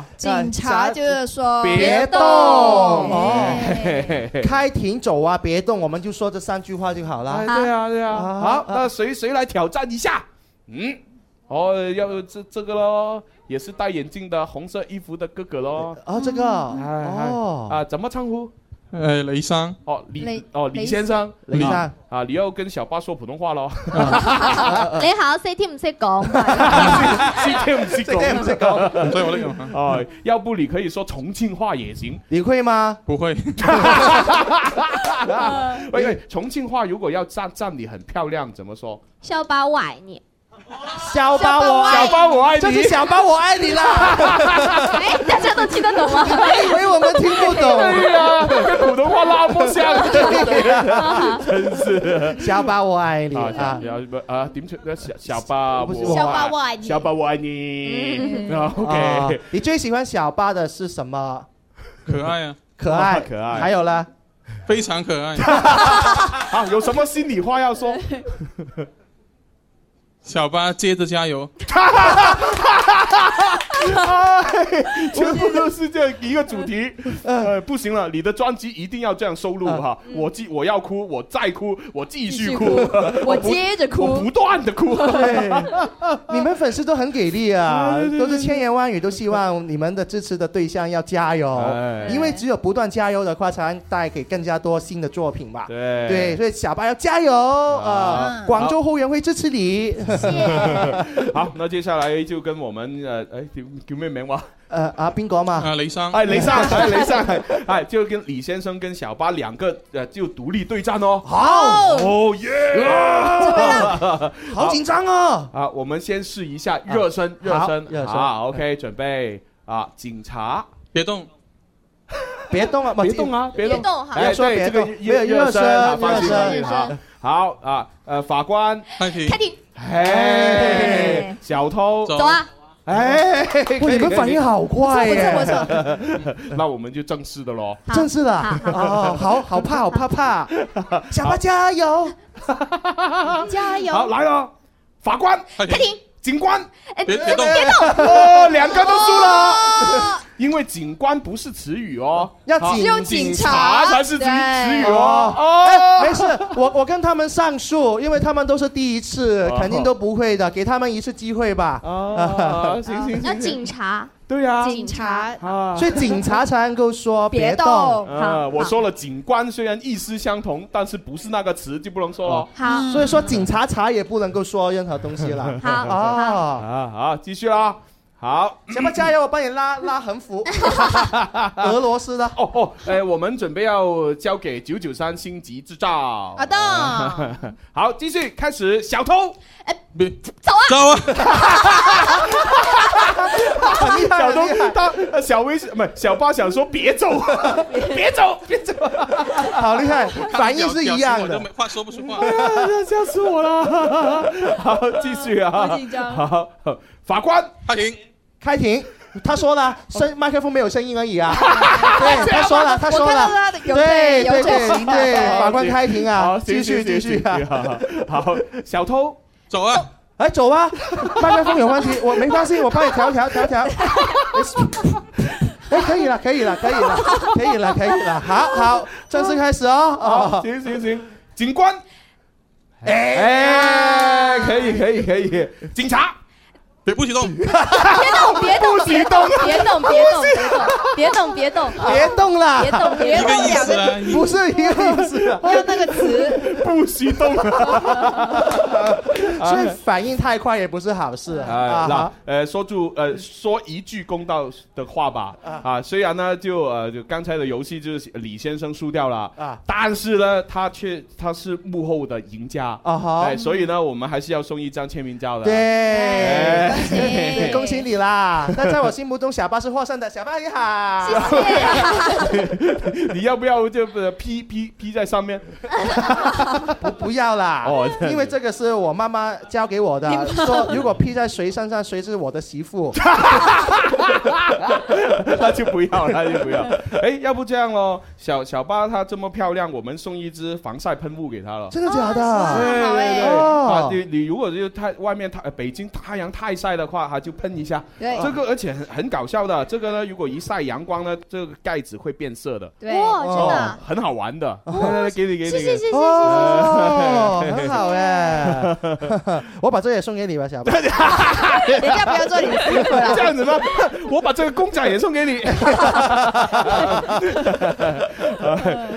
[SPEAKER 2] 啊，
[SPEAKER 3] 警
[SPEAKER 8] 察就是说
[SPEAKER 3] 别
[SPEAKER 8] 别
[SPEAKER 3] 动
[SPEAKER 8] 动哎
[SPEAKER 3] 哦，
[SPEAKER 2] 嘿嘿嘿
[SPEAKER 3] 开庭走啊，别动，我们就说这三句话就好了
[SPEAKER 2] 哎。对啊，对啊。
[SPEAKER 3] 啊
[SPEAKER 2] 好，那谁谁来挑战一下？嗯，哦，要这这个咯，也是戴眼镜的红色衣服的哥哥咯。
[SPEAKER 3] 啊，这个哦，
[SPEAKER 2] 啊，怎么称呼？
[SPEAKER 19] 呃，李生，
[SPEAKER 2] 哦，李
[SPEAKER 19] 雷
[SPEAKER 2] 哦，李
[SPEAKER 19] 雷
[SPEAKER 2] 先生，
[SPEAKER 3] 雷生
[SPEAKER 2] 啊啊，你要跟小巴说普通 话咯。
[SPEAKER 14] 你好，C T 唔識講，
[SPEAKER 2] 今天唔识讲，
[SPEAKER 3] 唔识讲，
[SPEAKER 2] 所以我呢个哦，要不你可以说重庆话也行。
[SPEAKER 3] 你会吗？
[SPEAKER 19] 不会。
[SPEAKER 2] 喂喂，重庆话如果要赞赞你很漂亮，怎么说？
[SPEAKER 14] 小巴我愛你。
[SPEAKER 3] 小巴我
[SPEAKER 2] 小巴我爱你，
[SPEAKER 3] 这是小巴我爱你 啦。
[SPEAKER 14] 哎，大家都听得懂吗？
[SPEAKER 3] 我以为我们听不 懂。
[SPEAKER 2] 对 呀，跟普通话那么像，真是。
[SPEAKER 3] 小巴我爱你
[SPEAKER 2] 啊
[SPEAKER 3] 啊！
[SPEAKER 2] 啊點出小小巴
[SPEAKER 3] 不是
[SPEAKER 2] 我
[SPEAKER 3] 小巴
[SPEAKER 8] 我愛你
[SPEAKER 2] 小巴我爱你
[SPEAKER 3] 嗯。
[SPEAKER 2] 啊
[SPEAKER 3] 哦
[SPEAKER 2] OK，
[SPEAKER 3] 你最喜欢小巴的是什么？
[SPEAKER 19] 可爱啊，
[SPEAKER 3] 可爱，
[SPEAKER 2] 哦可爱
[SPEAKER 3] 还有呢？
[SPEAKER 19] 非常可爱。
[SPEAKER 2] 啊，有什么心里话要说？
[SPEAKER 19] 小巴接着加油，
[SPEAKER 2] 哎全部都是这一个主题，
[SPEAKER 3] 嗯
[SPEAKER 2] 呃，不行了，你的专辑一定要这样收录哈！我继我要哭，我再哭，我继续哭，
[SPEAKER 8] 我
[SPEAKER 2] 不
[SPEAKER 8] 接着
[SPEAKER 2] 我
[SPEAKER 8] 哭
[SPEAKER 2] 不，断的 哭。
[SPEAKER 3] 哎对，你们粉丝都很给力啊，
[SPEAKER 2] 对对对
[SPEAKER 3] 都是千言万语，都希望你们的支持的对象要加油
[SPEAKER 2] 哎，
[SPEAKER 3] 因为只有不断加油的话，才能带给更加多新的作品嘛。
[SPEAKER 2] 对
[SPEAKER 3] 对，所以小巴要加油啊！广州后援会支持你。
[SPEAKER 2] 好，那接下来就跟我们呃，哎，叫叫咩名话？
[SPEAKER 3] 呃啊，边个嘛？
[SPEAKER 19] 啊，雷生，
[SPEAKER 2] 哎，雷生，哎，雷生，哎，就跟李先生跟小巴两个呃，就独立对战哦。
[SPEAKER 3] 好
[SPEAKER 2] 哦耶！
[SPEAKER 3] 哎 好紧张哦！
[SPEAKER 2] 啊，我们先试一下热身，热
[SPEAKER 3] 好
[SPEAKER 2] 身，
[SPEAKER 3] 热身
[SPEAKER 2] 啊，OK，准备啊，警察，
[SPEAKER 19] 别动，
[SPEAKER 3] 别动啊，
[SPEAKER 2] 别动啊，别动，
[SPEAKER 14] 别动好
[SPEAKER 2] 哎，
[SPEAKER 3] 说
[SPEAKER 2] 对，
[SPEAKER 3] 别
[SPEAKER 2] 这个
[SPEAKER 3] 动
[SPEAKER 2] 热
[SPEAKER 3] 没有热
[SPEAKER 2] 身，
[SPEAKER 3] 身
[SPEAKER 2] 啊放心
[SPEAKER 3] 热身
[SPEAKER 2] 放心
[SPEAKER 3] 热
[SPEAKER 2] 好
[SPEAKER 3] 身
[SPEAKER 2] 好啊，呃，法官，
[SPEAKER 19] 开庭，
[SPEAKER 14] 开庭，
[SPEAKER 2] 嘿，小偷，
[SPEAKER 14] 走啊！
[SPEAKER 2] 哎，
[SPEAKER 3] 哎哇，你们反应好快啊耶！
[SPEAKER 2] 错，那我们就正式的喽。
[SPEAKER 3] 正式的啊
[SPEAKER 2] 好
[SPEAKER 3] 哦，好好怕，好怕 怕，小巴加油！
[SPEAKER 14] 加油！
[SPEAKER 2] 好，来了，法官，
[SPEAKER 19] 开
[SPEAKER 14] 庭，
[SPEAKER 2] 警官，
[SPEAKER 14] 哎
[SPEAKER 19] 别别动，
[SPEAKER 2] 哦，两个都输了，
[SPEAKER 8] 哦
[SPEAKER 2] 因为警官不是词语哦，
[SPEAKER 3] 要
[SPEAKER 2] 好
[SPEAKER 3] 警只有警
[SPEAKER 2] 察
[SPEAKER 3] 察
[SPEAKER 2] 才是词词语
[SPEAKER 3] 哦
[SPEAKER 2] 哦。，
[SPEAKER 3] 哎，没事，我我跟他们上诉，因为他们都是第一次，肯定都不会的，给他们一次机会吧。
[SPEAKER 2] 哦， 行行
[SPEAKER 14] 要警察，
[SPEAKER 2] 对呀，
[SPEAKER 14] 警察，
[SPEAKER 2] 啊
[SPEAKER 3] 所以警察才能 够说
[SPEAKER 14] 别
[SPEAKER 3] 别
[SPEAKER 14] 动
[SPEAKER 3] 动。
[SPEAKER 2] 啊，我说了，警官虽然意思相同，但是不是那个词就不能说了。
[SPEAKER 3] 哦
[SPEAKER 14] 好
[SPEAKER 3] 所以说警察查也不能够说任何东西 了。
[SPEAKER 14] 好
[SPEAKER 3] 哦，
[SPEAKER 2] 啊，好，继续啦。好，
[SPEAKER 3] 小巴加油，我帮你拉拉 横幅。俄罗斯的
[SPEAKER 2] 哦哦，哎，我们准备要交给九九三星级制造。
[SPEAKER 8] 好 的，
[SPEAKER 3] 哎
[SPEAKER 2] 好，继续开始。小偷，
[SPEAKER 19] 别
[SPEAKER 14] 走啊！
[SPEAKER 19] 走啊！
[SPEAKER 2] 小东他呃小薇不是小八想说别走，啊别走，别走，
[SPEAKER 3] 好厉害，反应是一样的。
[SPEAKER 19] 话说不出
[SPEAKER 2] 哎
[SPEAKER 19] 话。
[SPEAKER 2] 吓死我了！好，继续啊，
[SPEAKER 3] 好紧张
[SPEAKER 2] 好，法官
[SPEAKER 19] 开庭，
[SPEAKER 3] 开庭。他说了，声麦克风没有声音而已 啊。对，他说了，他说
[SPEAKER 2] 我看
[SPEAKER 3] 了
[SPEAKER 2] 到他的，有
[SPEAKER 3] 对
[SPEAKER 2] 对
[SPEAKER 3] 对对
[SPEAKER 2] 有罪行的
[SPEAKER 3] 对，
[SPEAKER 2] 对
[SPEAKER 3] 法官开庭
[SPEAKER 2] 好
[SPEAKER 3] 啊，
[SPEAKER 2] 行
[SPEAKER 3] 继续
[SPEAKER 2] 行
[SPEAKER 3] 继续啊
[SPEAKER 2] 行行。好，小偷
[SPEAKER 19] 走啊！
[SPEAKER 3] 哎，走啊！ 麦克风有问题，我没关系，我帮你调调调 调。哎，可以了，可以了，可以了，可以了，可以了。好好，正式开始哦。
[SPEAKER 2] 好
[SPEAKER 3] 哦，
[SPEAKER 2] 行行行，警官，哎，可以可以可以，警 察，
[SPEAKER 19] 对，不许动，别
[SPEAKER 4] 动，别动，
[SPEAKER 2] 啊不
[SPEAKER 4] 别
[SPEAKER 2] 许
[SPEAKER 4] 动
[SPEAKER 2] 动，
[SPEAKER 4] 别动，别动，别动，别动，
[SPEAKER 3] 别动啦！
[SPEAKER 4] 别动，别
[SPEAKER 2] 哎
[SPEAKER 4] 动，
[SPEAKER 19] 啊
[SPEAKER 4] 两个字
[SPEAKER 3] 不是一个意 思啊。
[SPEAKER 4] 要那个词。
[SPEAKER 2] 不许动
[SPEAKER 3] 所以反应太快也不是好事
[SPEAKER 2] 啊，
[SPEAKER 3] 啊。
[SPEAKER 2] 那
[SPEAKER 3] 好
[SPEAKER 2] 呃，说住呃，说一句公道的话吧。啊，虽然呢，就呃，就刚才的游戏就是李先生输掉了
[SPEAKER 3] 啊，
[SPEAKER 2] 但是呢，他却他是幕后的赢家
[SPEAKER 3] 啊哈
[SPEAKER 2] 哎，所以呢，我们还是要送一张签名照的。
[SPEAKER 3] 对
[SPEAKER 2] 哎，
[SPEAKER 3] 对，恭喜你啦！但在我心目中，小巴是获胜的。小巴你好，
[SPEAKER 2] 你要不要就呃 P P P 在上面？
[SPEAKER 3] 我不要啦
[SPEAKER 2] 哦这样，子
[SPEAKER 3] 因为这个是我妈妈教给我的
[SPEAKER 2] 你妈，妈
[SPEAKER 3] 说如果 P 在谁身上，谁是我的媳妇。
[SPEAKER 2] 那就不要，那就不 要。哎，要不这样咯，小小巴她这么漂亮，我们送一支防晒喷雾给她了。
[SPEAKER 3] 真的假的？
[SPEAKER 2] 对对对，啊
[SPEAKER 3] 哦，
[SPEAKER 2] 你你如果就太外面太呃北京太阳太晒的话，哈就喷一下。
[SPEAKER 3] 对
[SPEAKER 2] 这个而且很很搞笑的，这个呢，如果一晒阳光呢，这个盖子会变色的。
[SPEAKER 4] 对哇真的啊
[SPEAKER 2] 哦很好玩的。来来来，给你给你。
[SPEAKER 4] 谢谢谢谢谢谢谢谢
[SPEAKER 3] 哦，很好哎， 我把这也送给你吧，小巴。
[SPEAKER 4] 人家不要做你的媳妇啦
[SPEAKER 2] 这样子吗？我把这个公仔也送给你。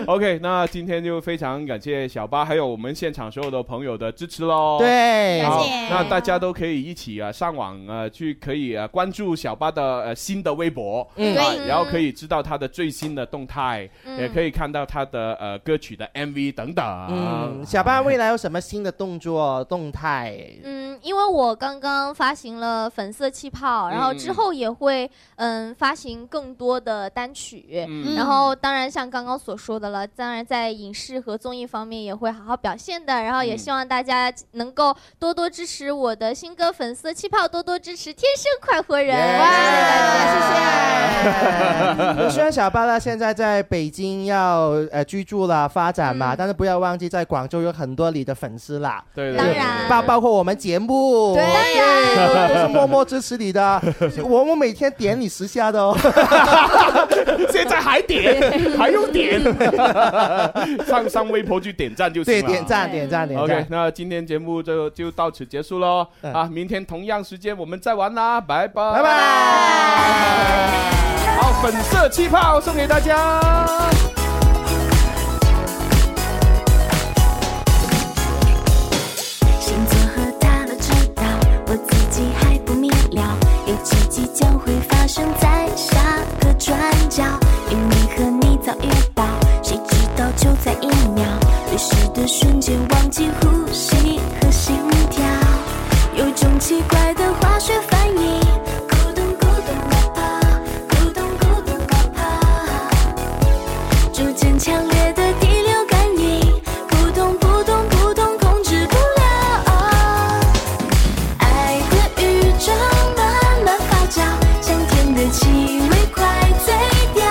[SPEAKER 2] OK，那今天就非常感谢小巴，还有我们现场所有的朋友的支持喽。
[SPEAKER 3] 对
[SPEAKER 2] 好
[SPEAKER 3] 感谢
[SPEAKER 2] 那大家都可以一起啊上网啊去可以啊关注小巴的呃新的微博，
[SPEAKER 3] 嗯
[SPEAKER 2] 啊
[SPEAKER 3] 对
[SPEAKER 2] 然后可以知道他的最新的动态，
[SPEAKER 3] 嗯
[SPEAKER 2] 也可以看到他的呃歌曲的 MV 等等。
[SPEAKER 3] 嗯，小巴未来有什么新的动作动态？
[SPEAKER 14] 嗯，因为我刚刚发行了粉色气泡，然后之后也会嗯发行更多的单曲，
[SPEAKER 4] 嗯
[SPEAKER 14] 然后当然像刚刚所说的了，当然在影视和综艺方面也会好好表现的，然后也
[SPEAKER 4] 嗯
[SPEAKER 14] 希望大家能够多多支持我的新歌《粉色气泡》，多多支持《天生快活人》
[SPEAKER 3] 啊 虽然小巴呢现在在北京要呃居住啦、发展嘛，但是不要忘记在广州有很多你的粉丝啦。
[SPEAKER 2] 对
[SPEAKER 3] 当然，包包括我们节目，对，都都是默默支持你的。我我每天点你十下的 哦，
[SPEAKER 2] 现在还点，还用点？上上微博去点赞就行了。
[SPEAKER 3] 对点赞点赞点赞嗯
[SPEAKER 2] OK，那今天节目就就到此结束喽。啊，明天同样时间我们再玩啦，拜拜拜拜。好，粉色气泡送给大家。
[SPEAKER 13] 星座和他都知道，我自己还不明了，有奇迹将会发生在下个转角，因为和你早遇到，谁知道就在一秒，对视的瞬间忘记呼吸和心跳，有种奇怪的化学反应，咕咚咕咚啦啪，咕咚咕咚啦啪，逐渐强烈的第六感应。扑通扑通扑通，控制不了。爱的宇宙慢慢发酵，香甜的气味快醉掉。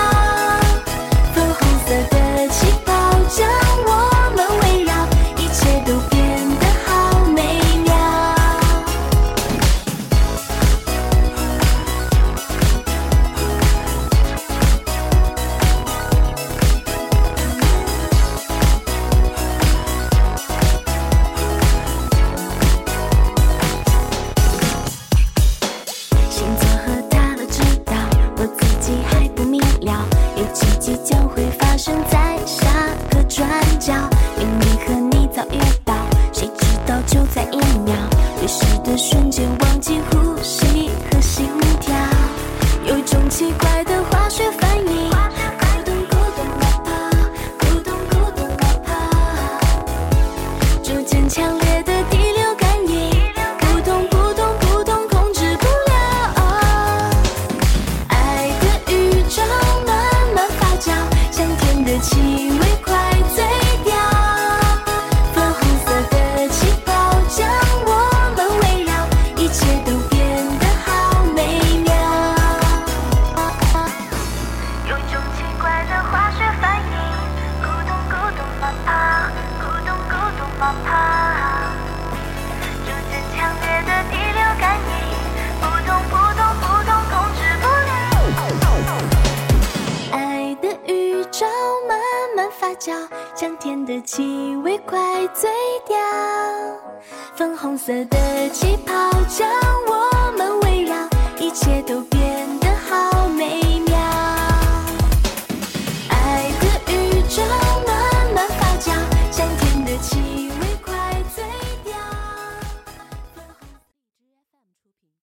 [SPEAKER 13] 粉红色的气泡将我们围绕，一切都变得好美妙。星座和他都知道，我自己还不明了，有奇迹将会发生在下个转角，因为和你早遇到，谁知道就在一秒，对视的瞬间忘记呼吸和心跳，有种奇怪的化学反应，咕咚咕咚啦啪，咕咚咕咚啦啪。逐渐强烈的第六感应，扑通扑通扑通，控制不了。角，将甜的气味快醉掉。粉红色的气泡将我们围绕，一切都变